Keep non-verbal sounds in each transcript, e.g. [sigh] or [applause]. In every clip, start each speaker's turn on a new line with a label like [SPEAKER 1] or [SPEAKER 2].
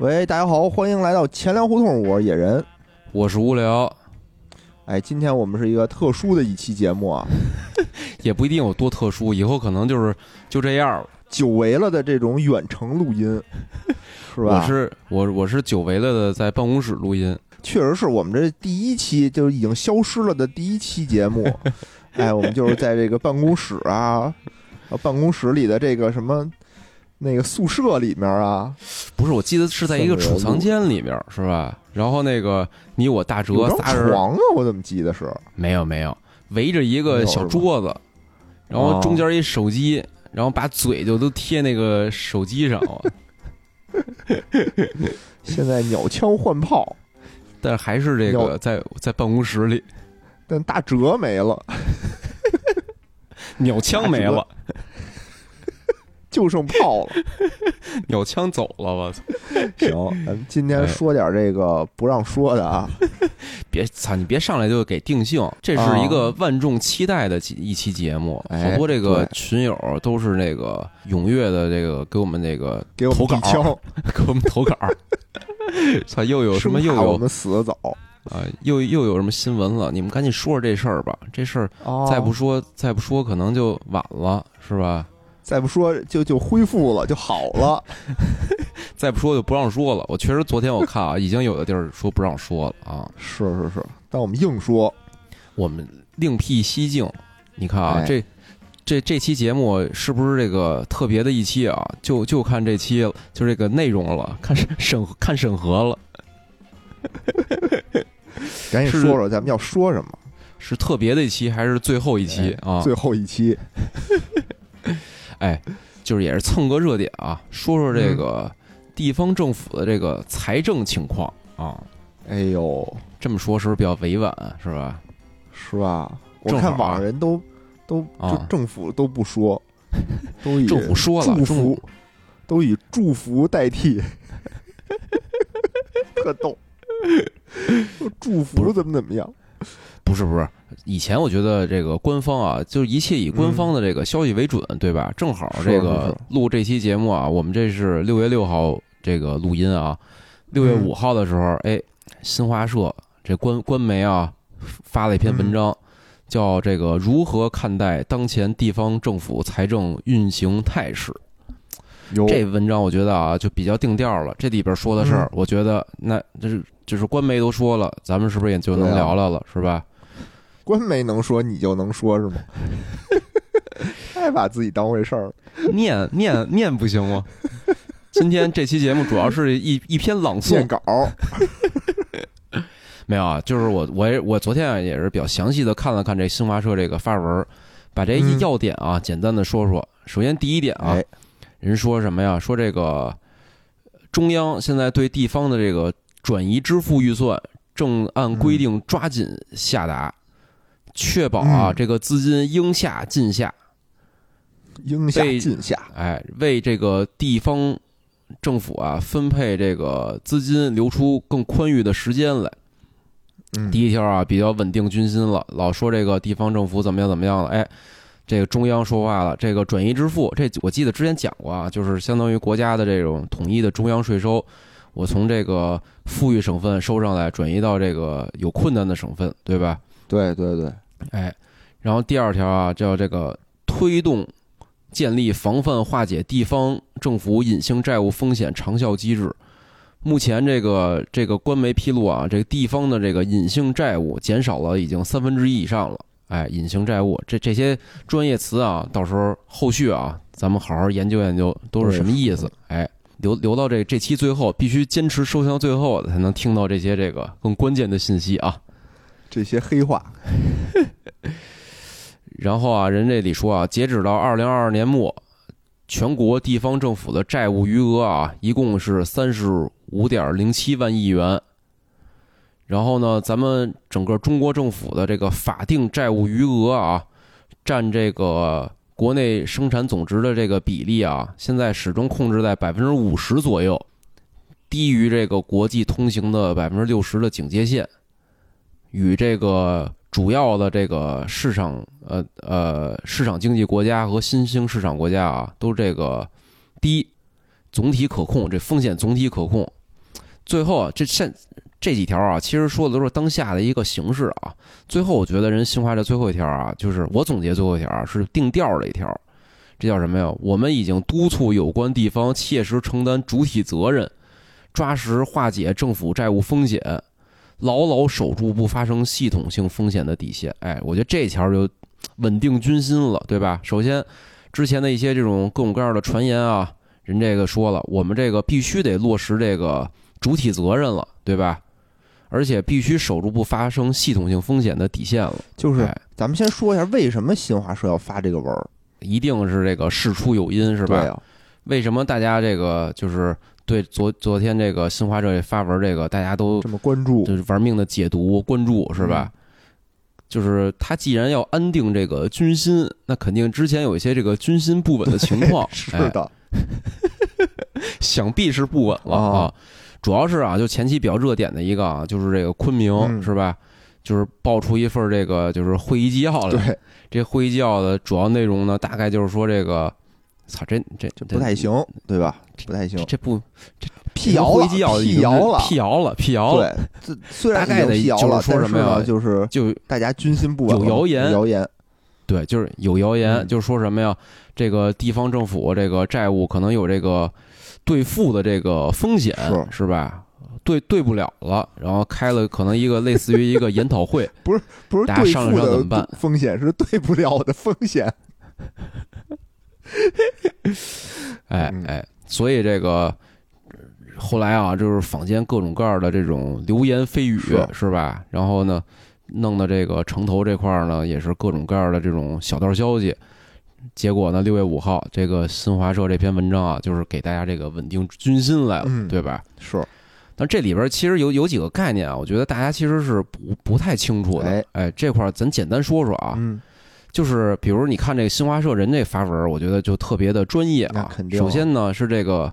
[SPEAKER 1] 喂，大家好，欢迎来到钱粮胡同，我是野人。
[SPEAKER 2] 我是无聊，
[SPEAKER 1] 哎，今天我们是一个特殊的一期节目啊，
[SPEAKER 2] 也不一定有多特殊，以后可能就是就这样了，
[SPEAKER 1] 久违了的这种远程录
[SPEAKER 2] [laughs]
[SPEAKER 1] 音，是吧？
[SPEAKER 2] 我是我我是久违了的在办公室录音，
[SPEAKER 1] 确实是我们这第一期就已经消失了的第一期节目，
[SPEAKER 2] [laughs]
[SPEAKER 1] 哎，我们就是在这个办公室啊，啊办公室里的这个什么那个宿舍里面啊，
[SPEAKER 2] 不是我记得是在一个储藏间里面是吧？然后那个你我大
[SPEAKER 1] 有
[SPEAKER 2] 哲
[SPEAKER 1] 张
[SPEAKER 2] 仨人
[SPEAKER 1] 床啊，我怎么记得是？
[SPEAKER 2] 没有没有哦围着一个小桌子，然后中间一手机，然后把嘴就都贴那个手机上，
[SPEAKER 1] 现在鸟枪换炮，
[SPEAKER 2] 但是还是 [laughs] 这
[SPEAKER 1] 有
[SPEAKER 2] 个在在办公室里
[SPEAKER 1] 但大哲没了，
[SPEAKER 2] 鸟枪没了，
[SPEAKER 1] 就剩炮了。
[SPEAKER 2] 鸟枪走了，我操！
[SPEAKER 1] 行，咱们今
[SPEAKER 2] 哎
[SPEAKER 1] 天说点这个不让说的
[SPEAKER 2] [laughs]
[SPEAKER 1] 啊，
[SPEAKER 2] 别操，你别上来就给定性，这是一个万众期待的几一期节目，
[SPEAKER 1] 哎
[SPEAKER 2] 好多这个
[SPEAKER 1] 对
[SPEAKER 2] 群友都是那个踊跃的，这个给我们那个
[SPEAKER 1] 给我们
[SPEAKER 2] 投稿
[SPEAKER 1] 递枪，
[SPEAKER 2] 给我们投稿， [laughs] 操，又 [laughs] 有什么又
[SPEAKER 1] 生怕我
[SPEAKER 2] 有
[SPEAKER 1] 们死的早，
[SPEAKER 2] 啊、又又有什么新闻了？你们赶紧说说这事儿吧，这事儿
[SPEAKER 1] 哦
[SPEAKER 2] 再不说、再不说可能就晚了，是吧？
[SPEAKER 1] 再不说就就恢复了，就好了。
[SPEAKER 2] [laughs] 再不说就不让说了。我确实昨天我看啊，已经有的地儿说不让说了啊，
[SPEAKER 1] 是是是，但我们硬说，
[SPEAKER 2] 我们另辟蹊径。你看啊，
[SPEAKER 1] 哎
[SPEAKER 2] 这这这期节目是不是这个特别的一期啊？就就看这期了，就这个内容了，看审审看审核了，
[SPEAKER 1] 赶紧
[SPEAKER 2] 是
[SPEAKER 1] 说说咱们要说什么。
[SPEAKER 2] 是特别的一期还是最后一期啊？
[SPEAKER 1] 最后一期，
[SPEAKER 2] 哎，就是也是蹭个热点啊，说说这个地方政府的这个财政情况啊。
[SPEAKER 1] 哎呦，
[SPEAKER 2] 这么说是不是比较委婉，是吧？
[SPEAKER 1] 是吧？我
[SPEAKER 2] 正好啊
[SPEAKER 1] 看网上人都都就
[SPEAKER 2] 啊
[SPEAKER 1] 政府都不
[SPEAKER 2] [laughs]
[SPEAKER 1] 说，都以
[SPEAKER 2] 政府说了，
[SPEAKER 1] 祝
[SPEAKER 2] 政府
[SPEAKER 1] 福都以祝福代
[SPEAKER 2] [laughs]
[SPEAKER 1] 替，特逗。说祝
[SPEAKER 2] 不
[SPEAKER 1] 福怎么怎么样？
[SPEAKER 2] 不是不是，以前我觉得这个官方啊，就是一切以官方的这个消息为准，对吧？正好
[SPEAKER 1] 嗯是
[SPEAKER 2] 这
[SPEAKER 1] 是
[SPEAKER 2] 个
[SPEAKER 1] 是
[SPEAKER 2] 录这期节目啊，我们这是六月六号这个录音啊，六月
[SPEAKER 1] 嗯
[SPEAKER 2] 五号的时候，哎，新华社这官官媒啊发了一篇文章，
[SPEAKER 1] 嗯
[SPEAKER 2] 叫这个如何看待当前地方政府财政运行态势。
[SPEAKER 1] 有
[SPEAKER 2] 这文章我觉得啊，就比较定调了。这里边说的
[SPEAKER 1] 嗯
[SPEAKER 2] 事儿，我觉得那就是就是官媒都说了，咱们是不是也就能
[SPEAKER 1] 对啊
[SPEAKER 2] 聊聊了，是吧？
[SPEAKER 1] 官媒能说你就能说
[SPEAKER 2] [laughs]
[SPEAKER 1] 是吗？太把自己当回事儿了。
[SPEAKER 2] 念念念不行吗？今天这期节目主要是一一篇朗
[SPEAKER 1] 念
[SPEAKER 2] 诵，
[SPEAKER 1] 稿，
[SPEAKER 2] 没有啊，就是我我也我昨天啊也是比较详细的看了看这新华社这个发文，把这一
[SPEAKER 1] 嗯
[SPEAKER 2] 要点啊、简单的说说。首先第一点啊，
[SPEAKER 1] 哎，
[SPEAKER 2] 人说什么呀？说这个中央现在对地方的这个转移支付预算正按
[SPEAKER 1] 嗯
[SPEAKER 2] 规定抓紧下达，确保啊、
[SPEAKER 1] 嗯
[SPEAKER 2] 这个资金应下尽下，
[SPEAKER 1] 应下
[SPEAKER 2] 被
[SPEAKER 1] 尽下，
[SPEAKER 2] 哎，为这个地方政府啊分配这个资金留出更宽裕的时间来。
[SPEAKER 1] 嗯，
[SPEAKER 2] 第一条啊，比较稳定军心了，老说这个地方政府怎么样怎么样了，哎，这个中央说话了，这个转移支付，这我记得之前讲过啊，就是相当于国家的这种统一的中央税收，我从这个富裕省份收上来，转移到这个有困难的省份，对吧？
[SPEAKER 1] 对对对，
[SPEAKER 2] 哎，然后第二条啊，叫这个推动建立防范化解地方政府隐性债务风险长效机制。目前这个这个官媒披露啊，这个地方的这个隐性债务减少了已经三分之一以上了。哎，隐性债务这这些专业词啊，到时候后续啊，咱们好好研究研究都是什么意思。哎，留留到这这期最后，必须坚持收听到最后，才能听到这些这个更关键的信息啊。
[SPEAKER 1] 这些黑话，
[SPEAKER 2] 然后啊，人这里说啊，截止到二零二二年末，全国地方政府的债务余额啊，一共是三十五点零七万亿元。然后呢，咱们整个中国政府的这个法定债务余额啊，占这个国内生产总值的这个比例啊，现在始终控制在百分之五十左右，低于这个国际通行的百分之六十的警戒线，与这个主要的这个市场呃呃市场经济国家和新兴市场国家啊，都这个低，总体可控，这风险总体可控，最后啊，这现这几条啊，其实说的都是当下的一个形式啊。最后我觉得人新华这最后一条啊，就是我总结最后一条啊，是定调的一条，这叫什么呀？我们已经督促有关地方切实承担主体责任，抓实化解政府债务风险，牢牢守住不发生系统性风险的底线。哎，我觉得这一条就稳定军心了，对吧？首先，之前的一些这种各种各样的传言啊，人这个说了，我们这个必须得落实这个主体责任了，对吧？而且必须守住不发生系统性风险的底线了，
[SPEAKER 1] 就是
[SPEAKER 2] 哎
[SPEAKER 1] 咱们先说一下为什么新华社要发这个文儿，
[SPEAKER 2] 一定是这个事出有因，是吧？
[SPEAKER 1] 对呀、啊
[SPEAKER 2] 为什么大家这个就是对昨昨天这个新华社这发文这个大家都
[SPEAKER 1] 这么关注，，
[SPEAKER 2] 就是玩命的解读关注是吧？就是他既然要安定这个军心，那肯定之前有一些这个军心不稳的情况
[SPEAKER 1] 是
[SPEAKER 2] 哎
[SPEAKER 1] 的，
[SPEAKER 2] 想必是不稳了
[SPEAKER 1] 哦
[SPEAKER 2] 啊。主要是啊，就前期比较热点的一个啊，就是这个昆明、
[SPEAKER 1] 嗯
[SPEAKER 2] 是吧？就是爆出一份这个就是会议纪要来，
[SPEAKER 1] 对，
[SPEAKER 2] 这会议纪要的主要内容呢，大概就是说这个，操，这这
[SPEAKER 1] 这不太行，对吧？不太行
[SPEAKER 2] 这，这不
[SPEAKER 1] 辟谣
[SPEAKER 2] 会
[SPEAKER 1] 了，
[SPEAKER 2] 议纪要已
[SPEAKER 1] 辟
[SPEAKER 2] 经是
[SPEAKER 1] 谣了，
[SPEAKER 2] 辟谣了，辟谣了，
[SPEAKER 1] 对，这虽然
[SPEAKER 2] 大概的
[SPEAKER 1] 已经辟谣了，
[SPEAKER 2] 就是说什么呀
[SPEAKER 1] 但是呢就是
[SPEAKER 2] 就
[SPEAKER 1] 大家军心不稳了，
[SPEAKER 2] 有谣言
[SPEAKER 1] 谣言，
[SPEAKER 2] 对，就是有谣言，
[SPEAKER 1] 嗯
[SPEAKER 2] 就是说什么呀？这个地方政府这个债务可能有这个兑付的这个风险，
[SPEAKER 1] 是
[SPEAKER 2] 是吧？兑兑不了了，然后开了可能一个类似于一个研讨会，
[SPEAKER 1] 不是
[SPEAKER 2] 大家
[SPEAKER 1] 对
[SPEAKER 2] 上了
[SPEAKER 1] 付
[SPEAKER 2] 上怎么
[SPEAKER 1] 的
[SPEAKER 2] 办
[SPEAKER 1] 风险，是对不了的风险。
[SPEAKER 2] 哎
[SPEAKER 1] 嗯
[SPEAKER 2] 哎，所以这个后来啊，就是坊间各种各样的这种流言蜚语，
[SPEAKER 1] 是
[SPEAKER 2] 是吧？然后呢，弄的这个城头这块儿呢，也是各种各样的这种小道消息。结果呢，六月五号，这个新华社这篇文章啊，就是给大家这个稳定军心来了，
[SPEAKER 1] 嗯
[SPEAKER 2] 对吧？
[SPEAKER 1] 是，
[SPEAKER 2] 但这里边其实有有几个概念啊，我觉得大家其实是不不太清楚的。
[SPEAKER 1] 哎
[SPEAKER 2] 哎这块儿咱简单说说啊，
[SPEAKER 1] 嗯，
[SPEAKER 2] 就是比如你看这个新华社人这发文儿，我觉得就特别的专业
[SPEAKER 1] 那
[SPEAKER 2] 啊。
[SPEAKER 1] 肯定啊
[SPEAKER 2] 首先呢是这个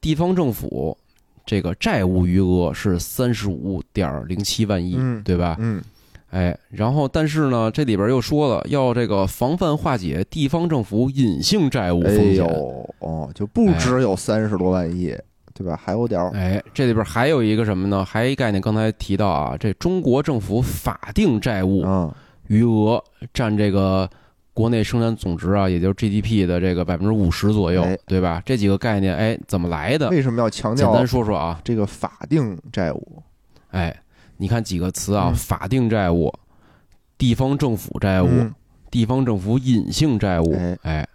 [SPEAKER 2] 地方政府这个债务余额是三十五点零七万亿，
[SPEAKER 1] 嗯
[SPEAKER 2] 对吧？
[SPEAKER 1] 嗯，
[SPEAKER 2] 哎，然后但是呢，这里边又说了要这个防范化解地方政府隐性债务
[SPEAKER 1] 哎
[SPEAKER 2] 风险。
[SPEAKER 1] 呦，哦，就不只有三十多万亿，对吧？还有点儿，
[SPEAKER 2] 哎，这里边还有一个什么呢？还有一概念，刚才提到啊，这中国政府法定债务
[SPEAKER 1] 嗯，
[SPEAKER 2] 余额占这个国内生产总值啊，也就是 GDP 的这个百分之五十左右
[SPEAKER 1] 哎，
[SPEAKER 2] 对吧？这几个概念，哎，怎么来的？
[SPEAKER 1] 为什么要强
[SPEAKER 2] 简
[SPEAKER 1] 调
[SPEAKER 2] 单说说啊，
[SPEAKER 1] 这个法定债务？
[SPEAKER 2] 哎，你看几个词啊：
[SPEAKER 1] 嗯
[SPEAKER 2] 法定债务、地方政府债务、
[SPEAKER 1] 嗯
[SPEAKER 2] 地方政府隐性债务。
[SPEAKER 1] 哎
[SPEAKER 2] 哎，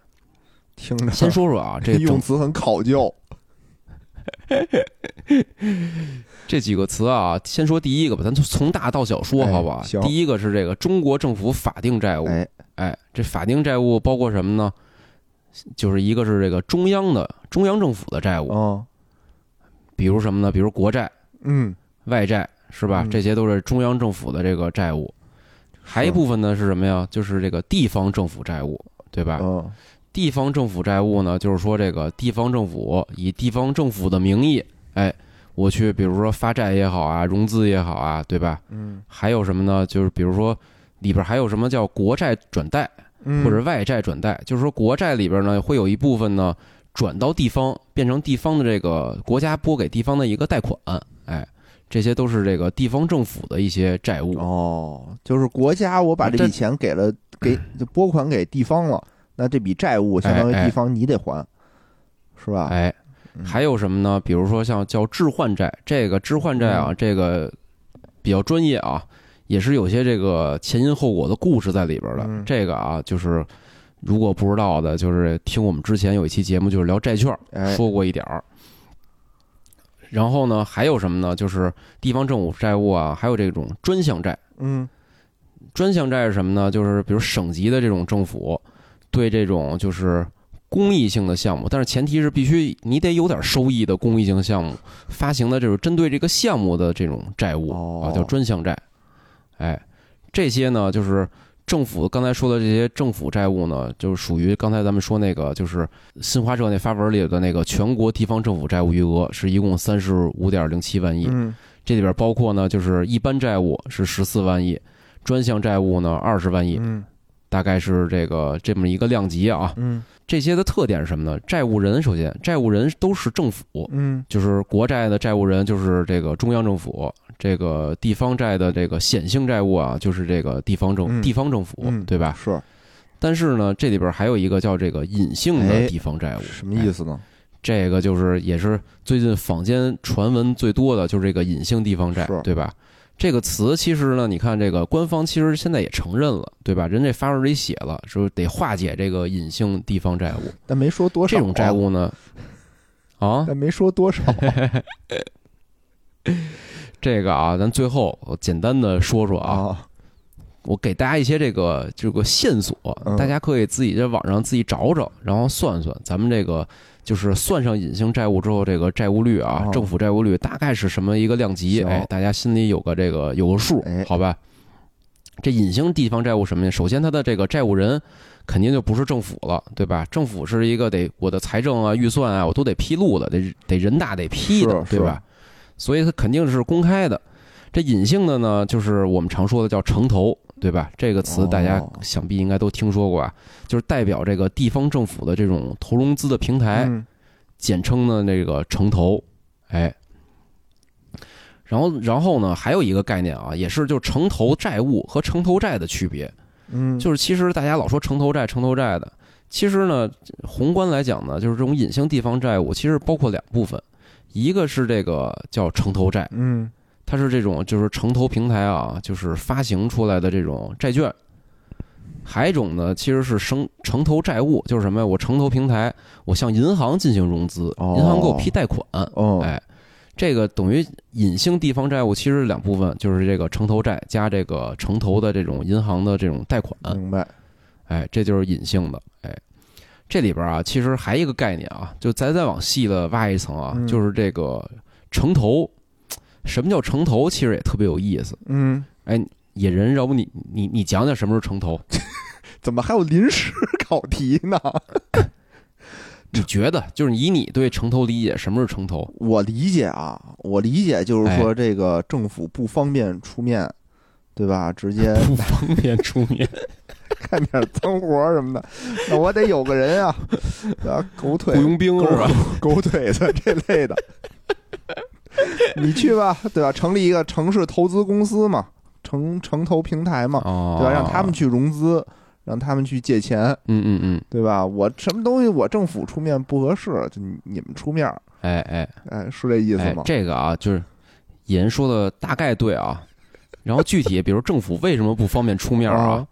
[SPEAKER 1] 听着，
[SPEAKER 2] 先说
[SPEAKER 1] [laughs]
[SPEAKER 2] 说啊，这
[SPEAKER 1] 用
[SPEAKER 2] 整
[SPEAKER 1] 词很考究，
[SPEAKER 2] 这几个词啊，先说第一个吧，咱就从大到小说，
[SPEAKER 1] 哎
[SPEAKER 2] 好吧？
[SPEAKER 1] 行
[SPEAKER 2] 第一个是这个中国政府法定债务。
[SPEAKER 1] 哎，
[SPEAKER 2] 哎，这法定债务包括什么呢？就是一个是这个中央的中央政府的债务，
[SPEAKER 1] 嗯
[SPEAKER 2] 比如什么呢？比如国债、
[SPEAKER 1] 嗯，
[SPEAKER 2] 外债，是吧？
[SPEAKER 1] 嗯
[SPEAKER 2] 这些都是中央政府的这个债务。还一部分呢是什么呀？就是这个地方政府债务，对吧？
[SPEAKER 1] 嗯，
[SPEAKER 2] 地方政府债务呢，就是说这个地方政府以地方政府的名义，哎，我去，比如说发债也好啊，融资也好啊，对吧？
[SPEAKER 1] 嗯
[SPEAKER 2] 还有什么呢？就是比如说里边还有什么叫国债转贷，
[SPEAKER 1] 嗯，
[SPEAKER 2] 或者外债转贷，就是说国债里边呢会有一部分呢转到地方，变成地方的这个国家拨给地方的一个贷款，哎，这些都是这个地方政府的一些债务。
[SPEAKER 1] 哦，就是国家我把这笔
[SPEAKER 2] 这
[SPEAKER 1] 钱给了，给就拨款给地方了，那这笔债务相当于
[SPEAKER 2] 哎哎
[SPEAKER 1] 地方你得还，是吧？
[SPEAKER 2] 哎，
[SPEAKER 1] 嗯
[SPEAKER 2] 还有什么呢？比如说像叫置换债，这个置换债啊，
[SPEAKER 1] 嗯
[SPEAKER 2] 这个比较专业啊，也是有些这个前因后果的故事在里边的
[SPEAKER 1] 嗯。
[SPEAKER 2] 这个啊，就是如果不知道的，就是听我们之前有一期节目就是聊债券，
[SPEAKER 1] 哎
[SPEAKER 2] 说过一点儿。然后呢，还有什么呢？就是地方政府债务啊，还有这种专项债。
[SPEAKER 1] 嗯
[SPEAKER 2] 专项债是什么呢？就是比如省级的这种政府对这种就是公益性的项目，但是前提是必须你得有点收益的公益性项目发行的，就是针对这个项目的这种债务
[SPEAKER 1] 哦
[SPEAKER 2] 啊，叫专项债。哎，这些呢就是政府刚才说的这些政府债务呢，就是属于刚才咱们说那个就是新华社那发文里的那个全国地方政府债务余额是一共三十五点零七万亿。
[SPEAKER 1] 嗯
[SPEAKER 2] 这里边包括呢，就是一般债务是十四万亿，专项债务呢二十万亿，
[SPEAKER 1] 嗯
[SPEAKER 2] 大大概是这个这么一个量级啊。
[SPEAKER 1] 嗯
[SPEAKER 2] 这些的特点是什么呢？债务人首先，债务人都是政府，
[SPEAKER 1] 嗯
[SPEAKER 2] 就是国债的债务人就是这个中央政府，这个地方债的这个显性债务啊，就是这个地方政
[SPEAKER 1] 嗯
[SPEAKER 2] 地方政府
[SPEAKER 1] 嗯，
[SPEAKER 2] 对吧？
[SPEAKER 1] 是
[SPEAKER 2] 但是呢，这里边还有一个叫这个隐性的
[SPEAKER 1] 哎
[SPEAKER 2] 地方债务，
[SPEAKER 1] 什么意
[SPEAKER 2] 哎？
[SPEAKER 1] 思呢？
[SPEAKER 2] 这个就是也是最近坊间传闻最多的，就是这个隐性地方债
[SPEAKER 1] 是，
[SPEAKER 2] 对吧？这个词其实呢，你看这个官方其实现在也承认了，对吧？人这发文里写了，说得化解这个隐性地方债务。
[SPEAKER 1] 但没说多少
[SPEAKER 2] 这种债，务呢，啊，
[SPEAKER 1] 但没说多少。啊
[SPEAKER 2] 这个啊，咱最后我简单的说说啊，
[SPEAKER 1] [laughs] 啊，
[SPEAKER 2] 我给大家一些这个这个线索
[SPEAKER 1] 嗯，
[SPEAKER 2] 大家可以自己在网上自己找找，然后算算咱们这个就是算上隐性债务之后，这个债务率啊
[SPEAKER 1] 哦，
[SPEAKER 2] 政府债务率大概是什么一个量级？
[SPEAKER 1] 行
[SPEAKER 2] 哎，大家心里有个这个有个数
[SPEAKER 1] 哎，
[SPEAKER 2] 好吧？这隐性地方债务什么呢？首先，它的这个债务人肯定就不是政府了，对吧？政府是一个得我的财政啊、预算啊，我都得披露的，得得人大得批的，
[SPEAKER 1] 是
[SPEAKER 2] 对吧？所以它肯定是公开的。这隐性的呢，就是我们常说的叫城投，对吧？这个词大家
[SPEAKER 1] 哦
[SPEAKER 2] 想必应该都听说过啊，就是代表这个地方政府的这种投融资的平台。
[SPEAKER 1] 嗯
[SPEAKER 2] 简称呢那个城投，哎，然后然后呢还有一个概念啊，也是就是城投债务和城投债的区别，
[SPEAKER 1] 嗯，
[SPEAKER 2] 就是其实大家老说城投债城投债的，其实呢宏观来讲呢，就是这种隐性地方债务其实包括两部分，一个是这个叫城投债，
[SPEAKER 1] 嗯
[SPEAKER 2] 它是这种就是城投平台啊，就是发行出来的这种债券。还有一种呢，其实是生城投债务，就是什么呀？我城投平台，我向银行进行融资，
[SPEAKER 1] 哦
[SPEAKER 2] 银行给我批贷款，
[SPEAKER 1] 哦，
[SPEAKER 2] 哎这个等于隐性地方债务其实是两部分，就是这个城投债加这个城投的这种银行的这种贷款，
[SPEAKER 1] 明白。
[SPEAKER 2] 哎，这就是隐性的，哎。这里边啊，其实还有一个概念啊，就咱再往细了挖一层啊，
[SPEAKER 1] 嗯
[SPEAKER 2] 就是这个城投，什么叫城投？其实也特别有意思。
[SPEAKER 1] 嗯，
[SPEAKER 2] 哎，野人，要不你你你讲讲什么是城投？
[SPEAKER 1] 怎么还有临时 [laughs] 考题呢？
[SPEAKER 2] 你觉得就是以你对城投理解，什么是城投？
[SPEAKER 1] 我理解啊，我理解就是说这个政府不方便出面，对吧？直 [laughs] 接
[SPEAKER 2] 不方便出面，
[SPEAKER 1] 干点脏活儿什么的，那我得有个人啊，啊，狗
[SPEAKER 2] 雇
[SPEAKER 1] 腿、
[SPEAKER 2] 佣兵是吧？
[SPEAKER 1] [laughs] 狗腿子这类的，你去吧，对吧？成立一个城市投资公司嘛，城城投平台嘛，
[SPEAKER 2] 哦，
[SPEAKER 1] 对吧？让他们去融资，让他们去借钱，
[SPEAKER 2] 嗯嗯嗯，
[SPEAKER 1] 对吧？我什么东西我政府出面不合适，就你你们出面儿，
[SPEAKER 2] 哎哎
[SPEAKER 1] 哎，是这意思
[SPEAKER 2] 哎
[SPEAKER 1] 吗，？
[SPEAKER 2] 这个啊，就是野人说的大概对啊。然后具体，比如政府为什么不方便出面啊
[SPEAKER 1] 啊？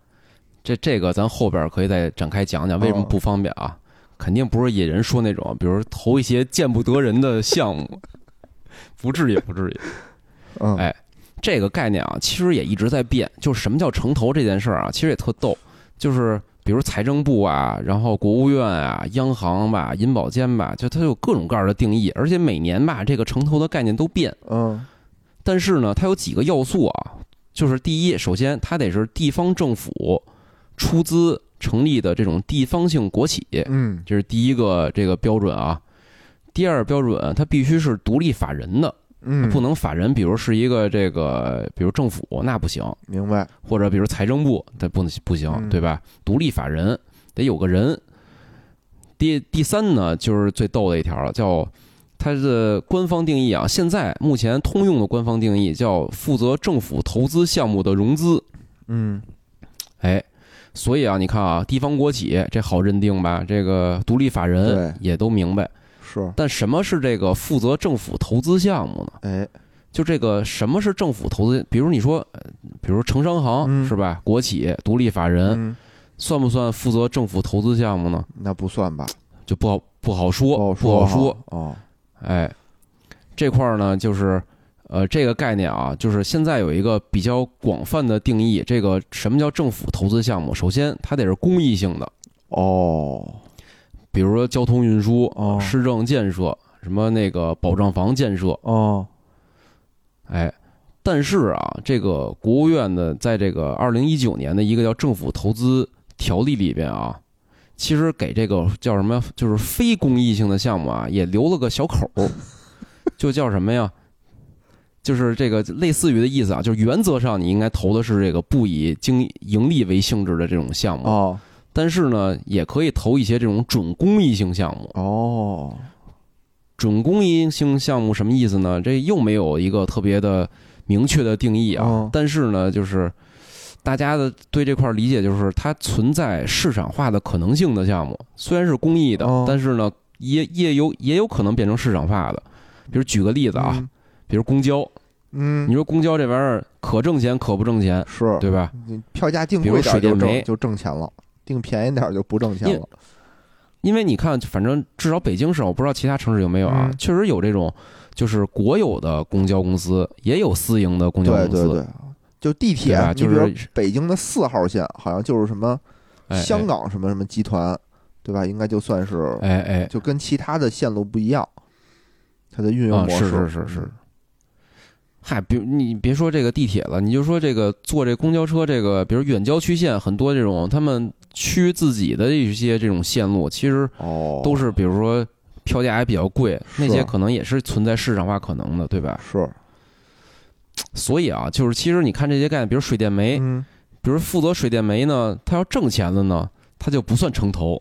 [SPEAKER 2] 这这个咱后边可以再展开讲讲为什么
[SPEAKER 1] 哦
[SPEAKER 2] 不方便啊？肯定不是野人说那种，比如投一些见不得人的项目， [laughs] 不至于不至于。
[SPEAKER 1] 嗯，
[SPEAKER 2] 哎这个概念啊，其实也一直在变。就是什么叫城投这件事儿啊，其实也特逗。就是比如财政部啊，然后国务院啊、央行吧、银保监吧，就它有各种各样的定义，而且每年吧，这个城投的概念都变。
[SPEAKER 1] 嗯
[SPEAKER 2] 但是呢，它有几个要素啊，就是第一，首先它得是地方政府出资成立的这种地方性国企，
[SPEAKER 1] 嗯
[SPEAKER 2] 这是第一个这个标准啊。第二标准，它必须是独立法人的，
[SPEAKER 1] 嗯，
[SPEAKER 2] 不能法人，比如是一个这个，比如政府那不行，
[SPEAKER 1] 明白，
[SPEAKER 2] 或者比如财政部它不能不
[SPEAKER 1] 嗯
[SPEAKER 2] 行，对吧？独立法人得有个人。第第三呢，就是最逗的一条了，叫它的官方定义啊，现在目前通用的官方定义叫负责政府投资项目的融资，
[SPEAKER 1] 嗯
[SPEAKER 2] 哎。所以啊，你看啊，地方国企这好认定吧，这个独立法
[SPEAKER 1] 对
[SPEAKER 2] 人也都明白。
[SPEAKER 1] 是，
[SPEAKER 2] 但什么是这个负责政府投资项目呢？
[SPEAKER 1] 哎，
[SPEAKER 2] 就这个什么是政府投资？比如你说，呃比如城商行、
[SPEAKER 1] 嗯
[SPEAKER 2] 是吧？国企、独立法人、
[SPEAKER 1] 嗯，
[SPEAKER 2] 算不算负责政府投资项目呢？
[SPEAKER 1] 那不算吧，
[SPEAKER 2] 就不好不好说，
[SPEAKER 1] 不好
[SPEAKER 2] 不好
[SPEAKER 1] 说
[SPEAKER 2] 说
[SPEAKER 1] 啊。哦，
[SPEAKER 2] 哎，这块儿呢，就是呃，这个概念啊，就是现在有一个比较广泛的定义。这个什么叫政府投资项目？首先，它得是公益性的，
[SPEAKER 1] 哦，
[SPEAKER 2] 比如说交通运输、
[SPEAKER 1] 哦
[SPEAKER 2] 市政建设、什么那个保障房建设，
[SPEAKER 1] 哦，
[SPEAKER 2] 哎，但是啊，这个国务院的在这个二零一九年的一个叫《政府投资条例》里边啊，其实给这个叫什么，就是非公益性的项目啊，也留了个小口儿，就叫什么呀？就是这个类似于的意思啊，就是原则上你应该投的是这个不以经盈利为性质的这种项目，
[SPEAKER 1] 哦
[SPEAKER 2] 但是呢，也可以投一些这种准公益性项目。
[SPEAKER 1] 哦，
[SPEAKER 2] 准公益性项目什么意思呢？这又没有一个特别的明确的定义啊。
[SPEAKER 1] 哦
[SPEAKER 2] 但是呢，就是大家的对这块理解就是它存在市场化的可能性的项目，虽然是公益的，
[SPEAKER 1] 哦
[SPEAKER 2] 但是呢，也也有也有可能变成市场化的。比如举个例子啊，比如公交，
[SPEAKER 1] 嗯，嗯，
[SPEAKER 2] 你说公交这玩意儿可挣钱可不挣钱，
[SPEAKER 1] 是
[SPEAKER 2] 对吧？
[SPEAKER 1] 你票价定
[SPEAKER 2] 比
[SPEAKER 1] 贵
[SPEAKER 2] 如
[SPEAKER 1] 点儿
[SPEAKER 2] 水
[SPEAKER 1] 就
[SPEAKER 2] 电煤
[SPEAKER 1] 挣就挣钱了，定便宜点儿就不挣钱
[SPEAKER 2] 因
[SPEAKER 1] 了。
[SPEAKER 2] 因为你看，反正至少北京市，我不知道其他城市有没有啊，
[SPEAKER 1] 嗯
[SPEAKER 2] 确实有这种，就是国有的公交公司，也有私营的公交
[SPEAKER 1] 对
[SPEAKER 2] 公司，
[SPEAKER 1] 对对，就地铁
[SPEAKER 2] 对吧，
[SPEAKER 1] 你比
[SPEAKER 2] 就
[SPEAKER 1] 如
[SPEAKER 2] 是
[SPEAKER 1] 北京的四号线，好像就是什么
[SPEAKER 2] 哎哎
[SPEAKER 1] 香港什么什么集团，对吧？应该就算是
[SPEAKER 2] 哎哎，
[SPEAKER 1] 就跟其他的线路不一样，它的运营
[SPEAKER 2] 啊
[SPEAKER 1] 模式嗯
[SPEAKER 2] 是是是是，，嗨，别你别说这个地铁了，你就说这个坐这公交车，这个比如远郊区线很多这种，他们区自己的一些这种线路，其实
[SPEAKER 1] 哦，
[SPEAKER 2] 都是比如说票价也比较贵，那
[SPEAKER 1] 是啊
[SPEAKER 2] 些可能也是存在市场化可能的，对吧？
[SPEAKER 1] 是
[SPEAKER 2] 所以啊，就是其实你看这些概念，比如水电煤，
[SPEAKER 1] 嗯
[SPEAKER 2] 比如负责水电煤呢，他要挣钱了呢，他就不算城投；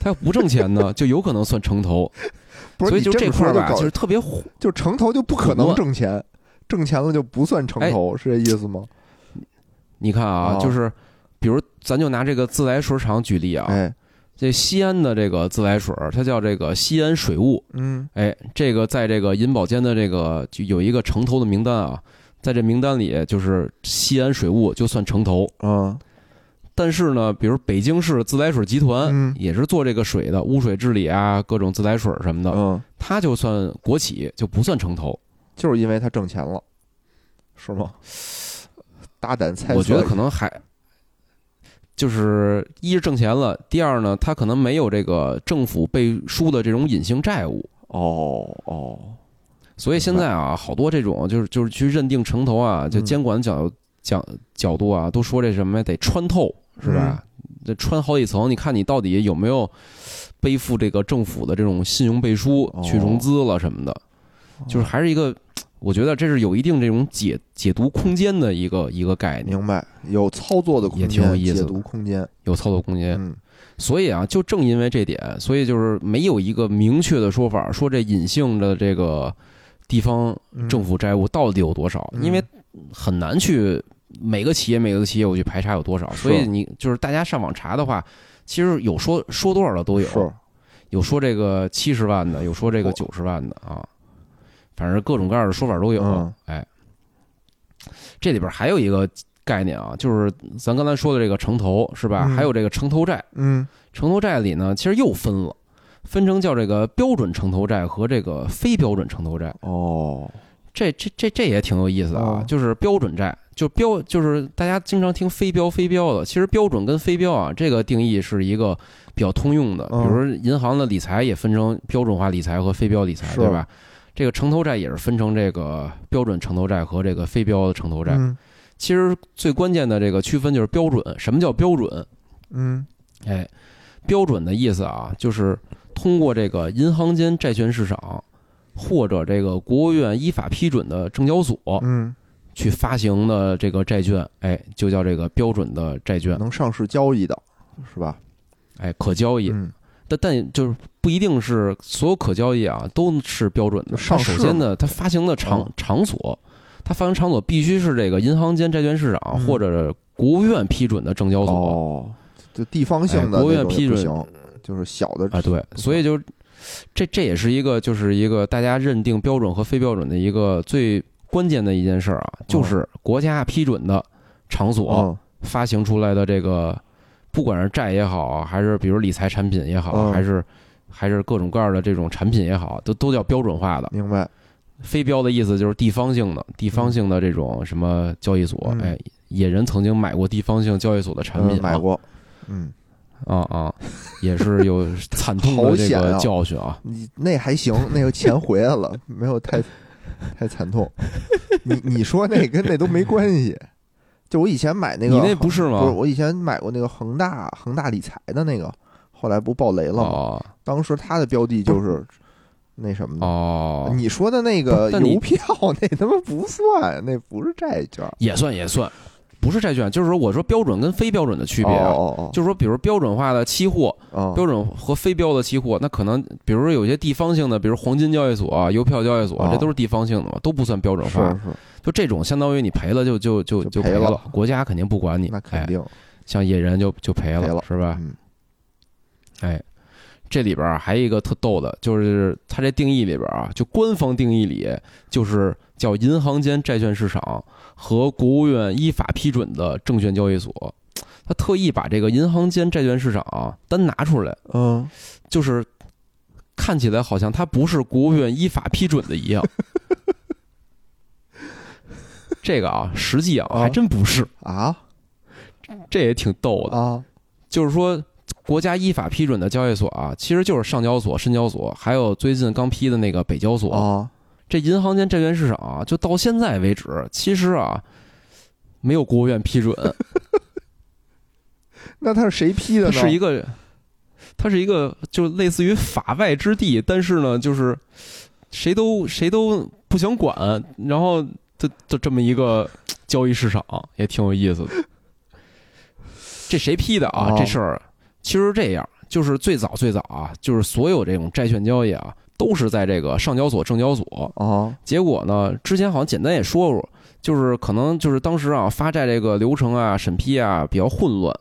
[SPEAKER 2] 他要不挣钱呢，就有可能算城投。
[SPEAKER 1] [laughs] 不是
[SPEAKER 2] 所以
[SPEAKER 1] 你
[SPEAKER 2] 就
[SPEAKER 1] 这
[SPEAKER 2] 这
[SPEAKER 1] 么
[SPEAKER 2] 块
[SPEAKER 1] 说
[SPEAKER 2] 儿吧，
[SPEAKER 1] 搞
[SPEAKER 2] 就是特别火。
[SPEAKER 1] 就城投就不可能
[SPEAKER 2] 混乱
[SPEAKER 1] 挣钱，挣钱了就不算
[SPEAKER 2] 哎
[SPEAKER 1] 城投，是这意思吗？
[SPEAKER 2] 你看啊，
[SPEAKER 1] 哦
[SPEAKER 2] 就是比如咱就拿这个自来水厂举例啊，
[SPEAKER 1] 哎，
[SPEAKER 2] 这西安的这个自来水，它叫这个西安水务。
[SPEAKER 1] 嗯，
[SPEAKER 2] 哎，这个在这个银保监的这个就有一个城投的名单啊，在这名单里就是西安水务就算城投。
[SPEAKER 1] 嗯，
[SPEAKER 2] 但是呢，比如北京市自来水集团、
[SPEAKER 1] 嗯
[SPEAKER 2] 也是做这个水的污水治理啊，各种自来水什么的，
[SPEAKER 1] 嗯，
[SPEAKER 2] 它就算国企，就不算城投。
[SPEAKER 1] 就是因为他挣钱了，是吗？大胆猜测，
[SPEAKER 2] 我觉得可能还就是一是挣钱了，第二呢，它可能没有这个政府背书的这种隐性债务。
[SPEAKER 1] 哦哦，
[SPEAKER 2] 所以现在啊，好多这种就是就是去认定城投啊，就
[SPEAKER 1] 嗯
[SPEAKER 2] 监管角角角度啊，都说这什么呀得穿透是吧？
[SPEAKER 1] 嗯
[SPEAKER 2] 这穿好几层，你看你到底有没有背负这个政府的这种信用背书
[SPEAKER 1] 哦
[SPEAKER 2] 去融资了什么的，就是还是一个，我觉得这是有一定这种解解读空间的一个一个概念，
[SPEAKER 1] 明白，有操作的空
[SPEAKER 2] 也
[SPEAKER 1] 间，
[SPEAKER 2] 挺有意思
[SPEAKER 1] 解
[SPEAKER 2] 的哎
[SPEAKER 1] 读空间，
[SPEAKER 2] 有操作空间。
[SPEAKER 1] 嗯，
[SPEAKER 2] 所以啊，就正因为这点，所以就是没有一个明确的说法，说这隐性的这个地方
[SPEAKER 1] 嗯
[SPEAKER 2] 政府债务到底有多少，
[SPEAKER 1] 嗯
[SPEAKER 2] 因为很难去每个企业每个企业我去排查有多少，
[SPEAKER 1] 是
[SPEAKER 2] 所以你就是大家上网查的话，其实有说说多少的都有，
[SPEAKER 1] 是
[SPEAKER 2] 有说这个七十万的，有说这个
[SPEAKER 1] 嚯
[SPEAKER 2] 九十万的啊，反正各种各样的说法都有。
[SPEAKER 1] 嗯
[SPEAKER 2] 哎，这里边还有一个概念啊，就是咱刚才说的这个城投是吧？
[SPEAKER 1] 嗯
[SPEAKER 2] 还有这个城投债。
[SPEAKER 1] 嗯，
[SPEAKER 2] 城投债里呢，其实又分了，分成叫这个标准城投债和这个非标准城投债。
[SPEAKER 1] 哦，
[SPEAKER 2] 这这这这也挺有意思啊
[SPEAKER 1] 哦，
[SPEAKER 2] 就是标准债，就标就是大家经常听非标非标的，其实标准跟非标啊，这个定义是一个比较通用的。比
[SPEAKER 1] 嗯
[SPEAKER 2] 如说银行的理财也分成标准化理财和非标理财，
[SPEAKER 1] 是
[SPEAKER 2] 对吧？这个城投债也是分成这个标准城投债和这个非标城投债。
[SPEAKER 1] 嗯
[SPEAKER 2] 其实最关键的这个区分就是标准，什么叫标准？
[SPEAKER 1] 嗯，
[SPEAKER 2] 哎，标准的意思啊，就是通过这个银行间债券市场或者这个国务院依法批准的证交所
[SPEAKER 1] 嗯，
[SPEAKER 2] 去发行的这个债券，哎，就叫这个标准的债券，
[SPEAKER 1] 能上市交易的，是吧？
[SPEAKER 2] 哎，可交易。
[SPEAKER 1] 嗯，
[SPEAKER 2] 但但就是不一定是所有可交易啊都是标准的。
[SPEAKER 1] 就上
[SPEAKER 2] 它
[SPEAKER 1] 市
[SPEAKER 2] 首先呢，它发行的
[SPEAKER 1] 哦
[SPEAKER 2] 场场所，它发行场所必须是这个银行间债券市场
[SPEAKER 1] 嗯
[SPEAKER 2] 或者国务院批准的证交所。
[SPEAKER 1] 哦，就地方性的
[SPEAKER 2] 哎国务
[SPEAKER 1] 那
[SPEAKER 2] 院
[SPEAKER 1] 种也
[SPEAKER 2] 批
[SPEAKER 1] 不
[SPEAKER 2] 准
[SPEAKER 1] 行，就是小的
[SPEAKER 2] 啊，对，所以就这这也是一个就是一个大家认定标准和非标准的一个最关键的一件事儿啊，
[SPEAKER 1] 哦
[SPEAKER 2] 就是国家批准的场所
[SPEAKER 1] 嗯
[SPEAKER 2] 发行出来的这个，不管是债也好，啊还是比如理财产品也好，
[SPEAKER 1] 嗯
[SPEAKER 2] 还是还是各种各样的这种产品也好，都都叫标准化的。
[SPEAKER 1] 明白，
[SPEAKER 2] 非标的意思就是地方性的，地方性的这种什么交易所，
[SPEAKER 1] 嗯
[SPEAKER 2] 哎，野人曾经买过地方性交易所的产
[SPEAKER 1] 嗯
[SPEAKER 2] 品啊、
[SPEAKER 1] 买过，嗯，
[SPEAKER 2] 啊啊，也是有惨痛
[SPEAKER 1] 好
[SPEAKER 2] 的这
[SPEAKER 1] 险
[SPEAKER 2] 个
[SPEAKER 1] 啊
[SPEAKER 2] 教训啊。
[SPEAKER 1] 你那还行，那个钱回来了，没有太太惨痛。你你说那跟那都没关系。就我以前买那个，
[SPEAKER 2] 你那不是吗？
[SPEAKER 1] 不是我以前买过那个恒大啊恒大理财的那个，后来不爆雷了吗？
[SPEAKER 2] 哦
[SPEAKER 1] 当时它的标的就是那什么的。
[SPEAKER 2] 哦，
[SPEAKER 1] 你说的那个
[SPEAKER 2] 不但你
[SPEAKER 1] 邮票， [laughs] 那他妈不算，那不是债券。
[SPEAKER 2] 也算也算，不是债券，就是说我说标准跟非标准的区别啊，
[SPEAKER 1] 哦哦
[SPEAKER 2] 就是说比如标准化的期货，
[SPEAKER 1] 哦哦，
[SPEAKER 2] 标准和非标的期货，那可能比如说有些地方性的，比如黄金交易所、啊、邮票交易所啊，
[SPEAKER 1] 哦
[SPEAKER 2] 这都是地方性的嘛，都不算标准
[SPEAKER 1] 是
[SPEAKER 2] 化。
[SPEAKER 1] 是，
[SPEAKER 2] 就这种，相当于你赔了就就就
[SPEAKER 1] 就
[SPEAKER 2] 赔
[SPEAKER 1] 赔了
[SPEAKER 2] 国家肯定不管你，
[SPEAKER 1] 那肯
[SPEAKER 2] 哎，
[SPEAKER 1] 定。
[SPEAKER 2] 像野人就就赔了，
[SPEAKER 1] 赔了
[SPEAKER 2] 是吧？
[SPEAKER 1] 嗯
[SPEAKER 2] 哎，这里边儿还有一个特逗的，就是它这定义里边儿啊，就官方定义里就是叫银行间债券市场和国务院依法批准的证券交易所。他特意把这个银行间债券市场啊单拿出来，
[SPEAKER 1] 嗯，
[SPEAKER 2] 就是看起来好像它不是国务院依法批准的一
[SPEAKER 1] [laughs]
[SPEAKER 2] 样。这个啊，实际啊
[SPEAKER 1] 啊
[SPEAKER 2] 还真不是，
[SPEAKER 1] 啊
[SPEAKER 2] 这也挺逗的。
[SPEAKER 1] 啊，
[SPEAKER 2] 就是说，国家依法批准的交易所啊，其实就是上交所、深交所，还有最近刚批的那个北交所。
[SPEAKER 1] 哦，
[SPEAKER 2] 这银行间债券市场啊，就到现在为止，其实啊，没有国务院批准，
[SPEAKER 1] 那他是谁批的
[SPEAKER 2] 它
[SPEAKER 1] 呢？
[SPEAKER 2] 是一个，它是一个就类似于法外之地，但是呢，就是谁都谁都不想管，然后这这这么一个交易市场也挺有意思的。这谁批的啊？
[SPEAKER 1] 哦
[SPEAKER 2] 这事儿其实这样，就是最早最早啊，就是所有这种债券交易啊，都是在这个上交所、证交所。
[SPEAKER 1] 哦
[SPEAKER 2] 结果呢，之前好像简单也说过，就是可能就是当时啊发债这个流程啊、审批啊比较混乱，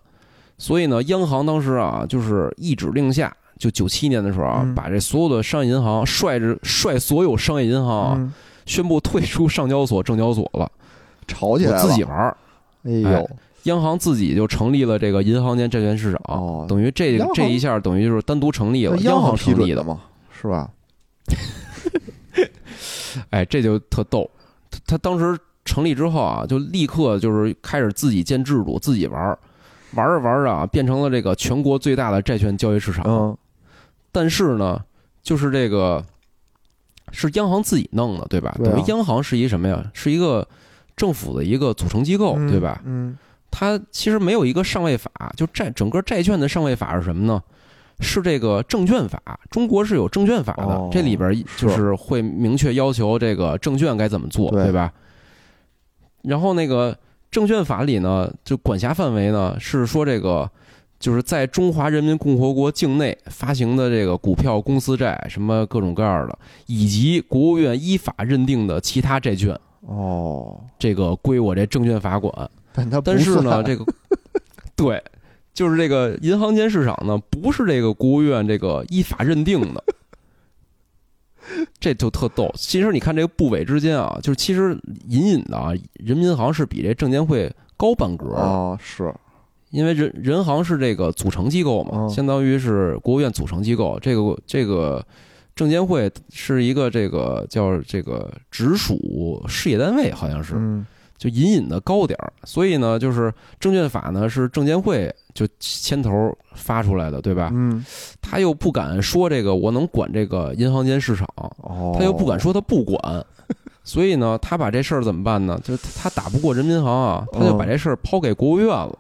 [SPEAKER 2] 所以呢，央行当时啊就是一指令下，就九七年的时候啊，
[SPEAKER 1] 嗯
[SPEAKER 2] 把这所有的商业银行率着率所有商业银行啊、
[SPEAKER 1] 嗯
[SPEAKER 2] 宣布退出上交所、证交所了，
[SPEAKER 1] 吵起
[SPEAKER 2] 我
[SPEAKER 1] 来
[SPEAKER 2] 自己
[SPEAKER 1] 了
[SPEAKER 2] 玩儿。
[SPEAKER 1] 哎呦，
[SPEAKER 2] 央行自己就成立了这个银行间债券市场，
[SPEAKER 1] 哦
[SPEAKER 2] 等于这
[SPEAKER 1] 央行
[SPEAKER 2] 这一下等于就是单独成立了，
[SPEAKER 1] 那
[SPEAKER 2] 央
[SPEAKER 1] 行批
[SPEAKER 2] 成
[SPEAKER 1] 准
[SPEAKER 2] 立的，
[SPEAKER 1] 嘛，是吧？
[SPEAKER 2] 哎，这就特逗。他他当时成立之后啊，就立刻就是开始自己建制度，自己玩儿，玩着玩着啊，变成了这个全国最大的债券交易市场。
[SPEAKER 1] 嗯，
[SPEAKER 2] 但是呢，就是这个是央行自己弄的，对吧？
[SPEAKER 1] 对啊
[SPEAKER 2] 等于央行是一什么呀？是一个政府的一个组成机构，
[SPEAKER 1] 嗯
[SPEAKER 2] 对吧？
[SPEAKER 1] 嗯，
[SPEAKER 2] 它其实没有一个上位法，就债整个债券的上位法是什么呢？是这个证券法，中国是有证券法的，
[SPEAKER 1] 哦
[SPEAKER 2] 这里边儿就是是会明确要求这个证券该怎么做，
[SPEAKER 1] 对
[SPEAKER 2] 对吧？然后那个证券法里呢，就管辖范围呢是说这个就是在中华人民共和国境内发行的这个股票、公司债什么各种各样的，以及国务院依法认定的其他债券，
[SPEAKER 1] 哦，
[SPEAKER 2] 这个归我这证券法管。
[SPEAKER 1] 但他不
[SPEAKER 2] 但是呢，
[SPEAKER 1] 算
[SPEAKER 2] 这个对，就是这个银行间市场呢，不是这个国务院这个依法认定的，这就特逗。其实你看这个部委之间啊，就是其实隐隐的啊，人民银行是比这证监会高半格的，
[SPEAKER 1] 哦是
[SPEAKER 2] 因为人人行是这个组成机构嘛，
[SPEAKER 1] 嗯
[SPEAKER 2] 相当于是国务院组成机构，这个这个。证监会是一个这个叫这个直属事业单位，好像是，
[SPEAKER 1] 嗯
[SPEAKER 2] 就隐隐的高点儿。所以呢，就是证券法呢是证监会就牵头发出来的，对吧？
[SPEAKER 1] 嗯
[SPEAKER 2] 他又不敢说这个我能管这个银行间市场，
[SPEAKER 1] 哦，
[SPEAKER 2] 他又不敢说他
[SPEAKER 1] [laughs]
[SPEAKER 2] 不管。所以呢，他把这事儿怎么办呢？就是他打不过人民银行
[SPEAKER 1] 哦
[SPEAKER 2] 啊，他就把这事儿抛给国务院了，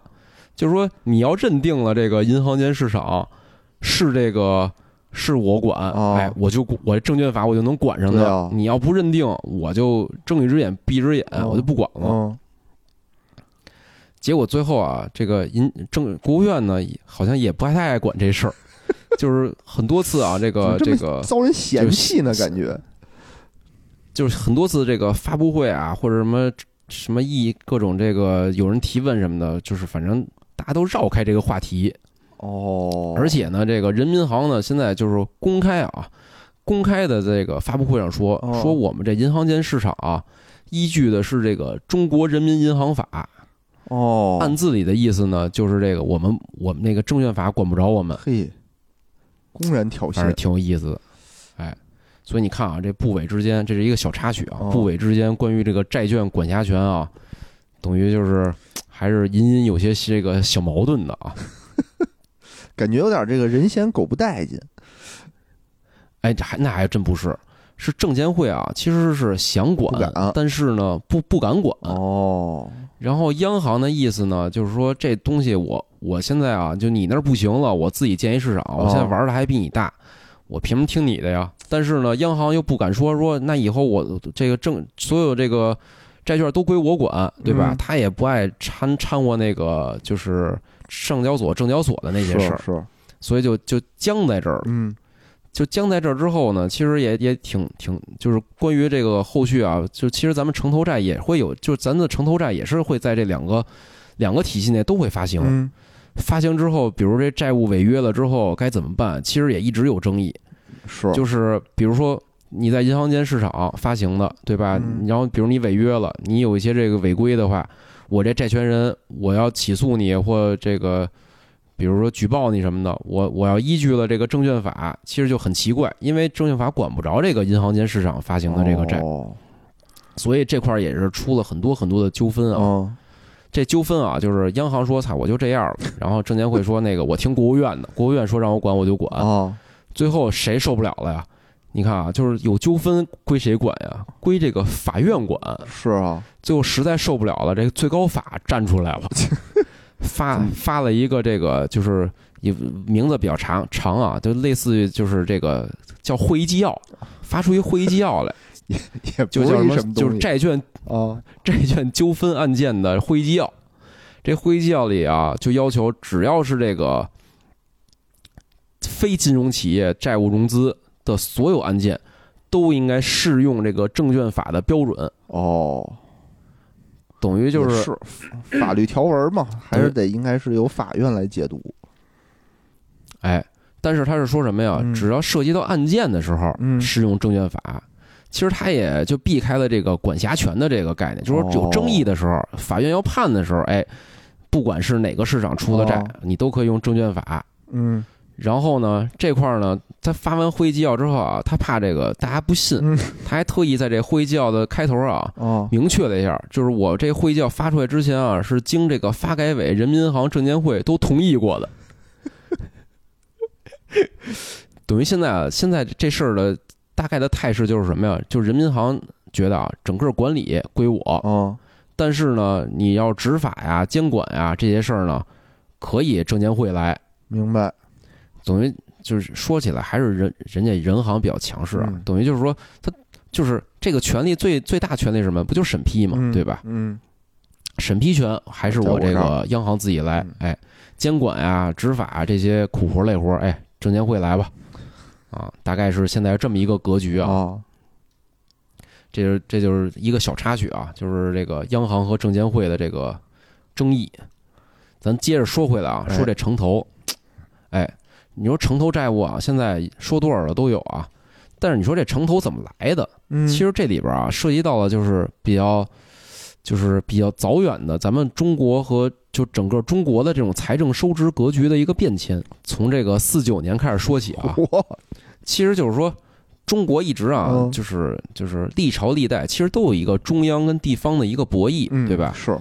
[SPEAKER 2] 就是说你要认定了这个银行间市场是这个是我管，
[SPEAKER 1] 哦
[SPEAKER 2] 哎，我就我证券法我就能管上
[SPEAKER 1] 对
[SPEAKER 2] 的。
[SPEAKER 1] 啊
[SPEAKER 2] 你要不认定，我就睁一只眼闭一只眼，
[SPEAKER 1] 哦
[SPEAKER 2] 我就不管了。
[SPEAKER 1] 嗯
[SPEAKER 2] 结果最后啊，这个银政国务院呢，好像也不太爱管这
[SPEAKER 1] [laughs]
[SPEAKER 2] 事儿，就是很多次啊，这个
[SPEAKER 1] 怎
[SPEAKER 2] 这
[SPEAKER 1] 么
[SPEAKER 2] 个
[SPEAKER 1] 遭人嫌弃呢，感觉
[SPEAKER 2] 就是很多次这个发布会啊，或者什么什么议各种这个有人提问什么的，就是反正大家都绕开这个话题，
[SPEAKER 1] 哦，
[SPEAKER 2] 而且呢，这个人民银行呢，现在就是公开啊，公开的这个发布会上说
[SPEAKER 1] 哦
[SPEAKER 2] 说我们这银行间市场啊，依据的是这个《中国人民银行法》。
[SPEAKER 1] 哦，
[SPEAKER 2] 按字里的意思呢，就是这个我们我们那个证券法管不着我们，
[SPEAKER 1] 嘿，公然挑
[SPEAKER 2] 反正
[SPEAKER 1] 衅，
[SPEAKER 2] 挺有意思的。哎，所以你看啊，这部委之间这是一个小插曲啊，
[SPEAKER 1] 哦
[SPEAKER 2] 部委之间关于这个债券管辖权啊，等于就是嘖还是隐隐有些这个小矛盾的啊。
[SPEAKER 1] 感觉有点这个人嫌狗不待见。
[SPEAKER 2] 哎，这还那还真不是，是证监会啊，其实是想管
[SPEAKER 1] 不敢，
[SPEAKER 2] 但是呢不不敢管。
[SPEAKER 1] 哦，
[SPEAKER 2] 然后央行的意思呢，就是说这东西我我现在啊，就你那儿不行了，我自己建一市场，我现在玩的还比你大，我凭什么听你的呀？但是呢，央行又不敢说说那以后我这个政所有这个债券都归我管，对吧？
[SPEAKER 1] 嗯
[SPEAKER 2] 他也不爱掺掺和那个就是上交所、证交所的那些事儿，
[SPEAKER 1] 是是，
[SPEAKER 2] 所以就就僵在这儿了。
[SPEAKER 1] 嗯
[SPEAKER 2] 就僵在这儿之后呢，其实也也挺挺，就是关于这个后续啊，就其实咱们城投债也会有，就是咱的城投债也是会在这两个两个体系内都会发行。
[SPEAKER 1] 嗯，
[SPEAKER 2] 发行之后，比如这债务违约了之后该怎么办，其实也一直有争议。
[SPEAKER 1] 是
[SPEAKER 2] 就是比如说你在银行间市场发行的，对吧？
[SPEAKER 1] 嗯
[SPEAKER 2] 然后比如你违约了，你有一些这个违规的话，我这债权人我要起诉你或这个。比如说举报你什么的，我我要依据了这个证券法，其实就很奇怪，因为证券法管不着这个银行间市场发行的这个债，
[SPEAKER 1] 哦
[SPEAKER 2] 所以这块儿也是出了很多很多的纠纷啊。
[SPEAKER 1] 嗯
[SPEAKER 2] 这纠纷啊，就是央行说“操，我就这样了”，然后证监会说那个我听国务院的，国务院说让我管我就管，
[SPEAKER 1] 哦，
[SPEAKER 2] 最后谁受不了了呀？你看啊，就是有纠纷归谁管呀？归这个法院管。
[SPEAKER 1] 是啊，
[SPEAKER 2] 最后实在受不了了，这个最高法站出来了， [laughs] 发发了一个这个就是也名字比较长长啊，就类似于就是这个叫会议纪要，发出一会议纪要来，
[SPEAKER 1] 也
[SPEAKER 2] 就
[SPEAKER 1] 不是
[SPEAKER 2] 叫什
[SPEAKER 1] 一
[SPEAKER 2] 么
[SPEAKER 1] 什么
[SPEAKER 2] 就
[SPEAKER 1] 东
[SPEAKER 2] 是
[SPEAKER 1] 西
[SPEAKER 2] 债券
[SPEAKER 1] 啊，
[SPEAKER 2] [laughs] 债券纠纷案件的会议纪要。这会议纪要里啊，就要求只要是这个非金融企业债务融资的所有案件，都应该适用这个证券法的标准，
[SPEAKER 1] 哦，
[SPEAKER 2] 等于就
[SPEAKER 1] 也
[SPEAKER 2] 是
[SPEAKER 1] 是法律条文嘛，还是得应该是由法院来解读。
[SPEAKER 2] 哎，但是他是说什么呀？
[SPEAKER 1] 嗯
[SPEAKER 2] 只要涉及到案件的时候，
[SPEAKER 1] 嗯
[SPEAKER 2] 适用证券法。其实他也就避开了这个管辖权的这个概念，就是说
[SPEAKER 1] 哦
[SPEAKER 2] 有争议的时候，法院要判的时候，哎，不管是哪个市场出的债
[SPEAKER 1] 哦，
[SPEAKER 2] 你都可以用证券法
[SPEAKER 1] 嗯
[SPEAKER 2] 然后呢，这块儿呢，他发完会议纪要之后啊，他怕这个大家不信，
[SPEAKER 1] 嗯
[SPEAKER 2] 他还特意在这会议纪要的开头啊，
[SPEAKER 1] 哦
[SPEAKER 2] 明确了一下，就是我这会议纪要发出来之前啊，是经这个发改委、人民银行、证监会都同意过的。 [laughs] 等于现在啊，现在这事儿的大概的态势就是什么呀？就是人民银行觉得啊，整个管理归我，
[SPEAKER 1] 哦
[SPEAKER 2] 但是呢，你要执法呀、监管呀这些事儿呢，可以证监会来。
[SPEAKER 1] 明白。
[SPEAKER 2] 等于就是说起来还是人人家人行比较强势啊
[SPEAKER 1] 嗯，
[SPEAKER 2] 等于就是说他就是这个权利最最大权利是什么？不就是审批嘛，
[SPEAKER 1] 嗯
[SPEAKER 2] 对吧？
[SPEAKER 1] 嗯，
[SPEAKER 2] 审批权还是我这
[SPEAKER 1] 在我
[SPEAKER 2] 个央行自己来
[SPEAKER 1] 嗯，
[SPEAKER 2] 哎，监管啊、执法啊这些苦活累活，哎，证监会来吧，啊，大概是现在这么一个格局啊，
[SPEAKER 1] 哦，
[SPEAKER 2] 这就是这就是一个小插曲啊，就是这个央行和证监会的这个争议。咱接着说回来啊，
[SPEAKER 1] 哎
[SPEAKER 2] 说这城投，哎，你说城投债务啊，现在说多少的都有啊，但是你说这城投怎么来的？
[SPEAKER 1] 嗯，
[SPEAKER 2] 其实这里边啊，涉及到了就是比较，就是比较早远的咱们中国和就整个中国的这种财政收支格局的一个变迁，从这个四九年开始说起啊，
[SPEAKER 1] [laughs] 我
[SPEAKER 2] 其实就是说，中国一直啊
[SPEAKER 1] 嗯，
[SPEAKER 2] 就是就是历朝历代，其实都有一个中央跟地方的一个博弈，
[SPEAKER 1] 嗯
[SPEAKER 2] 对吧？
[SPEAKER 1] 是，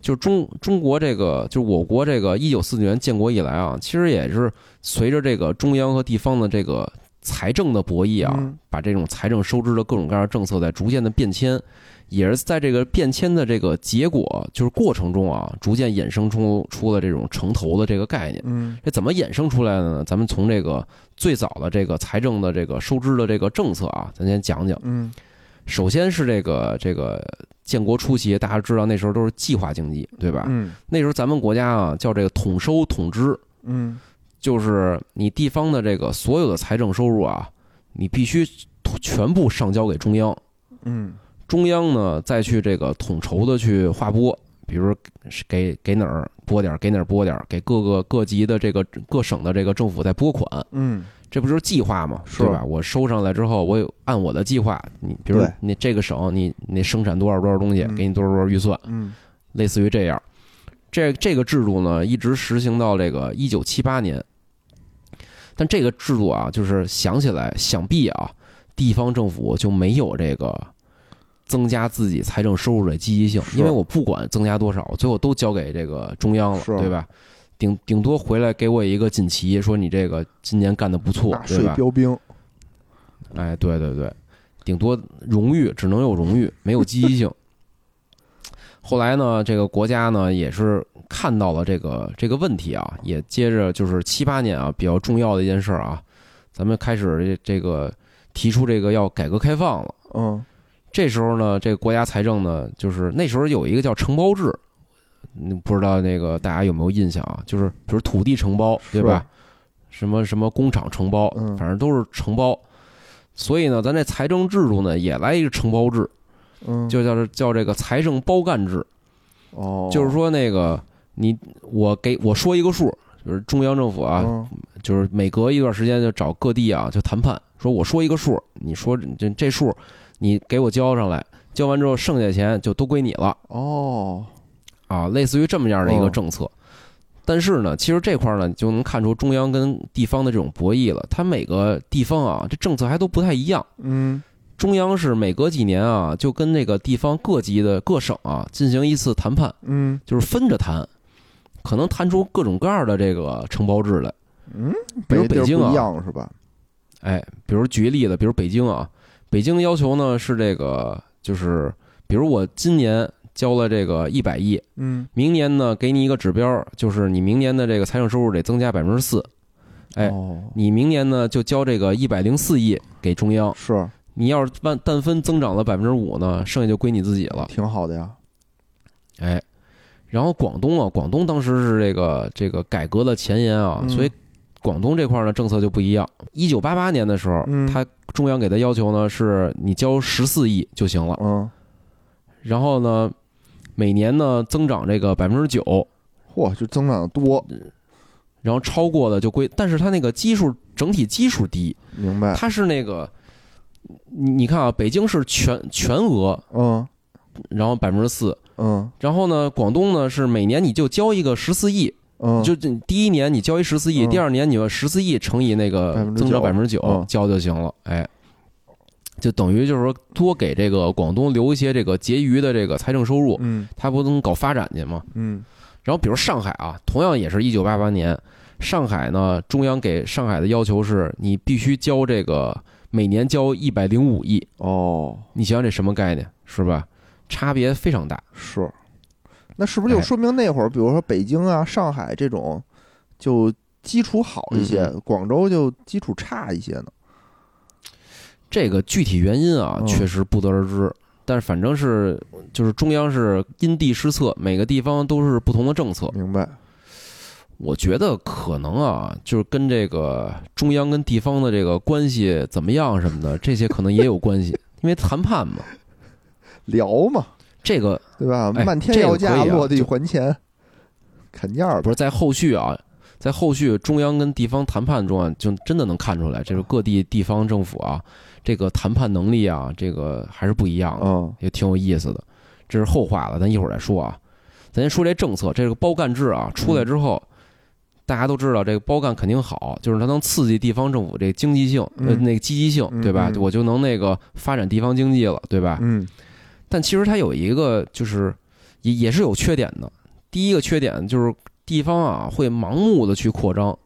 [SPEAKER 2] 就是中中国这个，就是我国这个一九四九年建国以来啊，其实也是随着这个中央和地方的这个财政的博弈啊，
[SPEAKER 1] 嗯
[SPEAKER 2] 把这种财政收支的各种各样的政策在逐渐的变迁，也是在这个变迁的这个结果就是过程中啊，逐渐衍生出出了这种城投的这个概念。
[SPEAKER 1] 嗯
[SPEAKER 2] 这怎么衍生出来的呢？咱们从这个最早的这个财政的这个收支的这个政策啊，咱先讲讲。
[SPEAKER 1] 嗯，
[SPEAKER 2] 首先是这个这个建国初期，大家知道那时候都是计划经济，对吧？
[SPEAKER 1] 嗯
[SPEAKER 2] 那时候咱们国家啊叫这个统收统支，
[SPEAKER 1] 嗯
[SPEAKER 2] 就是你地方的这个所有的财政收入啊，你必须全部上交给中央，
[SPEAKER 1] 嗯，
[SPEAKER 2] 中央呢再去这个统筹的去划拨，比如给给哪儿拨点儿，给哪儿拨点儿，给各个各级的这个各省的这个政府再拨款。
[SPEAKER 1] 嗯
[SPEAKER 2] 这不就是计划吗？
[SPEAKER 1] 是
[SPEAKER 2] 对吧？我收上来之后，我有按我的计划，你比如
[SPEAKER 1] 对
[SPEAKER 2] 你这个省，你你生产多少多少东西，
[SPEAKER 1] 嗯
[SPEAKER 2] 给你多少多少预算，
[SPEAKER 1] 嗯
[SPEAKER 2] 类似于这样。这这个制度呢，一直实行到这个一九七八年。但这个制度啊，就是想起来，想必啊，地方政府就没有这个增加自己财政收入的积极性，
[SPEAKER 1] 是
[SPEAKER 2] 因为我不管增加多少，最后都交给这个中央了，
[SPEAKER 1] 是
[SPEAKER 2] 对吧？顶顶多回来给我一个锦旗，说你这个今年干的不错
[SPEAKER 1] 纳，
[SPEAKER 2] 对
[SPEAKER 1] 税
[SPEAKER 2] 吧？
[SPEAKER 1] 标兵，
[SPEAKER 2] 哎，对对对，顶多荣誉，只能有荣誉，没有积极性。后来呢，这个国家呢也是看到了这个这个问题啊，也接着就是七八年啊比较重要的一件事儿啊，咱们开始这这个提出这个要改革开放了。
[SPEAKER 1] 嗯
[SPEAKER 2] 这时候呢，这个国家财政呢，就是那时候有一个叫承包制，嗯不知道那个大家有没有印象啊？就是比如土地承包，对吧？什么什么工厂承包，
[SPEAKER 1] 嗯
[SPEAKER 2] 反正都是承包。所以呢，咱这财政制度呢，也来一个承包制，
[SPEAKER 1] 嗯，
[SPEAKER 2] 就叫这叫这个财政包干制。
[SPEAKER 1] 哦，
[SPEAKER 2] 就是说那个你我给我说一个数，就是中央政府啊，
[SPEAKER 1] 嗯
[SPEAKER 2] 就是每隔一段时间就找各地啊就谈判，说我说一个数，你说这这数你给我交上来，交完之后剩下钱就都归你了
[SPEAKER 1] 哦，
[SPEAKER 2] 啊，类似于这么样的一个
[SPEAKER 1] 哦
[SPEAKER 2] 政策。但是呢，其实这块儿呢，就能看出中央跟地方的这种博弈了。它每个地方啊，这政策还都不太一样。
[SPEAKER 1] 嗯
[SPEAKER 2] 中央是每隔几年啊，就跟那个地方各级的各省啊进行一次谈判，
[SPEAKER 1] 嗯
[SPEAKER 2] 就是分着谈，可能谈出各种各样的这个承包制来。
[SPEAKER 1] 嗯，
[SPEAKER 2] 比如
[SPEAKER 1] 每个地儿
[SPEAKER 2] 北京啊
[SPEAKER 1] 不一样是吧？
[SPEAKER 2] 哎，比如举个例子，比如北京啊，北京要求呢是这个，就是比如我今年交了这个一百亿，
[SPEAKER 1] 嗯，
[SPEAKER 2] 明年呢给你一个指标，就是你明年的这个财政收入得增加百分之四，哎
[SPEAKER 1] 哦，
[SPEAKER 2] 你明年呢就交这个一百零四亿给中央，
[SPEAKER 1] 是
[SPEAKER 2] 你要是但但分增长了百分之五呢，剩下就归你自己了。
[SPEAKER 1] 挺好的呀。
[SPEAKER 2] 哎，然后广东啊，广东当时是这个这个改革的前沿啊，
[SPEAKER 1] 嗯
[SPEAKER 2] 所以广东这块儿呢政策就不一样。一九八八年的时候，
[SPEAKER 1] 嗯
[SPEAKER 2] 他中央给的要求呢是你交十四亿就行了，
[SPEAKER 1] 嗯，
[SPEAKER 2] 然后呢每年呢增长这个百分之九，
[SPEAKER 1] 嚯，就增长得多，
[SPEAKER 2] 然后超过了就归，但是它那个基数整体基数低，
[SPEAKER 1] 明白？
[SPEAKER 2] 它是那个。你你看啊，北京是全全额，
[SPEAKER 1] 嗯
[SPEAKER 2] 然后百分之四，
[SPEAKER 1] 嗯
[SPEAKER 2] 然后呢，广东呢是每年你就交一个十四亿，
[SPEAKER 1] 嗯，
[SPEAKER 2] 就这第一年你交一十四亿，
[SPEAKER 1] 嗯
[SPEAKER 2] 第二年你十四亿乘以那个
[SPEAKER 1] 9%
[SPEAKER 2] 增长百分之九
[SPEAKER 1] 嗯
[SPEAKER 2] 交就行了，哎，就等于就是说多给这个广东留一些这个结余的这个财政收入，
[SPEAKER 1] 嗯
[SPEAKER 2] 它不能搞发展去吗？
[SPEAKER 1] 嗯
[SPEAKER 2] 然后比如上海啊，同样也是一九八八年，上海呢中央给上海的要求是你必须交这个每年交一百零五亿，
[SPEAKER 1] 哦，
[SPEAKER 2] 你想想这什么概念是吧？差别非常大。
[SPEAKER 1] 是，那是不是就
[SPEAKER 2] 哎
[SPEAKER 1] 说明那会儿，比如说北京啊、上海这种，就基础好一些，
[SPEAKER 2] 嗯
[SPEAKER 1] 广州就基础差一些呢？
[SPEAKER 2] 这个具体原因啊，
[SPEAKER 1] 嗯
[SPEAKER 2] 确实不得而知。但是反正是就是中央是因地施策，每个地方都是不同的政策。
[SPEAKER 1] 明白？
[SPEAKER 2] 我觉得可能啊，就是跟这个中央跟地方的这个关系怎么样什么的，这些可能也有关系，因为谈判嘛。
[SPEAKER 1] 聊嘛，
[SPEAKER 2] 这个
[SPEAKER 1] 对吧？
[SPEAKER 2] 哎
[SPEAKER 1] 漫天
[SPEAKER 2] 这个
[SPEAKER 1] 要价，
[SPEAKER 2] 可以啊
[SPEAKER 1] 落地
[SPEAKER 2] 就
[SPEAKER 1] 还钱，砍价儿
[SPEAKER 2] 不
[SPEAKER 1] 吧？
[SPEAKER 2] 是在后续啊，在后续中央跟地方谈判中啊，就真的能看出来，这是各地地方政府啊，这个谈判能力啊，这个还是不一样的。
[SPEAKER 1] 嗯
[SPEAKER 2] 也挺有意思的。这是后话了，咱一会儿再说啊。咱先说这政策，这个包干制啊，出
[SPEAKER 1] 嗯
[SPEAKER 2] 来之后，大家都知道这个包干肯定好，就是它能刺激地方政府这经济性，
[SPEAKER 1] 嗯
[SPEAKER 2] 呃，那个积极性，
[SPEAKER 1] 嗯
[SPEAKER 2] 对吧？
[SPEAKER 1] 嗯
[SPEAKER 2] 我就能那个发展地方经济了，对吧？
[SPEAKER 1] 嗯，
[SPEAKER 2] 但其实它有一个就是也也是有缺点的。第一个缺点就是地方啊会盲目的去扩张，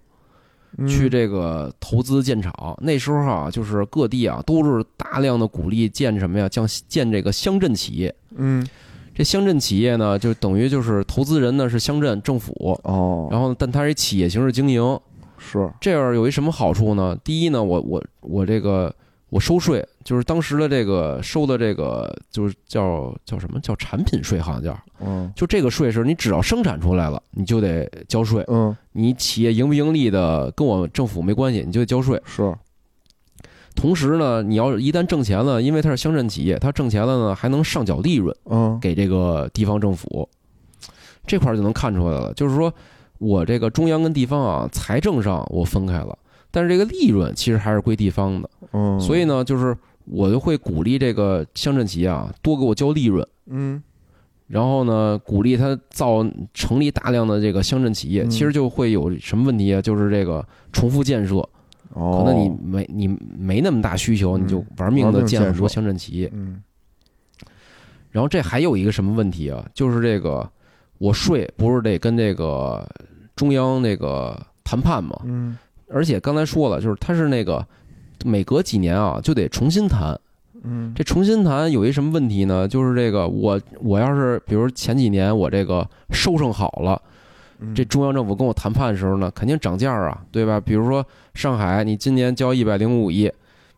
[SPEAKER 1] 嗯
[SPEAKER 2] 去这个投资建厂。那时候啊，就是各地啊都是大量的鼓励建什么呀，像建这个乡镇企业。
[SPEAKER 1] 嗯
[SPEAKER 2] 这乡镇企业呢，就等于就是投资人呢是乡镇政府，
[SPEAKER 1] 哦，
[SPEAKER 2] 然后呢，但它是企业形式经营，
[SPEAKER 1] 是
[SPEAKER 2] 这样有一什么好处呢？第一呢，我我我这个我收税，就是当时的这个收的这个就是叫叫什么叫产品税，好像叫，
[SPEAKER 1] 嗯
[SPEAKER 2] 就这个税是你只要生产出来了，你就得交税，
[SPEAKER 1] 嗯
[SPEAKER 2] 你企业盈不盈利的跟我政府没关系，你就得交税。
[SPEAKER 1] 是
[SPEAKER 2] 同时呢，你要一旦挣钱了，因为它是乡镇企业，它挣钱了呢，还能上缴利润。
[SPEAKER 1] 嗯
[SPEAKER 2] 给这个地方政府，这块儿就能看出来了。就是说我这个中央跟地方啊，财政上我分开了，但是这个利润其实还是归地方的。
[SPEAKER 1] 嗯，
[SPEAKER 2] 所以呢，就是我就会鼓励这个乡镇企业啊，多给我交利润。
[SPEAKER 1] 嗯
[SPEAKER 2] 然后呢，鼓励他造成立大量的这个乡镇企业，
[SPEAKER 1] 嗯
[SPEAKER 2] 其实就会有什么问题啊？就是这个重复建设，
[SPEAKER 1] 哦，
[SPEAKER 2] 可能你没你没那么大需求，
[SPEAKER 1] 嗯
[SPEAKER 2] 你就玩命
[SPEAKER 1] 玩
[SPEAKER 2] 的
[SPEAKER 1] 命
[SPEAKER 2] 建很多
[SPEAKER 1] 建设
[SPEAKER 2] 乡镇企业。
[SPEAKER 1] 嗯
[SPEAKER 2] 然后这还有一个什么问题啊？就是这个我税不是得跟这个中央那个谈判吗？
[SPEAKER 1] 嗯
[SPEAKER 2] 而且刚才说了，就是它是那个每隔几年啊就得重新谈。
[SPEAKER 1] 嗯
[SPEAKER 2] 这重新谈有一什么问题呢？就是这个我我要是比如前几年我这个收成好了，
[SPEAKER 1] 嗯
[SPEAKER 2] 这中央政府跟我谈判的时候呢，肯定涨价啊，对吧？比如说上海，你今年交一百零五亿，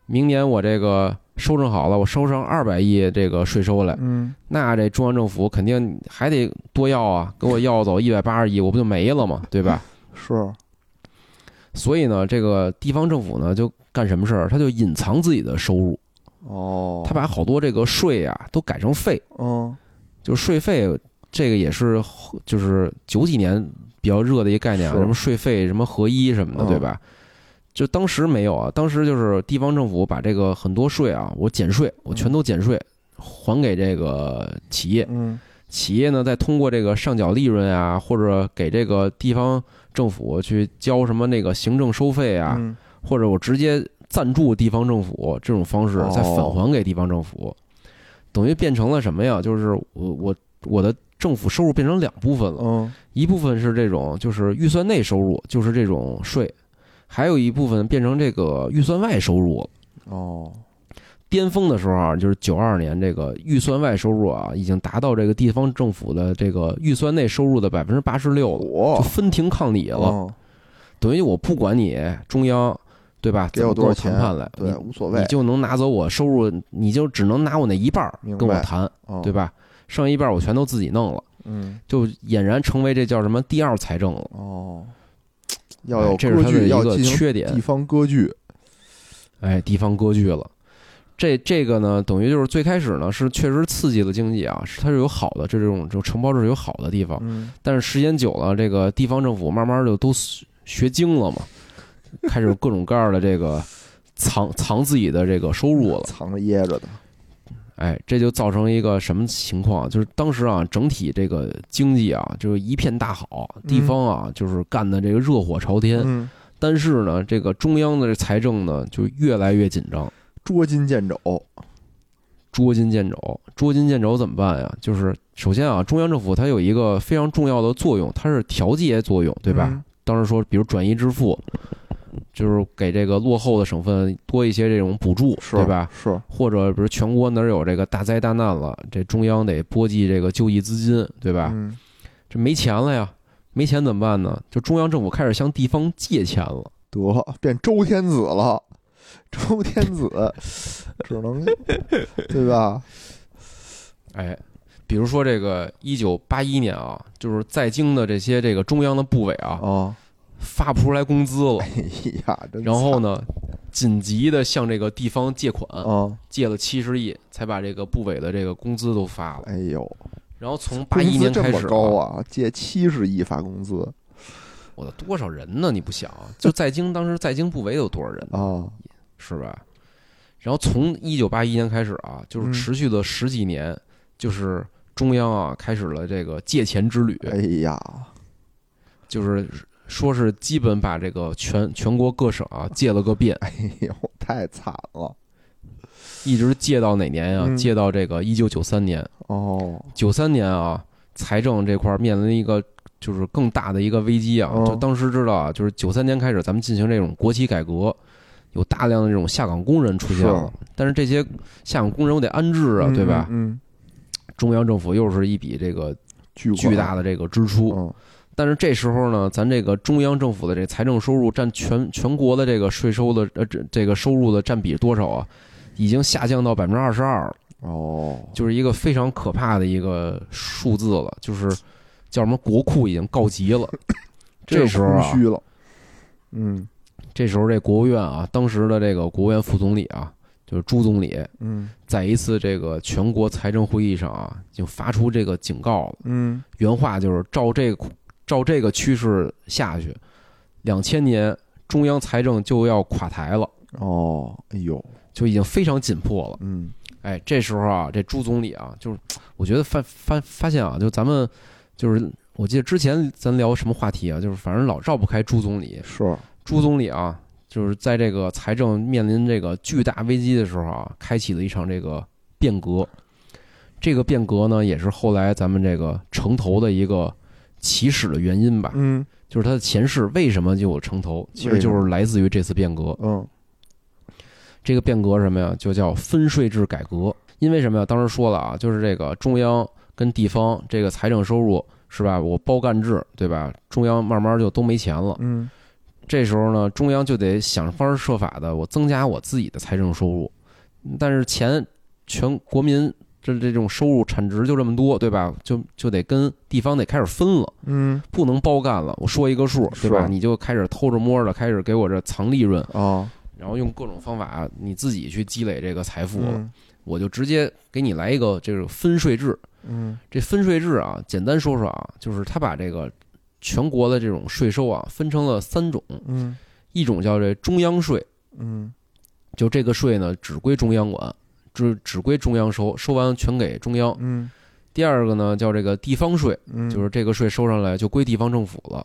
[SPEAKER 2] 明年我这个收整好了，我收上二百亿这个税收来，
[SPEAKER 1] 嗯
[SPEAKER 2] 那这中央政府肯定还得多要啊，给我要走一百八十亿，我不就没了吗？对吧？ [laughs]
[SPEAKER 1] 是
[SPEAKER 2] 所以呢，这个地方政府呢就干什么事儿，他就隐藏自己的收入，
[SPEAKER 1] 哦，
[SPEAKER 2] 他把好多这个税啊都改成费，
[SPEAKER 1] 嗯
[SPEAKER 2] 就是税费，这个也是后就是九几年比较热的一个概念啊，
[SPEAKER 1] 是
[SPEAKER 2] 什么税费、什么合一什么的，
[SPEAKER 1] 嗯
[SPEAKER 2] 对吧？就当时没有啊，当时就是地方政府把这个很多税啊，我减税，我全都减税，还给这个企业，
[SPEAKER 1] 嗯
[SPEAKER 2] 企业呢再通过这个上缴利润啊，或者给这个地方政府去交什么那个行政收费啊，
[SPEAKER 1] 嗯
[SPEAKER 2] 或者我直接赞助地方政府这种方式
[SPEAKER 1] 哦，
[SPEAKER 2] 再返还给地方政府，等于变成了什么呀？就是我我我的政府收入变成两部分了，
[SPEAKER 1] 嗯
[SPEAKER 2] 一部分是这种就是预算内收入，就是这种税，还有一部分变成这个预算外收入了。
[SPEAKER 1] 哦，
[SPEAKER 2] 巅峰的时候啊，就是九二年，这个预算外收入啊，已经达到这个地方政府的这个预算内收入的百分之八十六了，就
[SPEAKER 1] 我
[SPEAKER 2] 分庭抗礼了。
[SPEAKER 1] 嗯
[SPEAKER 2] 等于我不管你中央，对吧？
[SPEAKER 1] 给我
[SPEAKER 2] 怎么
[SPEAKER 1] 多
[SPEAKER 2] 跟
[SPEAKER 1] 少
[SPEAKER 2] 谈
[SPEAKER 1] 钱
[SPEAKER 2] 判来，
[SPEAKER 1] 对
[SPEAKER 2] 你
[SPEAKER 1] 无所
[SPEAKER 2] 你
[SPEAKER 1] 谓，
[SPEAKER 2] 就能拿走我收入，你就只能拿我那一半儿
[SPEAKER 1] 明白
[SPEAKER 2] 跟我谈，
[SPEAKER 1] 嗯
[SPEAKER 2] 对吧？剩一半儿我全都自己弄了，
[SPEAKER 1] 嗯
[SPEAKER 2] 就俨然成为这叫什么第二财政了。
[SPEAKER 1] 哦，要有
[SPEAKER 2] 哎这是
[SPEAKER 1] 割
[SPEAKER 2] 它的
[SPEAKER 1] 据，
[SPEAKER 2] 一
[SPEAKER 1] 要
[SPEAKER 2] 个
[SPEAKER 1] 进行
[SPEAKER 2] 缺点
[SPEAKER 1] 地，方割据，
[SPEAKER 2] 哎，地方割据了。这这个呢，等于就是最开始呢是确实刺激了经济啊，是它是有好的这种这种承包制有好的地方，
[SPEAKER 1] 嗯
[SPEAKER 2] 但是时间久了，这个地方政府慢慢就都学学精了嘛，开始有各种各样的这个藏藏自己的这个收入了。
[SPEAKER 1] 藏着掖着的，
[SPEAKER 2] 哎，这就造成一个什么情况？就是当时啊，整体这个经济啊，就是一片大好，地方啊，就是干的这个热火朝天。
[SPEAKER 1] 嗯，
[SPEAKER 2] 但是呢，这个中央的这财政呢，就越来越紧张，
[SPEAKER 1] 捉襟见肘，
[SPEAKER 2] 捉襟见肘。捉襟见肘怎么办呀？就是首先啊，中央政府它有一个非常重要的作用，它是调节作用，对吧？
[SPEAKER 1] 嗯？
[SPEAKER 2] 当时说，比如转移支付，就是给这个落后的省份多一些这种补助，
[SPEAKER 1] 是
[SPEAKER 2] 对吧？
[SPEAKER 1] 是，
[SPEAKER 2] 或者比如全国哪儿有这个大灾大难了，这中央得拨济这个救济资金，对吧？
[SPEAKER 1] 嗯，
[SPEAKER 2] 这没钱了呀，没钱怎么办呢？就中央政府开始向地方借钱了。
[SPEAKER 1] 得变周天子了，周天子只能对吧？
[SPEAKER 2] 哎，比如说这个一九八一年啊，就是在京的这些这个中央的部委 [laughs] 啊，
[SPEAKER 1] 啊，
[SPEAKER 2] 发不出来工资
[SPEAKER 1] [laughs]
[SPEAKER 2] 了
[SPEAKER 1] 哎，呀，真
[SPEAKER 2] 然后
[SPEAKER 1] 惨
[SPEAKER 2] 呢，紧急的向这个地方借款，
[SPEAKER 1] 啊，
[SPEAKER 2] 借了七十亿，才把这个部委的这个工资都发了。
[SPEAKER 1] 哎呦，
[SPEAKER 2] 然后从八
[SPEAKER 1] 工
[SPEAKER 2] 一
[SPEAKER 1] 资
[SPEAKER 2] 年
[SPEAKER 1] 这
[SPEAKER 2] 开
[SPEAKER 1] 么
[SPEAKER 2] 始、
[SPEAKER 1] 高啊，借七十亿发工资
[SPEAKER 2] 我的多少人呢？你不想，啊就在京当时在京部委有多少人呢？
[SPEAKER 1] 啊，
[SPEAKER 2] 是吧？然后从一九八一年开始啊，就是
[SPEAKER 1] 嗯
[SPEAKER 2] 持续了十几年，就是中央啊开始了这个借钱之旅，
[SPEAKER 1] 哎呀，
[SPEAKER 2] 就是说是基本把这个全全国各省啊借了个遍，
[SPEAKER 1] 哎呦，太惨了
[SPEAKER 2] 一直借到哪年呀、
[SPEAKER 1] 嗯
[SPEAKER 2] 借到这个一九九三年，
[SPEAKER 1] 哦，
[SPEAKER 2] 九三年啊，财政这块儿面临一个。就是更大的一个危机啊！
[SPEAKER 1] 嗯
[SPEAKER 2] 就当时知道啊，就是九三年开始，咱们进行这种国企改革，有大量的这种下岗工人出现了。但是这些下岗工人我得安置啊，
[SPEAKER 1] 嗯
[SPEAKER 2] 对吧？
[SPEAKER 1] 嗯，嗯
[SPEAKER 2] 中央政府又是一笔这个
[SPEAKER 1] 巨
[SPEAKER 2] 巨大
[SPEAKER 1] 的，
[SPEAKER 2] 的这个支出。
[SPEAKER 1] 嗯
[SPEAKER 2] 但是这时候呢，咱这个中央政府的这财政收入占全全国的这个税收的呃这这个收入的占比多少啊？已经下降到百分之二十二，
[SPEAKER 1] 哦，
[SPEAKER 2] 就是一个非常可怕的一个数字了，就是叫什么国库已经告
[SPEAKER 1] [laughs]
[SPEAKER 2] 急了。这
[SPEAKER 1] 个
[SPEAKER 2] 时候
[SPEAKER 1] 空，
[SPEAKER 2] 啊
[SPEAKER 1] 虚了，嗯
[SPEAKER 2] 这时候这国务院啊，当时的这个国务院副总理啊，就是朱总理，
[SPEAKER 1] 嗯
[SPEAKER 2] 在一次这个全国财政会议上啊，已经发出这个警告了。
[SPEAKER 1] 嗯，
[SPEAKER 2] 原话就是照这个照这个趋势下去，两千年中央财政就要垮台了，
[SPEAKER 1] 哦，哎呦，
[SPEAKER 2] 就已经非常紧迫了。
[SPEAKER 1] 嗯
[SPEAKER 2] 哎，这时候啊，这朱总理啊，就是我觉得发发发现啊，就咱们就是我记得之前咱聊什么话题啊，就是反正老绕不开朱总理。
[SPEAKER 1] 是，
[SPEAKER 2] 朱总理啊，就是在这个财政面临这个巨大危机的时候啊，开启了一场这个变革。这个变革呢，也是后来咱们这个城投的一个起始的原因吧。
[SPEAKER 1] 嗯
[SPEAKER 2] 就是它的前世为什么就有城投，其实
[SPEAKER 1] 为什
[SPEAKER 2] 就
[SPEAKER 1] 么
[SPEAKER 2] 是来自于这次变革。
[SPEAKER 1] 嗯
[SPEAKER 2] 这个变革是什么呀？就叫分税制改革。因为什么呀？当时说了啊，就是这个中央跟地方这个财政收入是吧？我包干制，对吧？中央慢慢就都没钱了，
[SPEAKER 1] 嗯
[SPEAKER 2] 这时候呢，中央就得想方设法的，我增加我自己的财政收入，但是钱全国民这这种收入产值就这么多，对吧？就就得跟地方得开始分了，
[SPEAKER 1] 嗯
[SPEAKER 2] 不能包干了。我说一个数，对吧？
[SPEAKER 1] 是
[SPEAKER 2] 你就开始偷着摸着开始给我这藏利润，
[SPEAKER 1] 哦，
[SPEAKER 2] 然后用各种方法你自己去积累这个财富了。
[SPEAKER 1] 嗯
[SPEAKER 2] 我就直接给你来一个这个分税制。
[SPEAKER 1] 嗯
[SPEAKER 2] 这分税制啊，简单说说啊，就是他把这个全国的这种税收啊分成了三种，
[SPEAKER 1] 嗯
[SPEAKER 2] 一种叫这中央税。
[SPEAKER 1] 嗯
[SPEAKER 2] 就这个税呢，只归中央管，只只归中央收，收完全给中央。
[SPEAKER 1] 嗯
[SPEAKER 2] 第二个呢，叫这个地方税，
[SPEAKER 1] 嗯，
[SPEAKER 2] 就是这个税收上来就归地方政府了。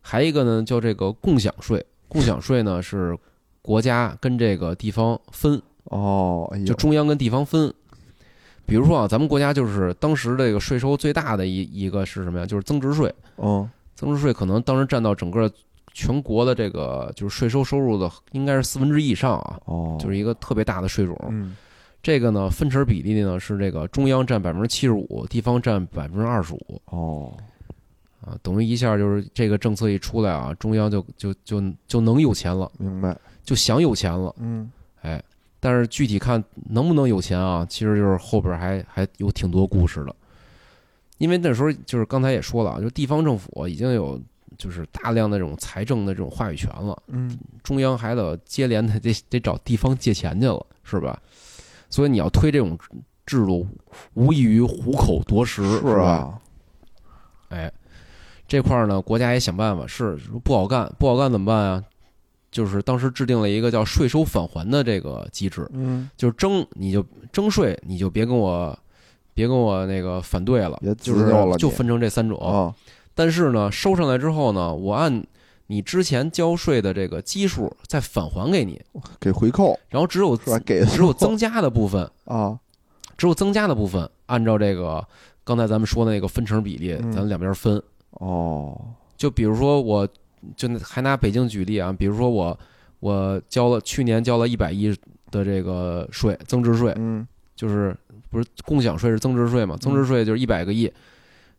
[SPEAKER 2] 还一个呢，叫这个共享税，共享税呢是国家跟这个地方分，
[SPEAKER 1] 哦，哎呦
[SPEAKER 2] 就中央跟地方分。比如说啊，咱们国家就是当时这个税收最大的一一个是什么呀？就是增值税，
[SPEAKER 1] 哦
[SPEAKER 2] 增值税可能当时占到整个全国的这个就是税收收入的应该是四分之一以上啊，
[SPEAKER 1] 哦，
[SPEAKER 2] 就是一个特别大的税种。
[SPEAKER 1] 嗯
[SPEAKER 2] 这个呢，分成比例呢是这个中央占百分之七十五，地方占百分之二十五
[SPEAKER 1] 哦，
[SPEAKER 2] 啊，等于一下就是这个政策一出来啊，中央就就就就能有钱了，
[SPEAKER 1] 明白，
[SPEAKER 2] 就想有钱了，
[SPEAKER 1] 嗯
[SPEAKER 2] 哎，但是具体看能不能有钱啊，其实就是后边还还有挺多故事的，因为那时候就是刚才也说了啊，就地方政府已经有就是大量的这种财政的这种话语权了。
[SPEAKER 1] 嗯
[SPEAKER 2] 中央还得接连的 [laughs] 得得找地方借钱去了，是吧？所以你要推这种制度，无异于虎口夺食，是吧？
[SPEAKER 1] 啊，
[SPEAKER 2] 哎，这块儿呢，国家也想办法，是不好干，不好干怎么办啊？就是当时制定了一个叫税收返还的这个机制，
[SPEAKER 1] 嗯，
[SPEAKER 2] 就是征你就征税，你就别跟我别跟我那个反对了，
[SPEAKER 1] 别
[SPEAKER 2] 就
[SPEAKER 1] 自
[SPEAKER 2] 是
[SPEAKER 1] 救了你
[SPEAKER 2] 就分成这三种。
[SPEAKER 1] 哦
[SPEAKER 2] 但是呢，收上来之后呢，我按你之前交税的这个基数再返还给你，
[SPEAKER 1] 给回扣
[SPEAKER 2] 然后只有
[SPEAKER 1] 是吧？给的
[SPEAKER 2] 只有增加的部分，
[SPEAKER 1] 啊，
[SPEAKER 2] 只有增加的部分，按照这个刚才咱们说的那个分成比例，
[SPEAKER 1] 嗯
[SPEAKER 2] 咱两边分。
[SPEAKER 1] 哦，
[SPEAKER 2] 就比如说我，就那还拿北京举例啊，比如说我我交了去年交了一百亿的这个税，增值税，
[SPEAKER 1] 嗯
[SPEAKER 2] 就是不是共享税是增值税嘛？增值税就是一百个亿。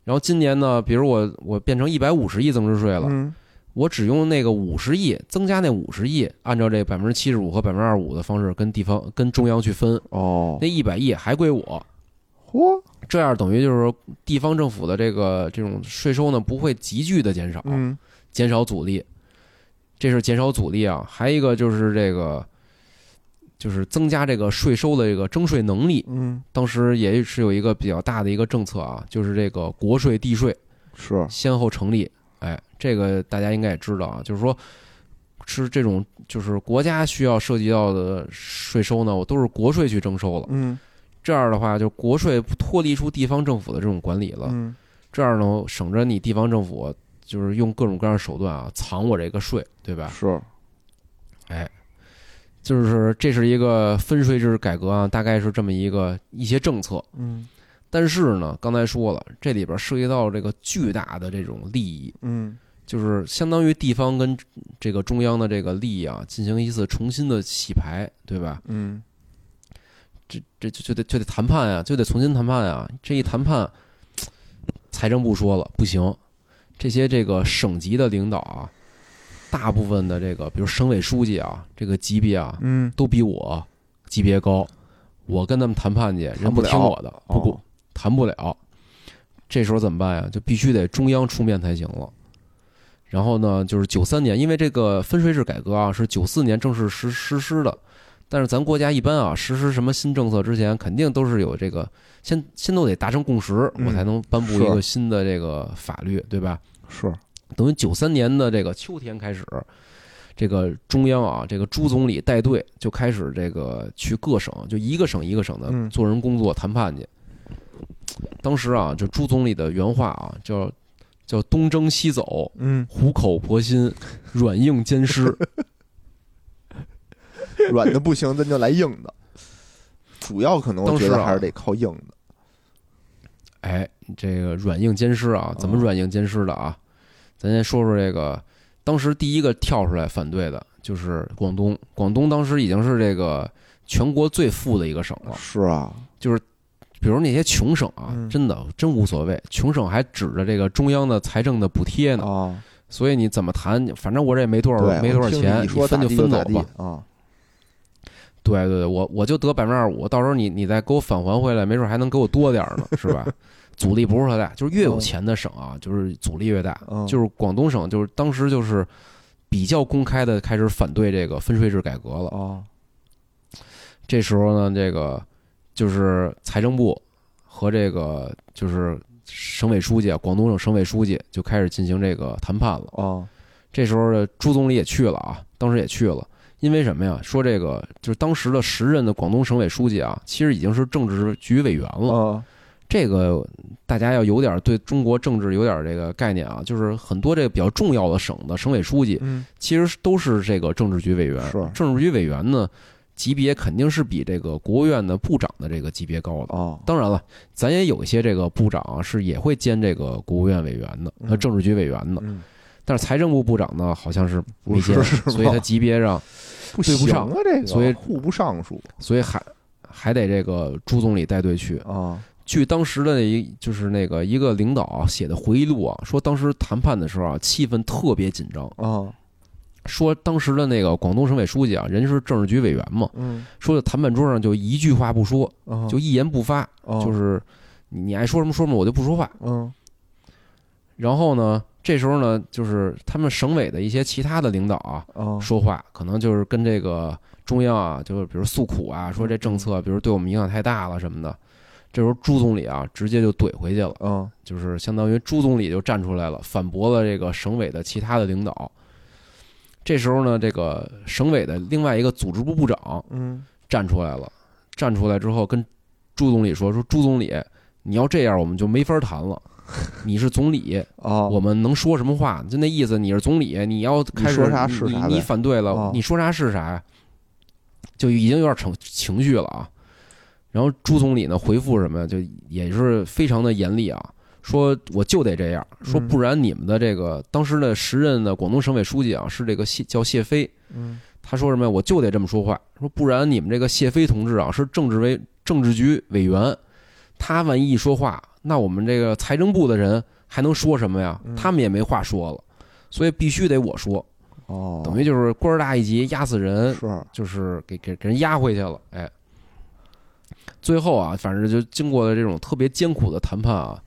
[SPEAKER 2] 然后今年呢，比如我我变成一百五十亿增值税了，
[SPEAKER 1] 嗯，
[SPEAKER 2] 我只用那个五十亿增加那五十亿，按照这百分之七十五和百分之二十五的方式跟地方跟中央去分，
[SPEAKER 1] 哦
[SPEAKER 2] 那，一百亿还归我，
[SPEAKER 1] 嚯，
[SPEAKER 2] 这样等于就是说地方政府的这个这种税收呢不会急剧的减少，
[SPEAKER 1] 嗯
[SPEAKER 2] 减少阻力，这是减少阻力啊。还有一个就是这个，就是增加这个税收的这个征税能力。
[SPEAKER 1] 嗯，
[SPEAKER 2] 当时也是有一个比较大的一个政策啊，就是这个国税地税
[SPEAKER 1] 是，
[SPEAKER 2] 先后成立。哎，这个大家应该也知道啊，就是说。是这种，就是国家需要涉及到的税收呢，我都是国税去征收了。
[SPEAKER 1] 嗯
[SPEAKER 2] 这样的话，就国税脱离出地方政府的这种管理了。
[SPEAKER 1] 嗯，
[SPEAKER 2] 这样呢，省着你地方政府就是用各种各样的手段啊，藏我这个税，对吧？
[SPEAKER 1] 是，
[SPEAKER 2] 就是这是一个分税制改革啊，大概是这么一个一些政策。
[SPEAKER 1] 嗯
[SPEAKER 2] 但是呢，刚才说了，这里边涉及到这个巨大的这种利益，
[SPEAKER 1] 嗯
[SPEAKER 2] 就是相当于地方跟这个中央的这个利益啊，进行一次重新的洗牌，对吧？
[SPEAKER 1] 嗯，
[SPEAKER 2] 这这就就得就得谈判呀、就得重新谈判呀、这一谈判，财政部说了不行，这些这个省级的领导啊，大部分的这个比如省委书记啊，这个级别啊，
[SPEAKER 1] 嗯
[SPEAKER 2] 都比我级别高，我跟他们谈判去，人
[SPEAKER 1] 谈不
[SPEAKER 2] 不
[SPEAKER 1] 了
[SPEAKER 2] 听我的，不不
[SPEAKER 1] 哦
[SPEAKER 2] 谈不了。这时候怎么办呀？就必须得中央出面才行了。然后呢，就是九三年，因为这个分税制改革啊，是九四年正式实实施的。但是咱国家一般啊，实施什么新政策之前，肯定都是有这个先先都得达成共识，
[SPEAKER 1] 嗯
[SPEAKER 2] 我才能颁布一
[SPEAKER 1] 是
[SPEAKER 2] 个新的这个法律，对吧？
[SPEAKER 1] 是，
[SPEAKER 2] 等于九三年的这个秋天开始，这个中央啊，这个朱总理带队就开始这个去各省，就一个省一个省的
[SPEAKER 1] 嗯
[SPEAKER 2] 做人工作谈判去。当时啊，就朱总理的原话啊，叫叫东征西走，
[SPEAKER 1] 嗯，
[SPEAKER 2] 虎口婆心，软硬兼施。
[SPEAKER 1] 软的不行，咱就来硬的。主要可能我觉
[SPEAKER 2] 当时
[SPEAKER 1] 得
[SPEAKER 2] 啊
[SPEAKER 1] 还是得靠硬的，
[SPEAKER 2] 哎，这个软硬兼施啊，怎么软硬兼施的啊？咱先说说这个，当时第一个跳出来反对的就是广东，广东当时已经是这个全国最富的一个省了。
[SPEAKER 1] 是啊，
[SPEAKER 2] 比如那些穷省啊
[SPEAKER 1] 嗯，
[SPEAKER 2] 真的真无所谓，穷省还指着这个中央的财政的补贴呢，
[SPEAKER 1] 啊，
[SPEAKER 2] 所以你怎么谈，反正我这也没多少
[SPEAKER 1] 对，
[SPEAKER 2] 没多少
[SPEAKER 1] 我听
[SPEAKER 2] 钱，
[SPEAKER 1] 你说
[SPEAKER 2] 分
[SPEAKER 1] 咋
[SPEAKER 2] 就
[SPEAKER 1] 地就
[SPEAKER 2] 分走
[SPEAKER 1] 咋地
[SPEAKER 2] 吧。
[SPEAKER 1] 啊，
[SPEAKER 2] 对对对，我我就得百分之二五，到时候你你再给我返还回来，没准还能给我多点儿呢，是吧？阻力不是特大，就是
[SPEAKER 1] 哦
[SPEAKER 2] 越有钱的省啊，就是阻力越大。
[SPEAKER 1] 嗯
[SPEAKER 2] 就是广东省，就是当时就是比较公开的开始反对这个分税制改革了。
[SPEAKER 1] 啊，
[SPEAKER 2] 这时候呢，这个就是财政部和这个就是省委书记啊，广东省省委书记就开始进行这个谈判了。
[SPEAKER 1] 啊，
[SPEAKER 2] 这时候呢，朱总理也去了啊，当时也去了，因为什么呀？说这个就是当时的时任的广东省委书记啊，其实已经是政治局委员了。
[SPEAKER 1] 啊，
[SPEAKER 2] 这个大家要有点对中国政治有点这个概念啊，就是很多这个比较重要的省的省委书记，
[SPEAKER 1] 嗯，
[SPEAKER 2] 其实都是这个政治局委员
[SPEAKER 1] 是。
[SPEAKER 2] 政治局委员呢，级别肯定是比这个国务院的部长的这个级别高的。
[SPEAKER 1] 啊，
[SPEAKER 2] 当然了，咱也有一些这个部长啊是也会兼这个国务院委员的，呃，
[SPEAKER 1] 嗯
[SPEAKER 2] 政治局委员的。
[SPEAKER 1] 嗯，
[SPEAKER 2] 但是财政部部长呢，好像是
[SPEAKER 1] 不
[SPEAKER 2] 没
[SPEAKER 1] 是
[SPEAKER 2] 接任，
[SPEAKER 1] 是吧
[SPEAKER 2] 所以他级别上，
[SPEAKER 1] 不
[SPEAKER 2] 对不
[SPEAKER 1] 行
[SPEAKER 2] 上
[SPEAKER 1] 啊，这个
[SPEAKER 2] 所以
[SPEAKER 1] 互不上书
[SPEAKER 2] 所以还还得这个朱总理带队去。
[SPEAKER 1] 啊，
[SPEAKER 2] 据当时的一就是那个一个领导啊写的回忆录啊，说当时谈判的时候啊，气氛特别紧张。
[SPEAKER 1] 啊，
[SPEAKER 2] 说当时的那个广东省委书记啊，人是政治局委员嘛，
[SPEAKER 1] 嗯，
[SPEAKER 2] 说的谈判桌上就一句话不说，
[SPEAKER 1] 啊，
[SPEAKER 2] 就一言不发，
[SPEAKER 1] 啊
[SPEAKER 2] 就是你你爱说什么说什么，我就不说话。
[SPEAKER 1] 嗯
[SPEAKER 2] 然后呢，这时候呢，就是他们省委的一些其他的领导啊，
[SPEAKER 1] 啊，
[SPEAKER 2] 说话，可能就是跟这个中央啊，就是比如诉苦啊，说这政策，比如对我们影响太大了什么的。这时候朱总理啊，直接就怼回去了，
[SPEAKER 1] 啊，
[SPEAKER 2] 就是相当于朱总理就站出来了，反驳了这个省委的其他的领导。这时候呢，这个省委的另外一个组织部部长
[SPEAKER 1] 嗯，
[SPEAKER 2] 站出来了，站出来之后跟朱总理说：“说朱总理，你要这样我们就没法
[SPEAKER 1] [laughs]
[SPEAKER 2] 谈了。你是总理，
[SPEAKER 1] 啊，
[SPEAKER 2] 我们能说什么话？就那意思，你是总理，你要开始
[SPEAKER 1] 你说啥是啥呗
[SPEAKER 2] 你你反对了，
[SPEAKER 1] 哦
[SPEAKER 2] 你说啥是啥呀？就已经有点成情绪了啊。然后朱总理呢回复什么呀？就也是非常的严厉啊，说我就得这样，说
[SPEAKER 1] 嗯
[SPEAKER 2] 不然你们的这个当时的时任的广东省委书记啊是这个谢叫谢飞，
[SPEAKER 1] 嗯，
[SPEAKER 2] 他说什么呀？我就得这么说话，说不然你们这个谢飞同志啊是政治委政治局委员，他万一一说话，那我们这个财政部的人还能说什么呀
[SPEAKER 1] 嗯？
[SPEAKER 2] 他们也没话说了，所以必须得我说，
[SPEAKER 1] 哦，
[SPEAKER 2] 等于嗯就是官儿大一级压死人，
[SPEAKER 1] 是
[SPEAKER 2] 就是给给给人压回去了，哎。最后啊，反正就经过了这种特别艰苦的谈判啊，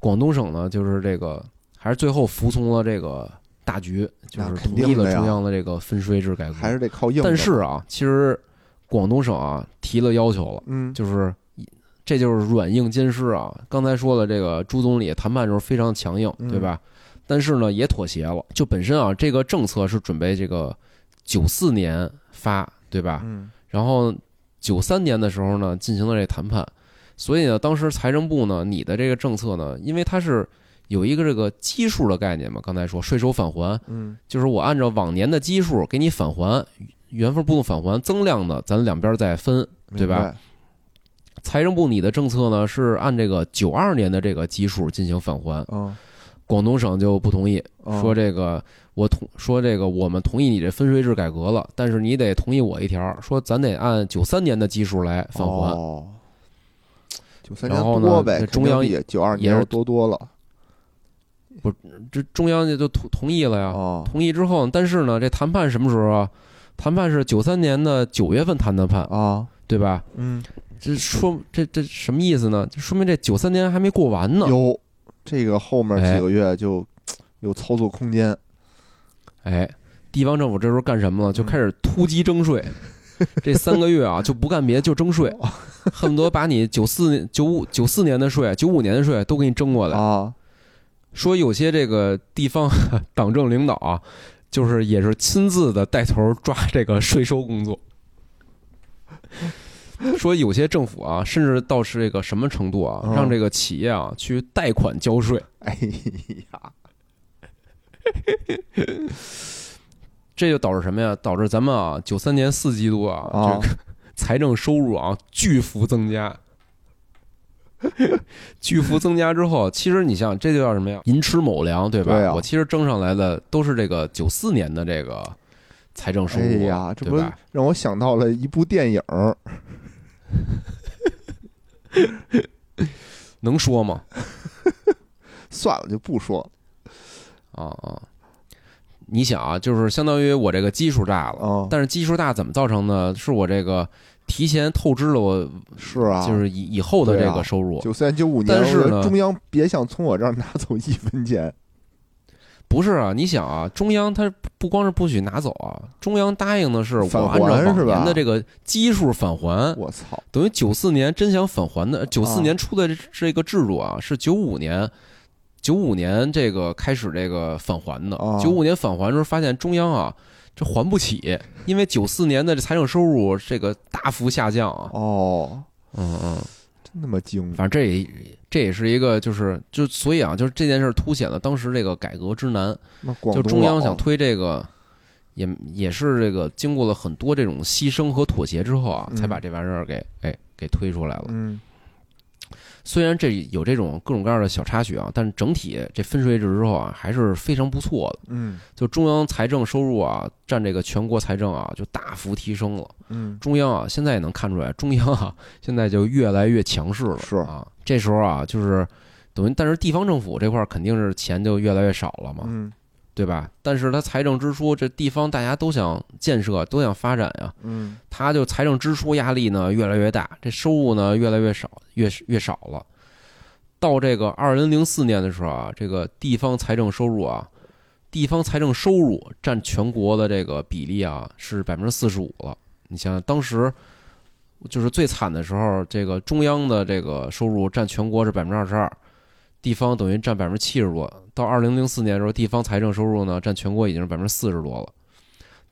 [SPEAKER 2] 广东省呢，就是这个还是最后服从了这个大局，就
[SPEAKER 1] 那
[SPEAKER 2] 是
[SPEAKER 1] 肯
[SPEAKER 2] 同
[SPEAKER 1] 定
[SPEAKER 2] 意
[SPEAKER 1] 的
[SPEAKER 2] 了
[SPEAKER 1] 呀
[SPEAKER 2] 中央的这个分税制改革，
[SPEAKER 1] 还是得靠硬的，
[SPEAKER 2] 但是啊，其实广东省啊提了要求了，
[SPEAKER 1] 嗯，
[SPEAKER 2] 就是这就是软硬兼施啊。刚才说了，这个朱总理谈判的时候非常强硬，
[SPEAKER 1] 嗯
[SPEAKER 2] 对吧？但是呢，也妥协了。就本身啊，这个政策是准备这个九四年发，对吧？
[SPEAKER 1] 嗯
[SPEAKER 2] 然后九三年的时候呢，进行了这谈判。所以呢，当时财政部呢，你的这个政策呢，因为它是有一个这个基数的概念嘛，刚才说税收返还，
[SPEAKER 1] 嗯
[SPEAKER 2] 就是我按照往年的基数给你返还，原份不动返还，增量的咱两边再分。对吧？
[SPEAKER 1] 明白
[SPEAKER 2] 财政部你的政策呢是按这个九二年的这个基数进行返还，
[SPEAKER 1] 嗯，
[SPEAKER 2] 广东省就不同意，
[SPEAKER 1] 嗯
[SPEAKER 2] 说这个我同说这个我们同意你这分税制改革了，但是你得同意我一条，说咱得按九三年的基数来返还。
[SPEAKER 1] 哦，九三年
[SPEAKER 2] 然后呢
[SPEAKER 1] 多呗，
[SPEAKER 2] 这中央
[SPEAKER 1] 肯定比九二
[SPEAKER 2] 也
[SPEAKER 1] 年
[SPEAKER 2] 是
[SPEAKER 1] 多多了
[SPEAKER 2] 这中央就同同意了呀，
[SPEAKER 1] 哦
[SPEAKER 2] 同意之后，但是呢，这谈判什么时候啊？谈判是九三年的九月份谈的判，
[SPEAKER 1] 啊，
[SPEAKER 2] 对吧？
[SPEAKER 1] 嗯，
[SPEAKER 2] 这说这这什么意思呢？就说明这九三年还没过完呢。
[SPEAKER 1] 有这个后面几个月就有操作空间，
[SPEAKER 2] 哎，地方政府这时候干什么了？就开始突击征税。这三个月啊，就不干别的，就征税，恨不得把你九四、九五、九四年的税、九五年的税都给你征过来。
[SPEAKER 1] 啊，
[SPEAKER 2] 说有些这个地方党政领导啊，就是也是亲自的带头抓这个税收工作。说有些政府啊，甚至到是这个什么程度啊，
[SPEAKER 1] 嗯
[SPEAKER 2] 让这个企业啊去贷款交税。
[SPEAKER 1] 哎呀，
[SPEAKER 2] 这就导致什么呀？导致咱们啊，九三年四季度啊，
[SPEAKER 1] 啊
[SPEAKER 2] 这个财政收入啊巨幅增加， [laughs] 巨幅增加之后，其实你像这就叫什么呀？寅吃卯粮，对吧？
[SPEAKER 1] 对啊
[SPEAKER 2] 我其实挣上来的都是这个九四年的这个财政收
[SPEAKER 1] 哎
[SPEAKER 2] 入，
[SPEAKER 1] 呀，这
[SPEAKER 2] 对
[SPEAKER 1] 不
[SPEAKER 2] 吧？
[SPEAKER 1] 让我想到了一部电影儿
[SPEAKER 2] 能说吗？
[SPEAKER 1] 算了，就不说了。
[SPEAKER 2] 啊啊！你想啊，就是相当于我这个基数大了，
[SPEAKER 1] 哦，
[SPEAKER 2] 但是基数大怎么造成呢？是我这个提前透支了我，
[SPEAKER 1] 是啊，
[SPEAKER 2] 就是以以后的这
[SPEAKER 1] 对啊
[SPEAKER 2] 个收入，
[SPEAKER 1] 九三九五年，
[SPEAKER 2] 但是呢
[SPEAKER 1] 我觉得中央别想从我这儿拿走一分
[SPEAKER 2] [laughs]
[SPEAKER 1] 钱。
[SPEAKER 2] 不是啊？你想啊，中央它不光是不许拿走啊，中央答应的是我
[SPEAKER 1] 返
[SPEAKER 2] 按照
[SPEAKER 1] 还是
[SPEAKER 2] 往
[SPEAKER 1] 吧
[SPEAKER 2] 年的这个基数返还，
[SPEAKER 1] 我操，
[SPEAKER 2] 等于九四年真想返还的，呃九
[SPEAKER 1] 啊
[SPEAKER 2] 四年出的这这个制度啊，是九五年，九五年这个开始这个返还的
[SPEAKER 1] 啊。
[SPEAKER 2] 九五年返还的时候发现中央啊，这还不起，因为九四年的这财政收入这个大幅下降啊。
[SPEAKER 1] 哦，
[SPEAKER 2] 嗯嗯，
[SPEAKER 1] 真他妈精！
[SPEAKER 2] 反正这也这也是一个就是就所以啊，就是这件事儿凸显了当时这个改革之难，
[SPEAKER 1] 那广
[SPEAKER 2] 就
[SPEAKER 1] 东啊
[SPEAKER 2] 中央想
[SPEAKER 1] 佬
[SPEAKER 2] 推这个。也也是这个经过了很多这种牺牲和妥协之后啊，
[SPEAKER 1] 嗯
[SPEAKER 2] 才把这玩意儿给哎给推出来了。
[SPEAKER 1] 嗯
[SPEAKER 2] 虽然这有这种各种各样的小插曲啊，但是整体这分水岭之后啊，还是非常不错的。
[SPEAKER 1] 嗯
[SPEAKER 2] 就中央财政收入啊，占这个全国财政啊，就大幅提升了。
[SPEAKER 1] 嗯，
[SPEAKER 2] 中央啊，现在也能看出来，中央啊，现在就越来越强势了。
[SPEAKER 1] 是
[SPEAKER 2] 啊，这时候啊，就是等于，但是地方政府这块儿肯定是钱就越来越少了嘛，
[SPEAKER 1] 嗯
[SPEAKER 2] 对吧？但是它财政支出，这地方大家都想建设，都想发展呀、
[SPEAKER 1] 嗯
[SPEAKER 2] 它就财政支出压力呢越来越大，这收入呢越来越少，越越少了。到这个二零零四年的时候啊，这个地方财政收入啊，地方财政收入占全国的这个比例啊是百分之四十五了。你想想，当时就是最惨的时候，这个中央的这个收入占全国是百分之二十二，地方等于占百分之七十多。到二零零四年的时候，地方财政收入呢占全国已经是百分之四十多了。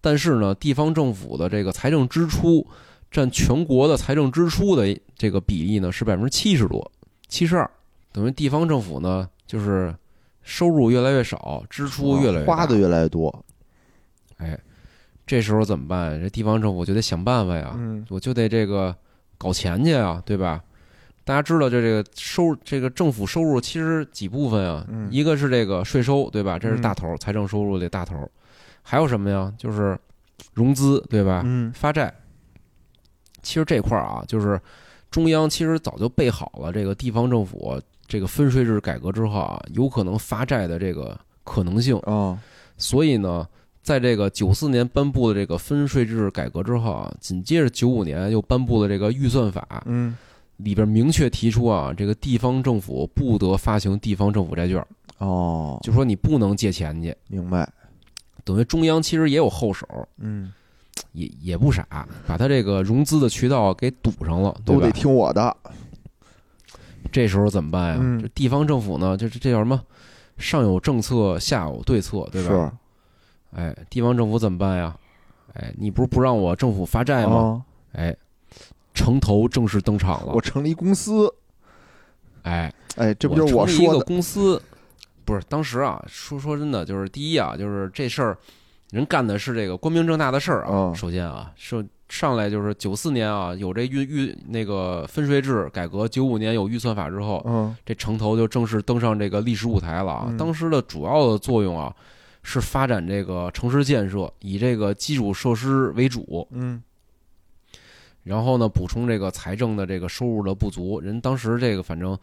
[SPEAKER 2] 但是呢，地方政府的这个财政支出占全国的财政支出的这个比例呢是百分之七十多，七十二，等于地方政府呢就是收入越来越少，支出越来越大
[SPEAKER 1] 哦花的越来越多。
[SPEAKER 2] 哎，这时候怎么办？这地方政府就得想办法呀，
[SPEAKER 1] 嗯
[SPEAKER 2] 我就得这个搞钱去啊，对吧？大家知道，这这个收这个政府收入其实几部分啊，
[SPEAKER 1] 嗯
[SPEAKER 2] 一个是这个税收，对吧？这是
[SPEAKER 1] 嗯
[SPEAKER 2] 大头儿，财政收入的大头儿。还有什么呀？就是融资，对吧？
[SPEAKER 1] 嗯
[SPEAKER 2] 发债。其实这块儿啊，就是中央其实早就备好了这个地方政府这个分税制改革之后啊，有可能发债的这个可能性。
[SPEAKER 1] 哦，
[SPEAKER 2] 所以呢，在这个九四年颁布的这个分税制改革之后啊，紧接着九五年又颁布了这个预算法，
[SPEAKER 1] 嗯
[SPEAKER 2] 里边明确提出啊，这个地方政府不得发行地方政府债券，
[SPEAKER 1] 哦，
[SPEAKER 2] 就说你不能借钱去。
[SPEAKER 1] 明白。
[SPEAKER 2] 等于中央其实也有后手，
[SPEAKER 1] 嗯，
[SPEAKER 2] 也也不傻，把他这个融资的渠道给堵上了，对
[SPEAKER 1] 都
[SPEAKER 2] 吧
[SPEAKER 1] 得？听我的。
[SPEAKER 2] 这时候怎么办呀？
[SPEAKER 1] 嗯
[SPEAKER 2] 这地方政府呢，就是这叫什么？上有政策，下有对策，对吧？
[SPEAKER 1] 是
[SPEAKER 2] 哎，地方政府怎么办呀？哎，你不是不让我政府发债吗？
[SPEAKER 1] 哦
[SPEAKER 2] 哎，城投正式登场了
[SPEAKER 1] 我。成立公司，
[SPEAKER 2] 哎，
[SPEAKER 1] 哎，这不就是
[SPEAKER 2] 我
[SPEAKER 1] 我
[SPEAKER 2] 成立一
[SPEAKER 1] 说
[SPEAKER 2] 个
[SPEAKER 1] 的？
[SPEAKER 2] 公司？不是，当时啊，说说真的，就是第一啊，就是这事儿，人干的是这个光明正大的事儿啊。
[SPEAKER 1] 嗯
[SPEAKER 2] 首先啊，是上来就是九四年啊，有这预预那个分税制改革，九五年有预算法之后，
[SPEAKER 1] 嗯
[SPEAKER 2] 这城投就正式登上这个历史舞台了啊
[SPEAKER 1] 嗯。
[SPEAKER 2] 当时的主要的作用啊，是发展这个城市建设，以这个基础设施为主。
[SPEAKER 1] 嗯
[SPEAKER 2] 然后呢，补充这个财政的这个收入的不足。人当时这个反正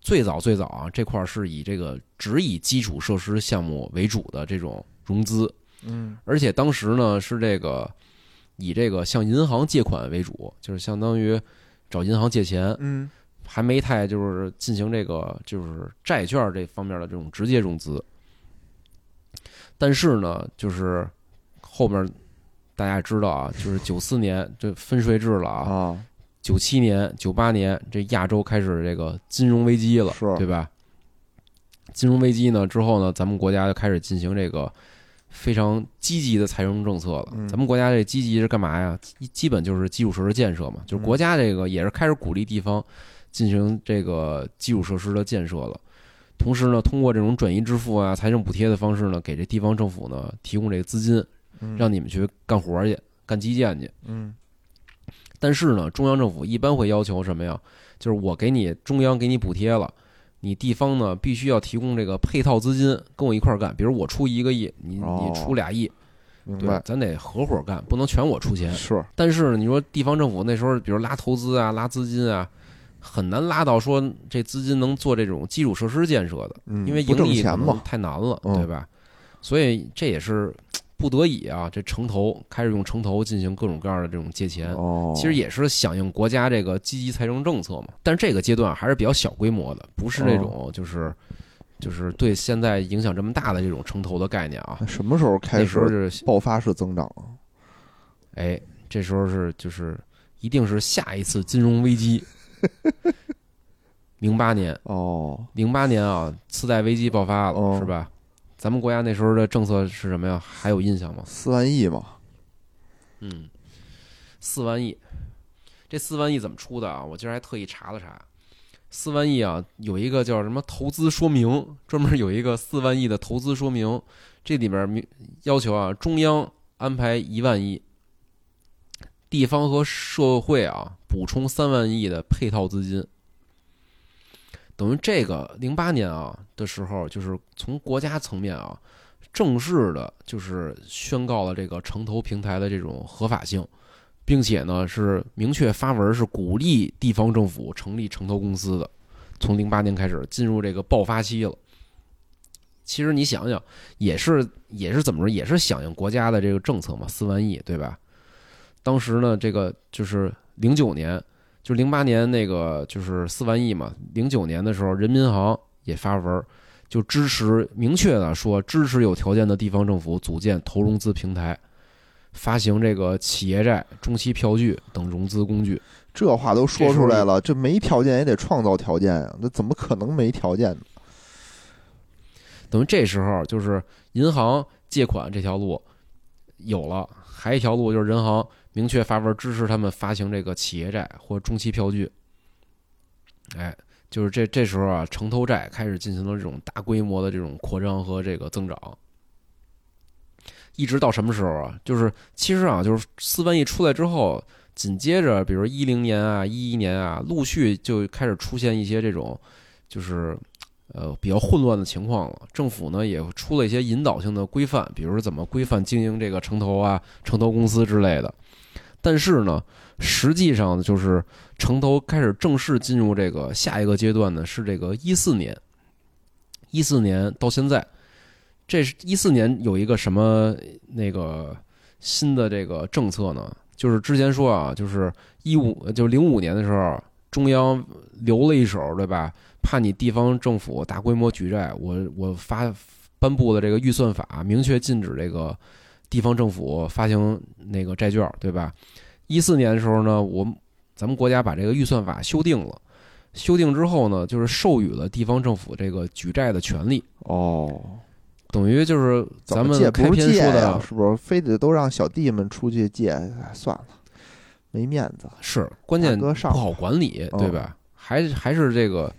[SPEAKER 2] 最早最早啊，这块儿是以这个只以基础设施项目为主的这种融资，
[SPEAKER 1] 嗯
[SPEAKER 2] 而且当时呢是这个以这个向银行借款为主，就是相当于找银行借钱，
[SPEAKER 1] 嗯
[SPEAKER 2] 还没太就是进行这个就是债券这方面的这种直接融资。但是呢，就是后面大家也知道啊，就是九四年这分税制了啊，
[SPEAKER 1] 啊，
[SPEAKER 2] 九七年、九八年，这亚洲开始这个金融危机了，
[SPEAKER 1] 是
[SPEAKER 2] 对吧？金融危机呢之后呢，咱们国家就开始进行这个非常积极的财政政策了。
[SPEAKER 1] 嗯
[SPEAKER 2] 咱们国家这积极是干嘛呀？基基本就是基础设施建设嘛，
[SPEAKER 1] 嗯
[SPEAKER 2] 就是国家这个也是开始鼓励地方进行这个基础设施的建设了。同时呢，通过这种转移支付啊、财政补贴的方式呢，给这地方政府呢提供这个资金，
[SPEAKER 1] 嗯
[SPEAKER 2] 让你们去干活儿去、干基建去。
[SPEAKER 1] 嗯
[SPEAKER 2] 但是呢，中央政府一般会要求什么呀？就是我给你中央给你补贴了，你地方呢必须要提供这个配套资金跟我一块儿干。比如我出一个亿，你
[SPEAKER 1] 哦
[SPEAKER 2] 你出俩亿，
[SPEAKER 1] 明
[SPEAKER 2] 对，
[SPEAKER 1] 白
[SPEAKER 2] 咱得合伙干，不能全我出钱。
[SPEAKER 1] 是
[SPEAKER 2] 但是呢你说地方政府那时候，比如拉投资啊、拉资金啊，很难拉到说这资金能做这种基础设施建设的，
[SPEAKER 1] 嗯
[SPEAKER 2] 因为
[SPEAKER 1] 不
[SPEAKER 2] 盈
[SPEAKER 1] 挣
[SPEAKER 2] 利
[SPEAKER 1] 钱
[SPEAKER 2] 可能
[SPEAKER 1] 嘛，
[SPEAKER 2] 太难了，
[SPEAKER 1] 嗯
[SPEAKER 2] 对吧？所以这也是不得已啊，这城投开始用城投进行各种各样的这种借钱，
[SPEAKER 1] 哦，
[SPEAKER 2] 其实也是响应国家这个积极财政政策嘛。但是这个阶段还是比较小规模的，不
[SPEAKER 1] 哦
[SPEAKER 2] 是那种就是就是对现在影响这么大的这种城投的概念啊。
[SPEAKER 1] 什么时候
[SPEAKER 2] 那
[SPEAKER 1] 哎开
[SPEAKER 2] 时候
[SPEAKER 1] 始
[SPEAKER 2] 是
[SPEAKER 1] 爆发式增长啊？
[SPEAKER 2] 哎，这时候是就是一定是下一次金融
[SPEAKER 1] [laughs]
[SPEAKER 2] 危机，零八年。
[SPEAKER 1] 哦，
[SPEAKER 2] 零八年啊，次贷危机爆发了，
[SPEAKER 1] 哦
[SPEAKER 2] 是吧？咱们国家那时候的政策是什么呀？还有印象吗？
[SPEAKER 1] 四万亿嘛，
[SPEAKER 2] 嗯，四万亿，这四万亿怎么出的啊？我今儿还特意查了查，四万亿啊，有一个叫什么投资说明，专门有一个四万亿的投资说明，这里面明要求啊，中央安排一万亿，地方和社会啊补充三万亿的配套资金。等于这个零八年啊的时候，就是从国家层面啊，正式的，就是宣告了这个城投平台的这种合法性，并且呢是明确发文是鼓励地方政府成立城投公司的。从零八年开始进入这个爆发期了。其实你想想，也是也是怎么着，也是响应国家的这个政策嘛，四万亿，对吧？当时呢，这个就是零九年，就是零八年那个就是四万亿嘛。零九年的时候，人民银行也发文儿就支持明确的说支持有条件的地方政府组建投融资平台，发行这个企业债、中期票据等融资工具。
[SPEAKER 1] 这话都说
[SPEAKER 2] 这时候
[SPEAKER 1] 出来了，这没条件也得创造条件啊呀，那怎么可能没条件呢？
[SPEAKER 2] 等于这时候就是银行借款这条路有了，还一条路就是人行明确发文支持他们发行这个企业债或中期票据。哎，就是这这时候啊，城投债开始进行了这种大规模的这种扩张和这个增长。一直到什么时候啊？就是其实啊，就是四万亿出来之后，紧接着，比如一零年啊、一一年啊，陆续就开始出现一些这种，就是呃比较混乱的情况了。政府呢也出了一些引导性的规范，比如说怎么规范经营这个城投啊、城投公司之类的。但是呢，实际上就是城投开始正式进入这个下一个阶段呢，是这个一四年，一四年到现在，这是一四年有一个什么那个新的这个政策呢？就是之前说啊，就是一五就零五年的时候，中央留了一手，对吧？怕你地方政府大规模举债，我我发颁布的这个预算法明确禁止这个地方政府发行那个债券，对吧？一四年的时候呢，我咱们国家把这个预算法修订了，修订之后呢，就是授予了地方政府这个举债的权利，
[SPEAKER 1] 哦，
[SPEAKER 2] 等于就是
[SPEAKER 1] 怎
[SPEAKER 2] 咱
[SPEAKER 1] 么
[SPEAKER 2] 们
[SPEAKER 1] 借
[SPEAKER 2] 开
[SPEAKER 1] 不是
[SPEAKER 2] 篇
[SPEAKER 1] 借
[SPEAKER 2] 说的
[SPEAKER 1] 呀？
[SPEAKER 2] 啊
[SPEAKER 1] 是不是非得都让小弟们出去借？哎算了，没面子。
[SPEAKER 2] 是关键
[SPEAKER 1] 大哥
[SPEAKER 2] 不
[SPEAKER 1] 上
[SPEAKER 2] 好管理，
[SPEAKER 1] 嗯
[SPEAKER 2] 对吧？还还是这个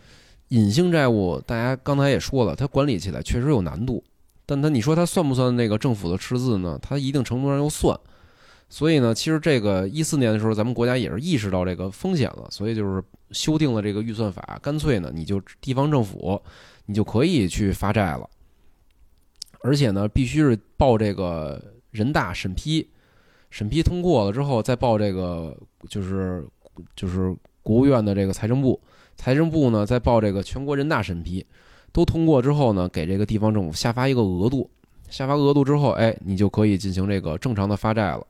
[SPEAKER 2] 隐性债务，大家刚才也说了，它管理起来确实有难度，但它你说它算不算那个政府的赤字呢？它一定程度上又算。所以呢，其实这个一四年的时候，咱们国家也是意识到这个风险了，所以就是修订了这个预算法，干脆呢，你就地方政府你就可以去发债了，而且呢，必须是报这个人大审批，审批通过了之后再报这个就是就是国务院的这个财政部，财政部呢再报这个全国人大审批，都通过之后呢，给这个地方政府下发一个额度，下发额度之后，哎，你就可以进行这个正常的发债了。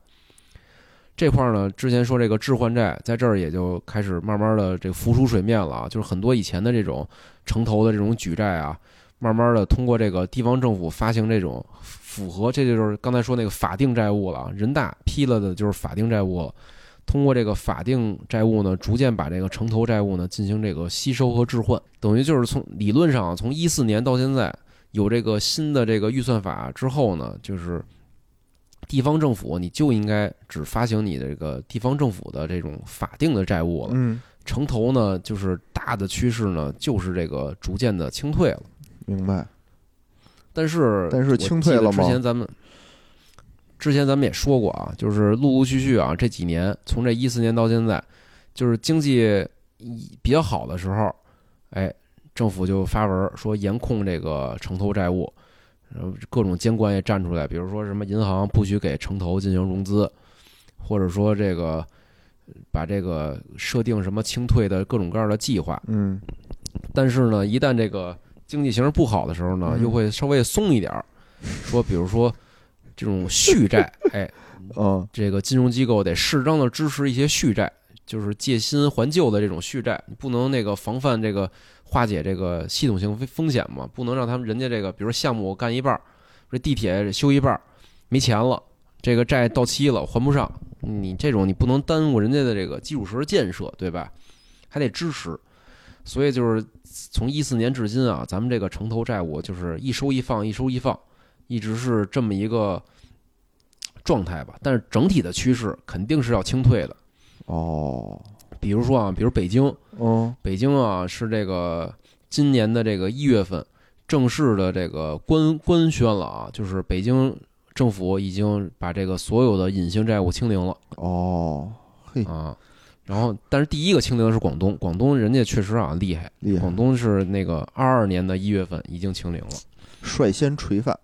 [SPEAKER 2] 这块儿呢，之前说这个置换债，在这儿也就开始慢慢的这个浮出水面了啊，就是很多以前的这种城投的这种举债啊，慢慢的通过这个地方政府发行这种符合，这就是刚才说那个法定债务了啊，人大批了的就是法定债务了通过这个法定债务呢，逐渐把这个城投债务呢进行这个吸收和置换，等于就是从理论上啊从一四年到现在有这个新的这个预算法之后呢，就是地方政府你就应该只发行你这个地方政府的这种法定的债务了，
[SPEAKER 1] 嗯，
[SPEAKER 2] 城投呢就是大的趋势呢就是这个逐渐的清退了，
[SPEAKER 1] 明白。
[SPEAKER 2] 但是
[SPEAKER 1] 但是
[SPEAKER 2] 我
[SPEAKER 1] 清退
[SPEAKER 2] 记得
[SPEAKER 1] 了吗
[SPEAKER 2] 之前咱们之前咱们也说过啊，就是陆陆续续啊，这几年从这一四年到现在，就是经济比较好的时候，哎，政府就发文说严控这个城投债务，然后各种监管也站出来，比如说什么银行不许给城投进行融资，或者说这个把这个设定什么清退的各种各样的计划。
[SPEAKER 1] 嗯
[SPEAKER 2] 但是呢，一旦这个经济形势不好的时候呢，
[SPEAKER 1] 嗯
[SPEAKER 2] 又会稍微松一点儿，说比如说这种续债，哎，
[SPEAKER 1] 嗯
[SPEAKER 2] 这个金融机构得适当的支持一些续债，就是借新还旧的这种续债，你不能那个防范这个化解这个系统性风风险嘛，不能让他们人家这个，比如项目干一半儿，这地铁修一半儿，没钱了，这个债到期了还不上，你这种你不能耽误人家的这个基础设施建设，对吧？还得支持，所以就是从一四年至今啊，咱们这个城投债务就是一收一放，一收一放，一直是这么一个状态吧。但是整体的趋势肯定是要清退的。
[SPEAKER 1] 哦
[SPEAKER 2] 比如说啊，比如北京，
[SPEAKER 1] 嗯
[SPEAKER 2] 北京啊是这个今年的这个一月份正式的这个官官宣了啊，就是北京政府已经把这个所有的隐性债务清零了
[SPEAKER 1] 哦，嘿，
[SPEAKER 2] 啊。然后，但是第一个清零的是广东，广东人家确实啊厉害，
[SPEAKER 1] 厉害
[SPEAKER 2] 广，东是那个二二年的一月份已经清零了。
[SPEAKER 1] 率先垂范，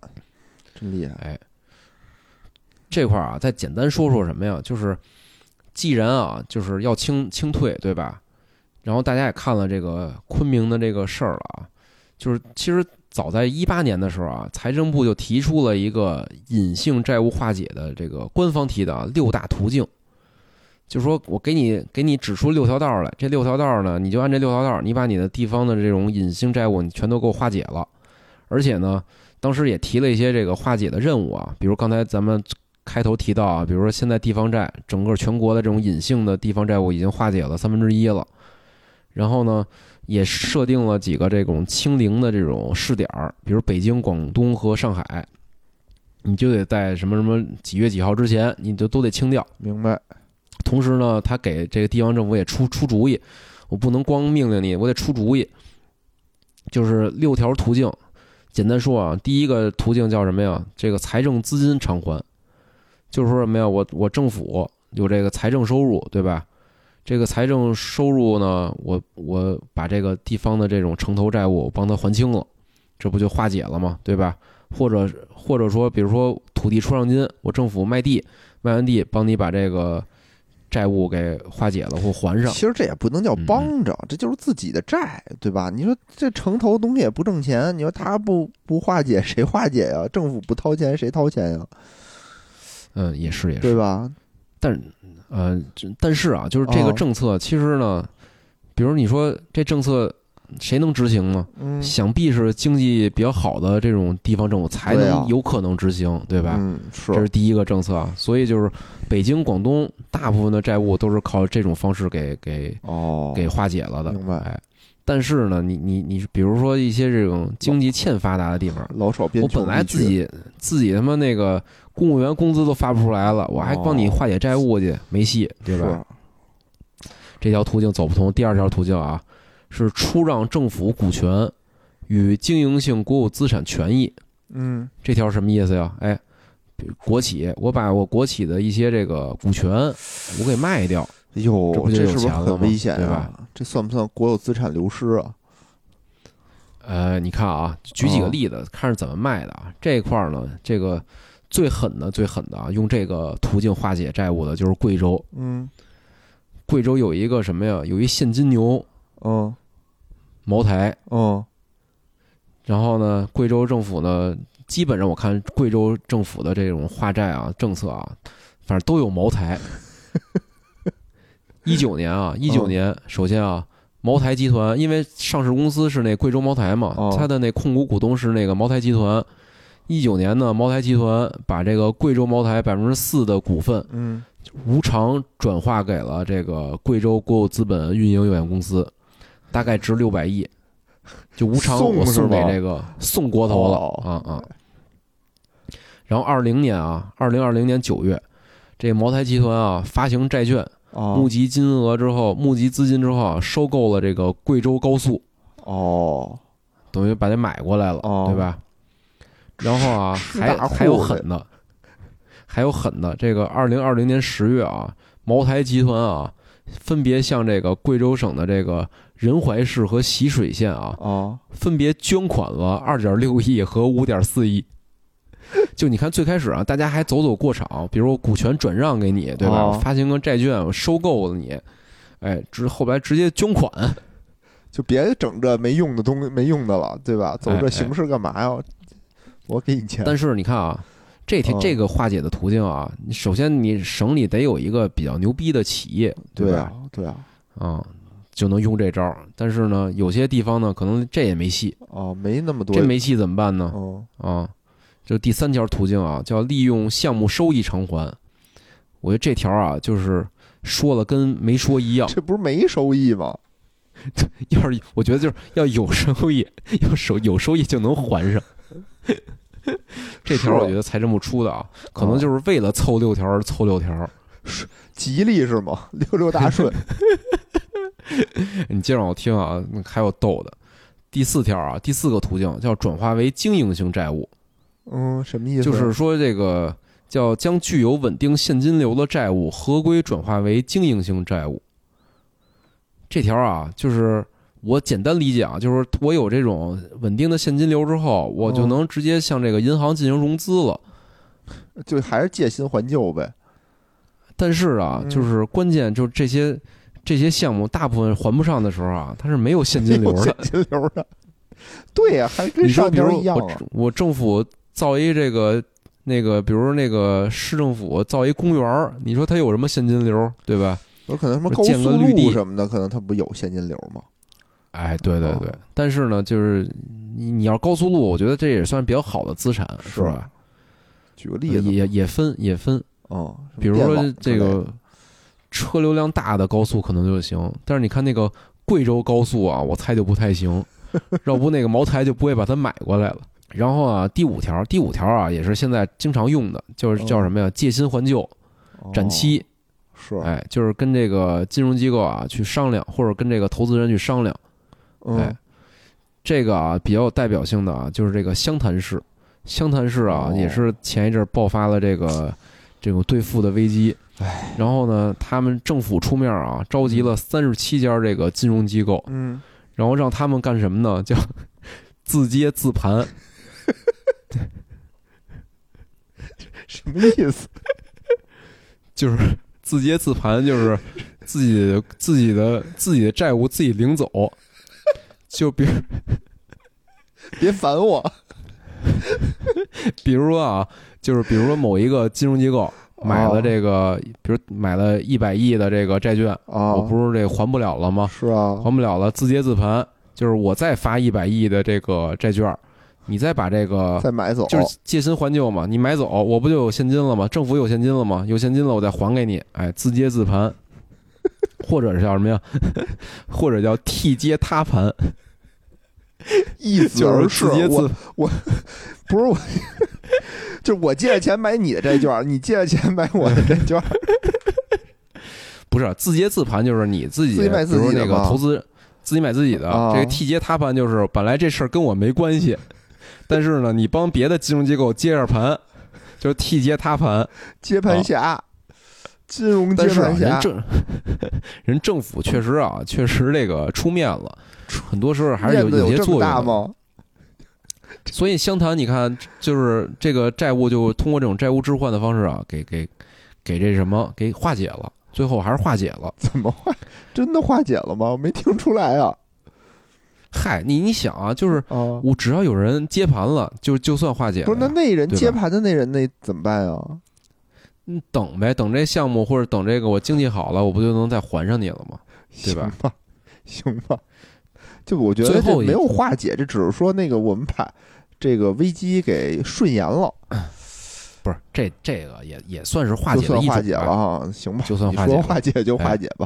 [SPEAKER 1] 真厉害。
[SPEAKER 2] 哎，这块儿啊，再简单说说什么呀？就是既然啊，就是要清清退，对吧？然后大家也看了这个昆明的这个事儿了啊，就是其实早在一八年的时候啊，财政部就提出了一个隐性债务化解的这个官方提的啊六大途径，就说我给你给你指出六条道儿来，这六条道儿呢，你就按这六条道儿，你把你的地方的这种隐性债务你全都给我化解了，而且呢，当时也提了一些这个化解的任务啊，比如刚才咱们开头提到啊，比如说现在地方债，整个全国的这种隐性的地方债务已经化解了三分之一了，然后呢，也设定了几个这种清零的这种试点儿，比如北京、广东和上海，你就得在什么什么几月几号之前，你就都得清掉。
[SPEAKER 1] 明白，
[SPEAKER 2] 同时呢，他给这个地方政府也出出主意，我不能光命令你，我得出主意。就是六条途径，简单说啊，第一个途径叫什么呀？这个财政资金偿还，就是说什么呀？我我政府有这个财政收入，对吧？这个财政收入呢，我我把这个地方的这种城投债务我帮他还清了，这不就化解了吗？对吧？或者或者说，比如说土地出让金，我政府卖地，卖完地帮你把这个债务给化解了或还上
[SPEAKER 1] 其。实这也不能叫帮着，这就是自己的债，对吧？你说这城投东西也不挣钱，你说他不不化解谁化解呀？政府不掏钱谁掏钱呀？
[SPEAKER 2] 嗯，也是也是。
[SPEAKER 1] 对吧？
[SPEAKER 2] 但呃，这但是啊，就是这个
[SPEAKER 1] 哦
[SPEAKER 2] 政策，其实呢，比如你说这政策谁能执行呢？
[SPEAKER 1] 嗯，
[SPEAKER 2] 想必是经济比较好的这种地方政府才
[SPEAKER 1] 对啊
[SPEAKER 2] 能有可能执行，对吧？
[SPEAKER 1] 嗯，
[SPEAKER 2] 这是
[SPEAKER 1] 是
[SPEAKER 2] 第一个政策啊，所以就是北京、广东大部分的债务都是靠这种方式给给
[SPEAKER 1] 哦，
[SPEAKER 2] 给化解了的。
[SPEAKER 1] 明白
[SPEAKER 2] 哎，但是呢，你你你，比如说一些这种经济欠发达的地方，
[SPEAKER 1] 老少边
[SPEAKER 2] 我
[SPEAKER 1] 穷
[SPEAKER 2] 本来
[SPEAKER 1] 地区
[SPEAKER 2] 自己自己他妈那个公务员工资都发不出来了，我还帮你化解债务去，没戏，对吧？这条途径走不通。第二条途径啊，是出让政府股权与经营性国有资产权益，
[SPEAKER 1] 是嗯
[SPEAKER 2] 这条什么意思呀？哎，比如国企，我把我国企的一些这个股权我给卖掉，
[SPEAKER 1] 哟
[SPEAKER 2] 这，不就
[SPEAKER 1] 哎这
[SPEAKER 2] 有
[SPEAKER 1] 是不是
[SPEAKER 2] 钱了
[SPEAKER 1] 很
[SPEAKER 2] 吗
[SPEAKER 1] 危险
[SPEAKER 2] 对
[SPEAKER 1] 啊？这算不算国有资产流失啊？
[SPEAKER 2] 呃，你看啊，举几个例子，看是怎么卖的啊。这一块儿呢，这个最狠的、最狠的啊，用这个途径化解债务的就是贵州。
[SPEAKER 1] 嗯
[SPEAKER 2] 贵州有一个什么呀？有一现金牛
[SPEAKER 1] 嗯
[SPEAKER 2] 茅台。
[SPEAKER 1] 嗯，
[SPEAKER 2] 然后呢，贵州政府呢，基本上我看贵州政府的这种化债啊政策啊，反正都有茅台。一九年啊，一九年，首先啊，茅台集团因为上市公司是那贵州茅台嘛
[SPEAKER 1] 哦，
[SPEAKER 2] 它的那控股股东是那个茅台集团。一九年呢，茅台集团把这个贵州茅台百分之四的股份
[SPEAKER 1] 嗯
[SPEAKER 2] 无偿转化给了这个贵州国有资本运营有限公司，大概值六百亿，就无偿
[SPEAKER 1] 送
[SPEAKER 2] 我送
[SPEAKER 1] 是
[SPEAKER 2] 给
[SPEAKER 1] 吧
[SPEAKER 2] 这个送国投了
[SPEAKER 1] 哦
[SPEAKER 2] 啊啊。然后二零年啊，二零二零年九月，这茅台集团啊发行债券，
[SPEAKER 1] 哦
[SPEAKER 2] 募集金额之后，募集资金之后啊，收购了这个贵州高速，
[SPEAKER 1] 哦，
[SPEAKER 2] 等于把它买过来了，
[SPEAKER 1] 哦
[SPEAKER 2] 对吧？然后
[SPEAKER 1] [laughs]
[SPEAKER 2] 啊，
[SPEAKER 1] 吃
[SPEAKER 2] 还
[SPEAKER 1] 大户
[SPEAKER 2] 还有
[SPEAKER 1] 呗
[SPEAKER 2] 狠的，还有狠的。这个二零二零年十月啊，茅台集团啊，分别向这个贵州省的这个仁怀市和习水县啊，
[SPEAKER 1] 哦，
[SPEAKER 2] 分别捐款了二点六亿和五点四亿，就你看最开始啊，大家还走走过场，比如我股权转让给你，对吧？
[SPEAKER 1] 哦
[SPEAKER 2] 发行个债券，我收购了你，哎，直后来直接捐款，
[SPEAKER 1] 就别整这没用的东西，没用的了，对吧？走
[SPEAKER 2] 哎哎
[SPEAKER 1] 这形式干嘛呀？我给你钱，
[SPEAKER 2] 但是你看啊，这条
[SPEAKER 1] 嗯
[SPEAKER 2] 这个化解的途径啊，你首先你省里得有一个比较牛逼的企业，
[SPEAKER 1] 对
[SPEAKER 2] 吧
[SPEAKER 1] 啊？，对啊，
[SPEAKER 2] 啊、就能用这招儿。但是呢，有些地方呢，可能这也没戏，
[SPEAKER 1] 哦，没那么多，
[SPEAKER 2] 这没戏怎么办呢？
[SPEAKER 1] 嗯，
[SPEAKER 2] 啊，这第三条途径啊，叫利用项目收益偿还。我觉得这条啊，就是说了跟没说一样。
[SPEAKER 1] 这不是没收益吗？
[SPEAKER 2] [laughs] 要是我觉得就是要有收益，要收有收益就能还上。 [laughs] 这条我觉得财政部出的啊，可能就是为了凑六条而凑六条。
[SPEAKER 1] 吉利是吗？ [laughs] 六六大
[SPEAKER 2] [laughs]
[SPEAKER 1] 顺，
[SPEAKER 2] 你接着往后听啊，那还有逗的。第四条啊，第四个途径叫转化为经营性债务，
[SPEAKER 1] 嗯，什么意思？
[SPEAKER 2] 就是说这个叫将具有稳定现金流的债务合规转化为经营性债务。这条啊，就是我简单理解啊，就是我有这种稳定的现金流之后，我就
[SPEAKER 1] 嗯
[SPEAKER 2] 能直接向这个银行进行融资了。
[SPEAKER 1] 就还是借新还旧呗。
[SPEAKER 2] 但是啊，
[SPEAKER 1] 嗯
[SPEAKER 2] 就是关键就是这些这些项目大部分还不上的时候啊，它是没有现金
[SPEAKER 1] [laughs]
[SPEAKER 2] 流
[SPEAKER 1] 有
[SPEAKER 2] 的
[SPEAKER 1] 现。金流的，对呀、还跟
[SPEAKER 2] 你说，
[SPEAKER 1] 上
[SPEAKER 2] 比如
[SPEAKER 1] 条一样
[SPEAKER 2] 我
[SPEAKER 1] 啊。
[SPEAKER 2] 我政府造一这个那个，比如那个市政府造一公园儿，你说它有什么现金流，对吧？
[SPEAKER 1] 有可能什么
[SPEAKER 2] 我
[SPEAKER 1] 高
[SPEAKER 2] 建
[SPEAKER 1] 速
[SPEAKER 2] 个绿地
[SPEAKER 1] 路什么的，可能它不有现金流吗？
[SPEAKER 2] 哎，对对
[SPEAKER 1] 哦
[SPEAKER 2] 对。但是呢，就是你你要高速路，我觉得这也算比较好的资产，是
[SPEAKER 1] 是
[SPEAKER 2] 吧？
[SPEAKER 1] 举个例子，
[SPEAKER 2] 也也分也分，
[SPEAKER 1] 哦，什么
[SPEAKER 2] 比如
[SPEAKER 1] 电
[SPEAKER 2] 说
[SPEAKER 1] 网之
[SPEAKER 2] 这
[SPEAKER 1] 类的
[SPEAKER 2] 个车流量大的高速可能就行，但是你看那个贵州高速啊，我猜就不太行，要不那个茅台就不会把它买过来了。 [laughs] 然后啊，第五条，第五条啊，也是现在经常用的，就是叫什么呀？借新还旧，展期，
[SPEAKER 1] 哦是，
[SPEAKER 2] 哎，就是跟这个金融机构啊去商量，或者跟这个投资人去商量，哎
[SPEAKER 1] 嗯，，
[SPEAKER 2] 这个啊比较有代表性的啊，就是这个湘潭市，湘潭市啊
[SPEAKER 1] 哦
[SPEAKER 2] 也是前一阵儿爆发了这个这种兑付的危机，
[SPEAKER 1] 哎，
[SPEAKER 2] 然后呢，他们政府出面啊，召集了三十七家这个金融机构，
[SPEAKER 1] 嗯，
[SPEAKER 2] 然后让他们干什么呢？叫 [laughs] 自接自盘，
[SPEAKER 1] 什么意思？
[SPEAKER 2] 就是 [laughs] 自接自盘，就是自己的自己的自己的债务自己领走，就比如
[SPEAKER 1] 别烦我，
[SPEAKER 2] 比如说啊，就是比如说某一个金融机构买了这个，比如买了一百亿的这个债券，
[SPEAKER 1] 啊，
[SPEAKER 2] 我不是这还不了了吗？
[SPEAKER 1] 是啊，
[SPEAKER 2] 还不了了，自接自盘，就是我再发一百亿的这个债券，你再把这个
[SPEAKER 1] 再买走，
[SPEAKER 2] 就是借新还旧嘛，你买走，我不就有现金了吗？政府有现金了吗？有现金了，我再还给你，哎，自接自盘， [laughs] 或者是叫什么呀？ [laughs] 或者叫替接他盘，
[SPEAKER 1] 一子
[SPEAKER 2] 就
[SPEAKER 1] 而
[SPEAKER 2] 是
[SPEAKER 1] 逝。
[SPEAKER 2] 自接自
[SPEAKER 1] 我不是我， [laughs] 就我借钱买你的债券，你借钱买我的债券，
[SPEAKER 2] 不是自接自盘，就是你自己，
[SPEAKER 1] 自己卖自己
[SPEAKER 2] 比如那
[SPEAKER 1] 的
[SPEAKER 2] 个
[SPEAKER 1] 吗
[SPEAKER 2] 投资，自己买自己的。
[SPEAKER 1] 啊
[SPEAKER 2] 这个替接他盘就是本来这事儿跟我没关系， [laughs] 但是呢，你帮别的金融机构接着盘，就是替接他盘。
[SPEAKER 1] 接盘侠，金融接
[SPEAKER 2] 但是啊
[SPEAKER 1] 盘
[SPEAKER 2] 人
[SPEAKER 1] 侠，
[SPEAKER 2] 政 [laughs] 人政府确实啊，确实这个出面了，很多时候还是有
[SPEAKER 1] 面子
[SPEAKER 2] 有些
[SPEAKER 1] 这么
[SPEAKER 2] 作用
[SPEAKER 1] 大
[SPEAKER 2] 的。
[SPEAKER 1] 吗？
[SPEAKER 2] 所以湘潭，你看，就是这个债务就通过这种债务置换的方式啊，给给给这什么给化解了，最后还是化解了。
[SPEAKER 1] 怎么化？真的化解了吗？我没听出来啊！
[SPEAKER 2] 嗨，你你想啊，就是
[SPEAKER 1] 啊，
[SPEAKER 2] 我只要有人接盘了，就就算化解了
[SPEAKER 1] 不
[SPEAKER 2] 呀。
[SPEAKER 1] 是，那那人
[SPEAKER 2] 对吧
[SPEAKER 1] 接盘的那人那怎么办啊？
[SPEAKER 2] 嗯等呗，等这项目或者等这个我经济好了，我不就能再还上你了吗？对吧
[SPEAKER 1] 行吧，行吧，就我觉得
[SPEAKER 2] 最
[SPEAKER 1] 这
[SPEAKER 2] 后一
[SPEAKER 1] 没有化解，这只是说那个我们把这个危机给顺延了，
[SPEAKER 2] 不是，这这个也也算是化
[SPEAKER 1] 就
[SPEAKER 2] 解了
[SPEAKER 1] 算
[SPEAKER 2] 一
[SPEAKER 1] 化
[SPEAKER 2] 种
[SPEAKER 1] 解
[SPEAKER 2] 吧
[SPEAKER 1] 了啊，行吧，
[SPEAKER 2] 就算
[SPEAKER 1] 你
[SPEAKER 2] 化解
[SPEAKER 1] 说
[SPEAKER 2] 了
[SPEAKER 1] 化解就化
[SPEAKER 2] 哎
[SPEAKER 1] 解吧，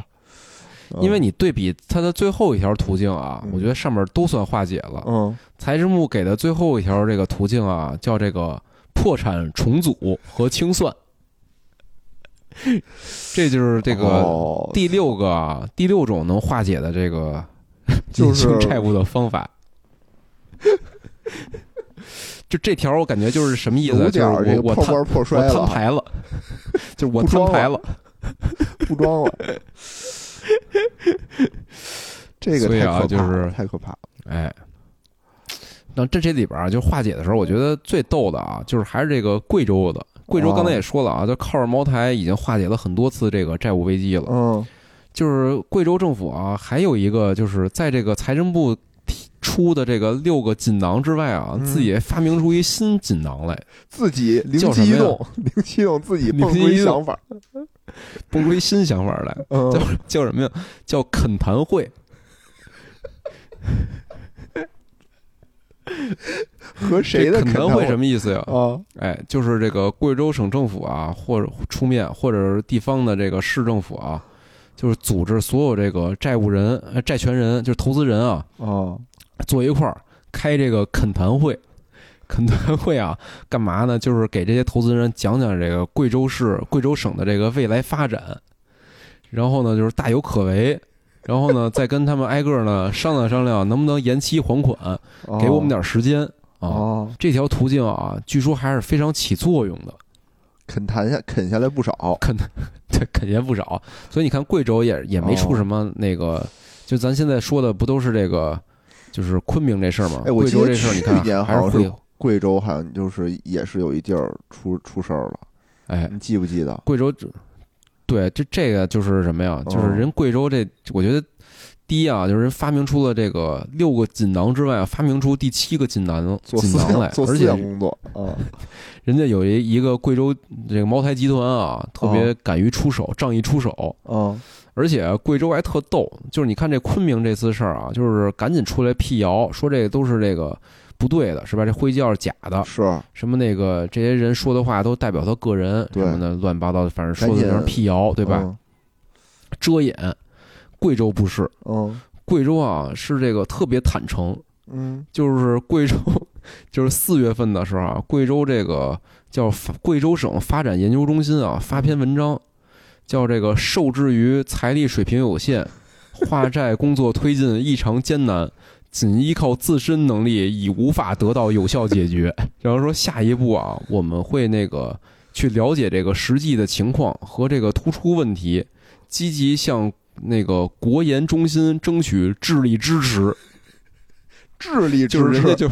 [SPEAKER 1] 嗯
[SPEAKER 2] 因为你对比它的最后一条途径啊，
[SPEAKER 1] 嗯
[SPEAKER 2] 我觉得上面都算化解了。
[SPEAKER 1] 嗯，
[SPEAKER 2] 财政部给的最后一条这个途径啊，叫这个破产重组和清算， [laughs] 这就是这个
[SPEAKER 1] 哦
[SPEAKER 2] 第六个啊，第六种能化解的这个
[SPEAKER 1] [laughs] 就
[SPEAKER 2] 进
[SPEAKER 1] 是
[SPEAKER 2] 行债务的方法。就这条，我感觉就是什么意思
[SPEAKER 1] 有
[SPEAKER 2] 啊？就是
[SPEAKER 1] 点儿这
[SPEAKER 2] 我
[SPEAKER 1] 个
[SPEAKER 2] 我
[SPEAKER 1] 破
[SPEAKER 2] 摊
[SPEAKER 1] 罐破
[SPEAKER 2] 我
[SPEAKER 1] 摔了
[SPEAKER 2] 摊
[SPEAKER 1] 啊，
[SPEAKER 2] 牌了，就是我
[SPEAKER 1] 不
[SPEAKER 2] 摊
[SPEAKER 1] 装
[SPEAKER 2] 牌
[SPEAKER 1] 了
[SPEAKER 2] 了。
[SPEAKER 1] 不装
[SPEAKER 2] [laughs]
[SPEAKER 1] 了。这个
[SPEAKER 2] 所以
[SPEAKER 1] 太可
[SPEAKER 2] 啊
[SPEAKER 1] 怕
[SPEAKER 2] 就是
[SPEAKER 1] 了，太可怕了。
[SPEAKER 2] 哎，那这这里边啊，就化解的时候，我觉得最逗的啊，就是还是这个贵州的。贵州刚才也说了啊，就靠着茅台已经化解了很多次这个债务危机了。
[SPEAKER 1] 嗯
[SPEAKER 2] 就是贵州政府啊，还有一个就是在这个财政部提出的这个六个锦囊之外啊，
[SPEAKER 1] 嗯
[SPEAKER 2] 自己也发明出一新锦囊来，
[SPEAKER 1] 自己灵
[SPEAKER 2] 叫什
[SPEAKER 1] 机
[SPEAKER 2] 么
[SPEAKER 1] 一
[SPEAKER 2] 呀
[SPEAKER 1] 动，灵机一动自己
[SPEAKER 2] 灵
[SPEAKER 1] 蹦
[SPEAKER 2] 机
[SPEAKER 1] 出
[SPEAKER 2] 一
[SPEAKER 1] 一
[SPEAKER 2] 动
[SPEAKER 1] 想
[SPEAKER 2] [laughs]
[SPEAKER 1] 法，
[SPEAKER 2] 蹦出一新想法来，
[SPEAKER 1] 嗯
[SPEAKER 2] 叫叫什么呀？叫恳谈会。
[SPEAKER 1] 和谁的
[SPEAKER 2] 这恳谈会什
[SPEAKER 1] 么
[SPEAKER 2] 么意思呀？
[SPEAKER 1] 啊？
[SPEAKER 2] 哎，就是这个贵州省政府啊，或者出面，或者是地方的这个市政府啊，就是组织所有这个债务人、呃债权人，就是投资人啊，
[SPEAKER 1] 哦，
[SPEAKER 2] 坐一块儿开这个恳谈会。 [laughs] 恳谈会啊，干嘛呢？就是给这些投资人讲讲这个贵州市、贵州省的这个未来发展，然后呢，就是大有可为，然后呢，再跟他们挨个儿呢商量商量，能不能延期还款，
[SPEAKER 1] 哦
[SPEAKER 2] 给我们点儿时间啊。
[SPEAKER 1] 哦，
[SPEAKER 2] 这条途径啊，据说还是非常起作用的， [laughs]
[SPEAKER 1] 啃谈下啃下来不少，
[SPEAKER 2] 肯对肯定不少。所以你看，贵州也也没出
[SPEAKER 1] 哦
[SPEAKER 2] 什么那个，就咱现在说的不都是这个，就是昆明这事儿吗？
[SPEAKER 1] 哎我
[SPEAKER 2] 贵
[SPEAKER 1] 记得
[SPEAKER 2] 州这事儿，你看
[SPEAKER 1] 去年
[SPEAKER 2] 还
[SPEAKER 1] 好像是
[SPEAKER 2] 会
[SPEAKER 1] 贵州好像就是也是有一地儿出出事儿了，
[SPEAKER 2] 哎，
[SPEAKER 1] 你记不记得？
[SPEAKER 2] 贵州这对这这个就是什么呀？就是
[SPEAKER 1] 哦
[SPEAKER 2] 人贵州这，我觉得第一啊，就是人发明出了这个六个锦囊之外，发明出第七个锦囊
[SPEAKER 1] 做
[SPEAKER 2] 锦
[SPEAKER 1] 思
[SPEAKER 2] 囊来
[SPEAKER 1] 想，做
[SPEAKER 2] 而
[SPEAKER 1] 思
[SPEAKER 2] 且
[SPEAKER 1] 想工作啊，
[SPEAKER 2] 嗯人家有一一个贵州这个茅台集团啊，特别
[SPEAKER 1] 哦
[SPEAKER 2] 敢于出手，仗义出手，
[SPEAKER 1] 嗯
[SPEAKER 2] 而且贵州还特逗，就是你看这昆明这次事儿啊，就是赶紧出来辟谣，说这个都是这个不对的，是吧？这灰窖是假的，
[SPEAKER 1] 是
[SPEAKER 2] 什么那个这些人说的话都代表他个人什
[SPEAKER 1] 对
[SPEAKER 2] 么的，乱七八糟的，反正说
[SPEAKER 1] 赶
[SPEAKER 2] 的
[SPEAKER 1] 紧嗯
[SPEAKER 2] 就是辟谣，对吧？？遮掩。贵州不是，
[SPEAKER 1] 嗯
[SPEAKER 2] 贵州啊是这个特别坦诚，
[SPEAKER 1] 嗯
[SPEAKER 2] 就是贵州， [laughs] 就是四月份的时候啊，贵州这个叫发贵州省发展研究中心啊发篇文章，叫这个受制于财力水平有限，化债工作推进异常艰难。仅依靠自身能力已无法得到有效解决。 [laughs] 然后说下一步啊，我们会那个去了解这个实际的情况和这个突出问题，积极向那个国研中心争取智力支持。
[SPEAKER 1] 智力
[SPEAKER 2] [laughs] 就
[SPEAKER 1] 支
[SPEAKER 2] 是人
[SPEAKER 1] 持
[SPEAKER 2] 家就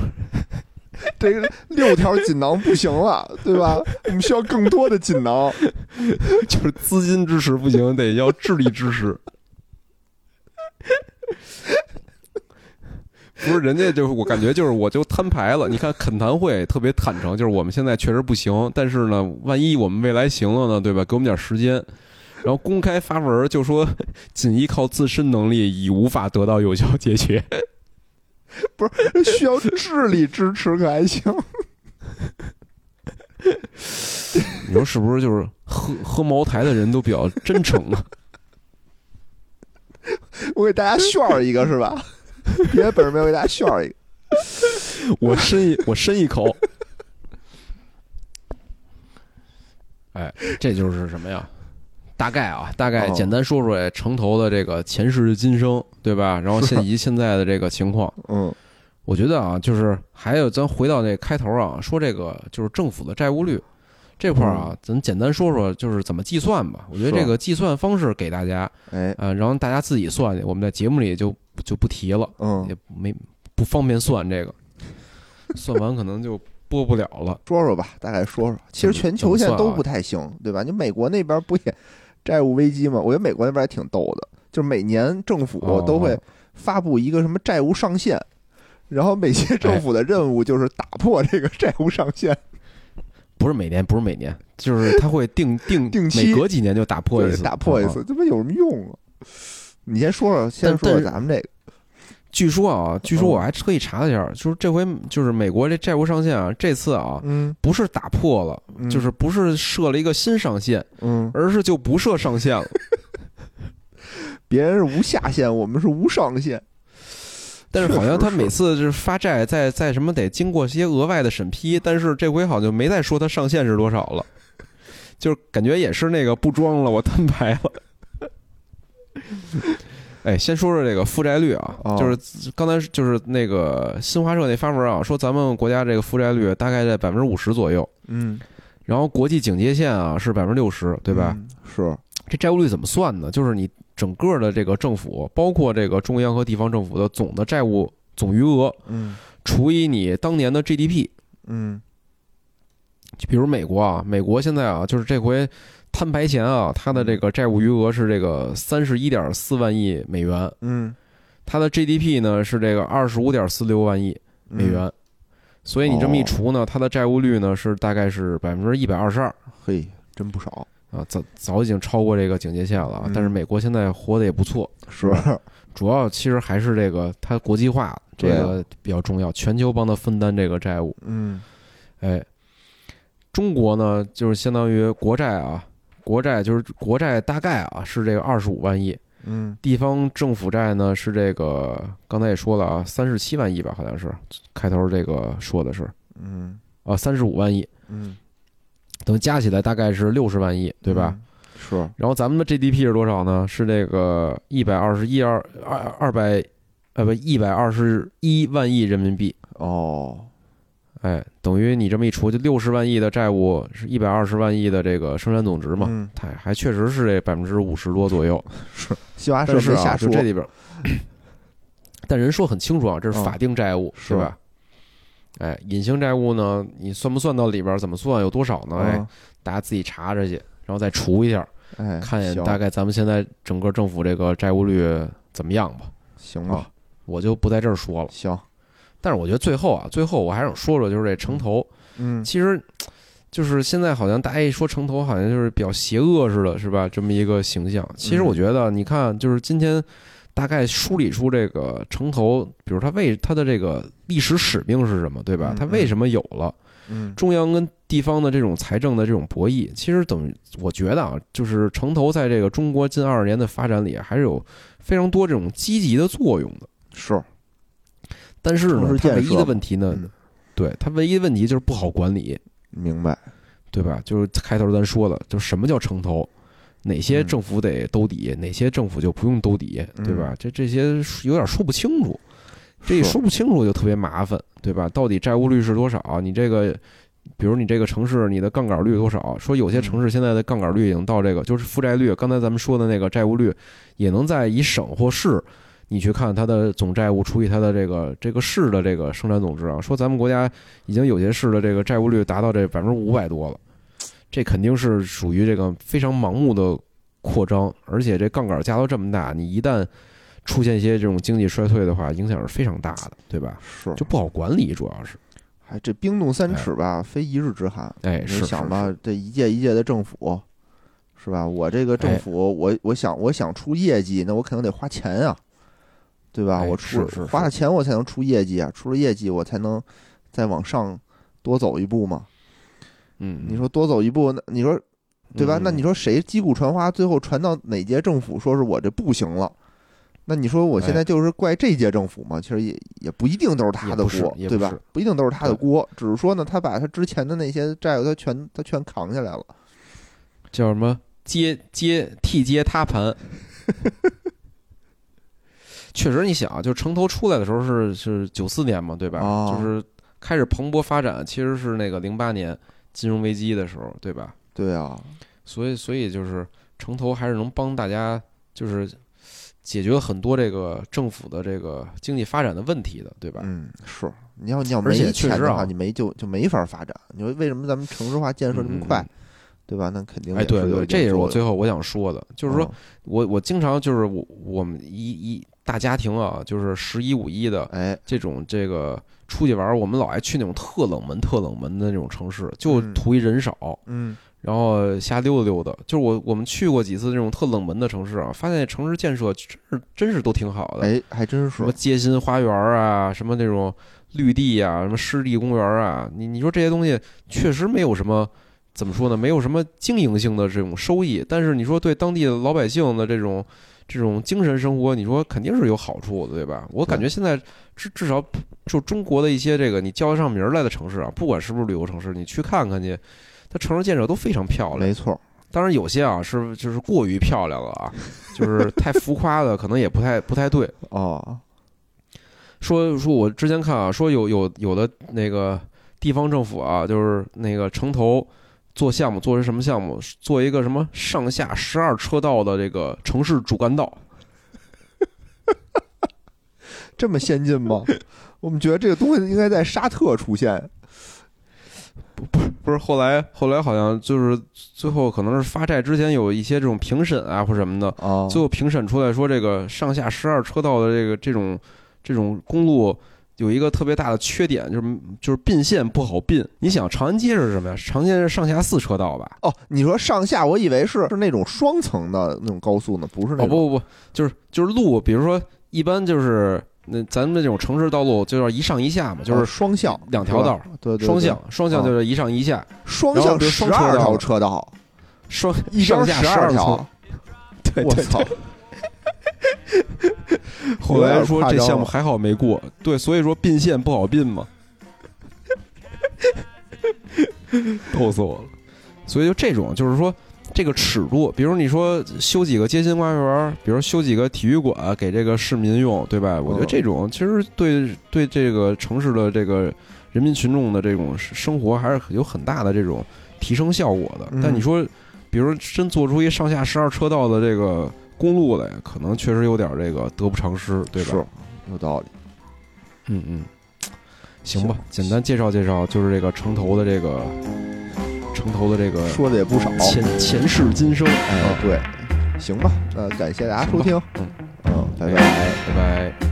[SPEAKER 1] 这
[SPEAKER 2] [laughs]
[SPEAKER 1] 个六条锦囊不行了，对吧？我们需要更多的锦囊。
[SPEAKER 2] 就是资金支持不行，得要智力支持。不是，人家就是我感觉就是我就摊牌了。你看恳谈会特别坦诚，就是我们现在确实不行，但是呢，万一我们未来行了呢，对吧？给我们点时间。然后公开发文就说，仅依靠自身能力已无法得到有效解决。
[SPEAKER 1] 需要智力支持可还行？
[SPEAKER 2] 你说是不是？就是喝喝茅台的人都比较真诚啊。
[SPEAKER 1] 我给大家炫儿一个是吧？别的本事没有，给大家炫儿一个。
[SPEAKER 2] 我深一我深
[SPEAKER 1] [laughs]
[SPEAKER 2] 一口。哎，这就是什么呀？大概啊，大概
[SPEAKER 1] 哦
[SPEAKER 2] 简单说说城头的这个前世今生，对吧？然后现以及现在的这个情况，
[SPEAKER 1] 嗯
[SPEAKER 2] 我觉得啊，就是还有咱回到那开头啊，说这个就是政府的债务率这块儿啊，咱简单说说就是怎么计算吧。我觉得
[SPEAKER 1] 嗯是
[SPEAKER 2] 这个计算方式给大家，
[SPEAKER 1] 哎，
[SPEAKER 2] 呃，然后大家自己算，我们在节目里就就不提了。
[SPEAKER 1] 嗯，
[SPEAKER 2] 也没不方便算这个，算完可能就播不了了。
[SPEAKER 1] 说说吧，大概说说。
[SPEAKER 2] 嗯
[SPEAKER 1] 其实全球
[SPEAKER 2] 啊
[SPEAKER 1] 现在都不太行，对吧？你美国那边不也 [laughs] 债务危机吗？我觉得美国那边还挺逗的，就是每年政府
[SPEAKER 2] 哦
[SPEAKER 1] 都会发布一个什么债务上限，然后每届政府的任务就是打破这个债务上
[SPEAKER 2] [laughs]
[SPEAKER 1] 限。
[SPEAKER 2] 不是每年，不是每年，就是他会定定
[SPEAKER 1] 定期
[SPEAKER 2] 每隔几年就打破一
[SPEAKER 1] 对，
[SPEAKER 2] 次，嗯
[SPEAKER 1] 打破一次，。这不有什么用啊？你先说说，先说
[SPEAKER 2] 但
[SPEAKER 1] 说
[SPEAKER 2] 是
[SPEAKER 1] 咱们这个，
[SPEAKER 2] 据说啊，据说
[SPEAKER 1] 嗯
[SPEAKER 2] 我还特意查了一下，就是这回就是美国这债务上限啊，这次啊
[SPEAKER 1] 嗯，
[SPEAKER 2] 不是打破了，
[SPEAKER 1] 嗯
[SPEAKER 2] 就是不是设了一个新上限，
[SPEAKER 1] 嗯，
[SPEAKER 2] 而是就不设上限了。
[SPEAKER 1] 别人是无下限，我们是无上限，
[SPEAKER 2] 但是好
[SPEAKER 1] 确实
[SPEAKER 2] 像他
[SPEAKER 1] 是
[SPEAKER 2] 每次就是发债在在什么得经过一些额外的审
[SPEAKER 1] 嗯
[SPEAKER 2] 批，但是这回好像没再说他上限是多少了，就是感觉也是那个不装了，我摊牌了。 [laughs] 哎，先说说这个负债率啊，
[SPEAKER 1] 哦
[SPEAKER 2] 就是刚才就是那个新华社那发文啊，说咱们国家这个负债率大概在百分之五十左右，
[SPEAKER 1] 嗯，
[SPEAKER 2] 然后国际警戒线啊是百分之六十，对吧？
[SPEAKER 1] 嗯？是，
[SPEAKER 2] 这债务率怎么算呢？就是你整个的这个政府，包括这个中央和地方政府的总的债务总余额，
[SPEAKER 1] 嗯，
[SPEAKER 2] 除以你当年的 GDP，
[SPEAKER 1] 嗯
[SPEAKER 2] 就比如美国啊，美国现在啊，就是这回摊牌前啊，它的这个债务余额是这个三十一点四万亿美元，
[SPEAKER 1] 嗯，
[SPEAKER 2] 它的 GDP 呢是这个二十五点四六万亿美
[SPEAKER 1] 嗯
[SPEAKER 2] 元，所以你这
[SPEAKER 1] 哦
[SPEAKER 2] 么一除呢，它的债务率呢是大概是百分之一百二十二
[SPEAKER 1] 嗯，嘿，真不少，
[SPEAKER 2] 啊，早早已经超过这个警戒线了啊
[SPEAKER 1] 嗯。
[SPEAKER 2] 但是美国现在活得也不错，
[SPEAKER 1] 是
[SPEAKER 2] 主要其实还是这个它国际化这
[SPEAKER 1] 啊
[SPEAKER 2] 个比较重要，全球帮它分担这个债务。
[SPEAKER 1] 嗯
[SPEAKER 2] 哎，中国呢，就是相当于国债啊，国债就是国债大概啊是这个二十五万亿，
[SPEAKER 1] 嗯
[SPEAKER 2] 地方政府债呢是这个刚才也说了啊，三十七万亿吧，好像是开头这个说的是
[SPEAKER 1] 嗯
[SPEAKER 2] 啊，三十五万亿，
[SPEAKER 1] 嗯，
[SPEAKER 2] 等加起来大概是六十万亿，对吧？
[SPEAKER 1] 嗯？是，
[SPEAKER 2] 然后咱们的 GDP 是多少呢？是这个一百二十一二二二百呃不一百二十一万亿人民币，
[SPEAKER 1] 哦，
[SPEAKER 2] 哎，等于你这么一除，就六十万亿的债务是一百二十万亿的这个生产总值嘛，
[SPEAKER 1] 嗯
[SPEAKER 2] 它还确实是这百分之五十多左右。
[SPEAKER 1] 是，西华社
[SPEAKER 2] 但是
[SPEAKER 1] 没
[SPEAKER 2] 啊，
[SPEAKER 1] 瞎
[SPEAKER 2] 就
[SPEAKER 1] 说，
[SPEAKER 2] 这里边儿，但人说很清楚啊，这是
[SPEAKER 1] 嗯
[SPEAKER 2] 法定债务，
[SPEAKER 1] 是
[SPEAKER 2] 对吧？哎，隐形债务呢，你算不算到里边儿？怎么算？有多少呢？哎
[SPEAKER 1] 嗯，
[SPEAKER 2] 大家自己查查去，然后再除一下，
[SPEAKER 1] 哎，
[SPEAKER 2] 看一眼
[SPEAKER 1] 行
[SPEAKER 2] 大概咱们现在整个政府这个债务率怎么样吧。
[SPEAKER 1] 行
[SPEAKER 2] 啊
[SPEAKER 1] 吧，
[SPEAKER 2] 我就不在这儿说了。
[SPEAKER 1] 行，
[SPEAKER 2] 但是我觉得最后啊，最后我还想说说，就是这城投，
[SPEAKER 1] 嗯
[SPEAKER 2] 其实。就是现在，好像大家一说城投，好像就是比较邪恶似的，是吧？这么一个形象。其实
[SPEAKER 1] 嗯
[SPEAKER 2] 我觉得，你看，就是今天大概梳理出这个城投，比如它为它的这个历史使命是什么，对吧
[SPEAKER 1] 嗯？
[SPEAKER 2] 它为什么有了？
[SPEAKER 1] 嗯
[SPEAKER 2] 中央跟地方的这种财政的这种博弈，其实等于我觉得啊，就是城投在这个中国近二十年的发展里，还是有非常多这种积极的作用的。
[SPEAKER 1] 是，
[SPEAKER 2] 但是
[SPEAKER 1] 城市
[SPEAKER 2] 呢，它
[SPEAKER 1] 建设
[SPEAKER 2] 唯一的问题呢，
[SPEAKER 1] 嗯
[SPEAKER 2] 对它唯一的问题就是不好管理，
[SPEAKER 1] 明白，
[SPEAKER 2] 对吧？就是开头咱说了，就什么叫城投，哪些政府得兜底，哪些政府就不用兜底，对吧？这这些有点说不清楚。这一
[SPEAKER 1] 是
[SPEAKER 2] 说不清楚就特别麻烦，对吧？到底债务率是多少？你这个，比如你这个城市，你的杠杆率多少？说
[SPEAKER 1] 嗯
[SPEAKER 2] 有些城市现在的杠杆率已经到这个，就是负债率，刚才咱们说的那个债务率，也能在以省或市，你去看它的总债务除以它的这个这个市的这个生产总值啊。说咱们国家已经有些市的这个债务率达到这百分之五百多了，这肯定是属于这个非常盲目的扩张，而且这杠杆加到这么大，你一旦出现一些这种经济衰退的话，影响是非常大的，对吧？
[SPEAKER 1] 是，
[SPEAKER 2] 就不好管理，主要是，
[SPEAKER 1] 哎，这冰冻三尺吧，非一日之寒。
[SPEAKER 2] 哎，
[SPEAKER 1] 你
[SPEAKER 2] 是
[SPEAKER 1] 想，
[SPEAKER 2] 是
[SPEAKER 1] 吧，这一届一届的政府，是吧？我这个政
[SPEAKER 2] 哎
[SPEAKER 1] 府，我我想我想出业绩，那我肯定得花钱啊，对吧？
[SPEAKER 2] 哎
[SPEAKER 1] 我出
[SPEAKER 2] 是是
[SPEAKER 1] 花了钱，我才能出业绩啊，出了业绩，我才能再往上多走一步嘛。
[SPEAKER 2] 嗯，
[SPEAKER 1] 你说多走一步，那你说对吧？
[SPEAKER 2] 嗯
[SPEAKER 1] 那你说谁击鼓传花，最后传到哪届政府说是我这不行了？那你说我现在就是怪这届政府吗？其实也也不一定都是他
[SPEAKER 2] 哎也
[SPEAKER 1] 的
[SPEAKER 2] 不是
[SPEAKER 1] 锅，
[SPEAKER 2] 也
[SPEAKER 1] 对
[SPEAKER 2] 不
[SPEAKER 1] 吧
[SPEAKER 2] 是？
[SPEAKER 1] 不一定都是他的
[SPEAKER 2] 对
[SPEAKER 1] 锅，只是说呢，他把他之前的那些债务他全他全扛下来了。
[SPEAKER 2] 叫什么接接替接塌盘。确实，你想啊，就城投出来的时候是是九四年嘛，对吧？
[SPEAKER 1] 哦
[SPEAKER 2] 就是开始蓬勃发展，其实是那个零八年金融危机的时候，对吧？
[SPEAKER 1] 对啊，
[SPEAKER 2] 所以，所以就是城投还是能帮大家，就是解决很多这个政府的这个经济发展的问题的，对吧？
[SPEAKER 1] 嗯，是你要你要
[SPEAKER 2] 而
[SPEAKER 1] 没钱
[SPEAKER 2] 且确实
[SPEAKER 1] 的
[SPEAKER 2] 啊
[SPEAKER 1] 话，你没就就没法发展。你说为什么咱们城市化建设这么快
[SPEAKER 2] 嗯，
[SPEAKER 1] 对吧？那肯定
[SPEAKER 2] 哎，
[SPEAKER 1] 也是
[SPEAKER 2] 对
[SPEAKER 1] 有
[SPEAKER 2] 对，
[SPEAKER 1] 一定
[SPEAKER 2] 这也是我
[SPEAKER 1] 作
[SPEAKER 2] 最
[SPEAKER 1] 用
[SPEAKER 2] 后我想说的，就是说
[SPEAKER 1] 嗯
[SPEAKER 2] 我我经常就是我我们一一大家庭啊，就是十一五一的
[SPEAKER 1] 哎，
[SPEAKER 2] 这种这个出去玩儿，我们老爱去那种特冷门、特冷门的那种城市，就
[SPEAKER 1] 嗯
[SPEAKER 2] 图一人少，
[SPEAKER 1] 嗯
[SPEAKER 2] 然后瞎溜达溜达。就是我我们去过几次这种特冷门的城市啊，发现城市建设真是真是都挺好的，
[SPEAKER 1] 哎，还真是
[SPEAKER 2] 什么街心花园啊，什么那种绿地啊，什么湿地公园啊，你你说这些东西确实没有什么。怎么说呢？没有什么经营性的这种收益，但是你说对当地的老百姓的这种这种精神生活，你说肯定是有好处的，对吧？我感觉现在至至少就中国的一些这个你叫得上名儿来的城市啊，不管是不是旅游城市，你去看看去，它城市建设都非常漂亮。
[SPEAKER 1] 没错，
[SPEAKER 2] 当然有些啊是就是过于漂亮了啊，就是太浮夸的，可能也不太不太对。
[SPEAKER 1] 哦，
[SPEAKER 2] 说说我之前看啊，说有有有的那个地方政府啊，就是那个城投做项目，做成什么项目？做一个什么上下十二车道的这个城市主干道。 [laughs]
[SPEAKER 1] 这么先进吗？我们觉得这个东西应该在沙特出现，
[SPEAKER 2] 不是后来后来好像就是最后可能是发债之前有一些这种评审啊或什么的，
[SPEAKER 1] 啊
[SPEAKER 2] 最后评审出来说这个上下十二车道的这个这种这种公路。有一个特别大的缺点，就是就是并线不好并。你想长安街是什么呀？长安街是上下四车道吧？
[SPEAKER 1] 哦，你说上下，我以为是是那种双层的那种高速呢，不是那种。
[SPEAKER 2] 哦不不不，就是就是路，比如说一般就是那咱们这种城市道路，就要一上一下嘛，就
[SPEAKER 1] 哦
[SPEAKER 2] 是
[SPEAKER 1] 双向
[SPEAKER 2] 两条道，，
[SPEAKER 1] 是吧对对对，哦
[SPEAKER 2] 双向，双向就是一上一下，
[SPEAKER 1] 双
[SPEAKER 2] 然后
[SPEAKER 1] 向
[SPEAKER 2] 比如
[SPEAKER 1] 十
[SPEAKER 2] 双车
[SPEAKER 1] 二
[SPEAKER 2] 道
[SPEAKER 1] 条车道，
[SPEAKER 2] 双
[SPEAKER 1] 一边
[SPEAKER 2] 上下
[SPEAKER 1] 十
[SPEAKER 2] 12
[SPEAKER 1] 条
[SPEAKER 2] 层。对
[SPEAKER 1] 我
[SPEAKER 2] 对
[SPEAKER 1] 操！
[SPEAKER 2] [laughs] 后
[SPEAKER 1] 有
[SPEAKER 2] 来
[SPEAKER 1] 点
[SPEAKER 2] 说
[SPEAKER 1] 夸
[SPEAKER 2] 这
[SPEAKER 1] 张
[SPEAKER 2] 项目
[SPEAKER 1] 了
[SPEAKER 2] 还好没过，对，所以说并线不好并嘛， [laughs] 逗死我了。所以就这种，就是说这个尺度，比如你说修几个街心花园，比如修几个体育馆给这个市民用，对吧？我觉得
[SPEAKER 1] 嗯
[SPEAKER 2] 这种其实对对这个城市的这个人民群众的这种生活还是有很大的这种提升效果的。
[SPEAKER 1] 嗯
[SPEAKER 2] 但你说，比如真做出一上下十二车道的这个公路来，可能确实有点这个得不偿失，对吧？
[SPEAKER 1] 是有道理。
[SPEAKER 2] 嗯嗯，行吧，简单介绍介绍，就是这个城头的这个城头的这个
[SPEAKER 1] 说的也不少。嗯
[SPEAKER 2] 前前世今生，
[SPEAKER 1] 哎，对，行吧，那感谢大家收听，
[SPEAKER 2] 嗯
[SPEAKER 1] 嗯，拜拜。
[SPEAKER 2] 拜拜。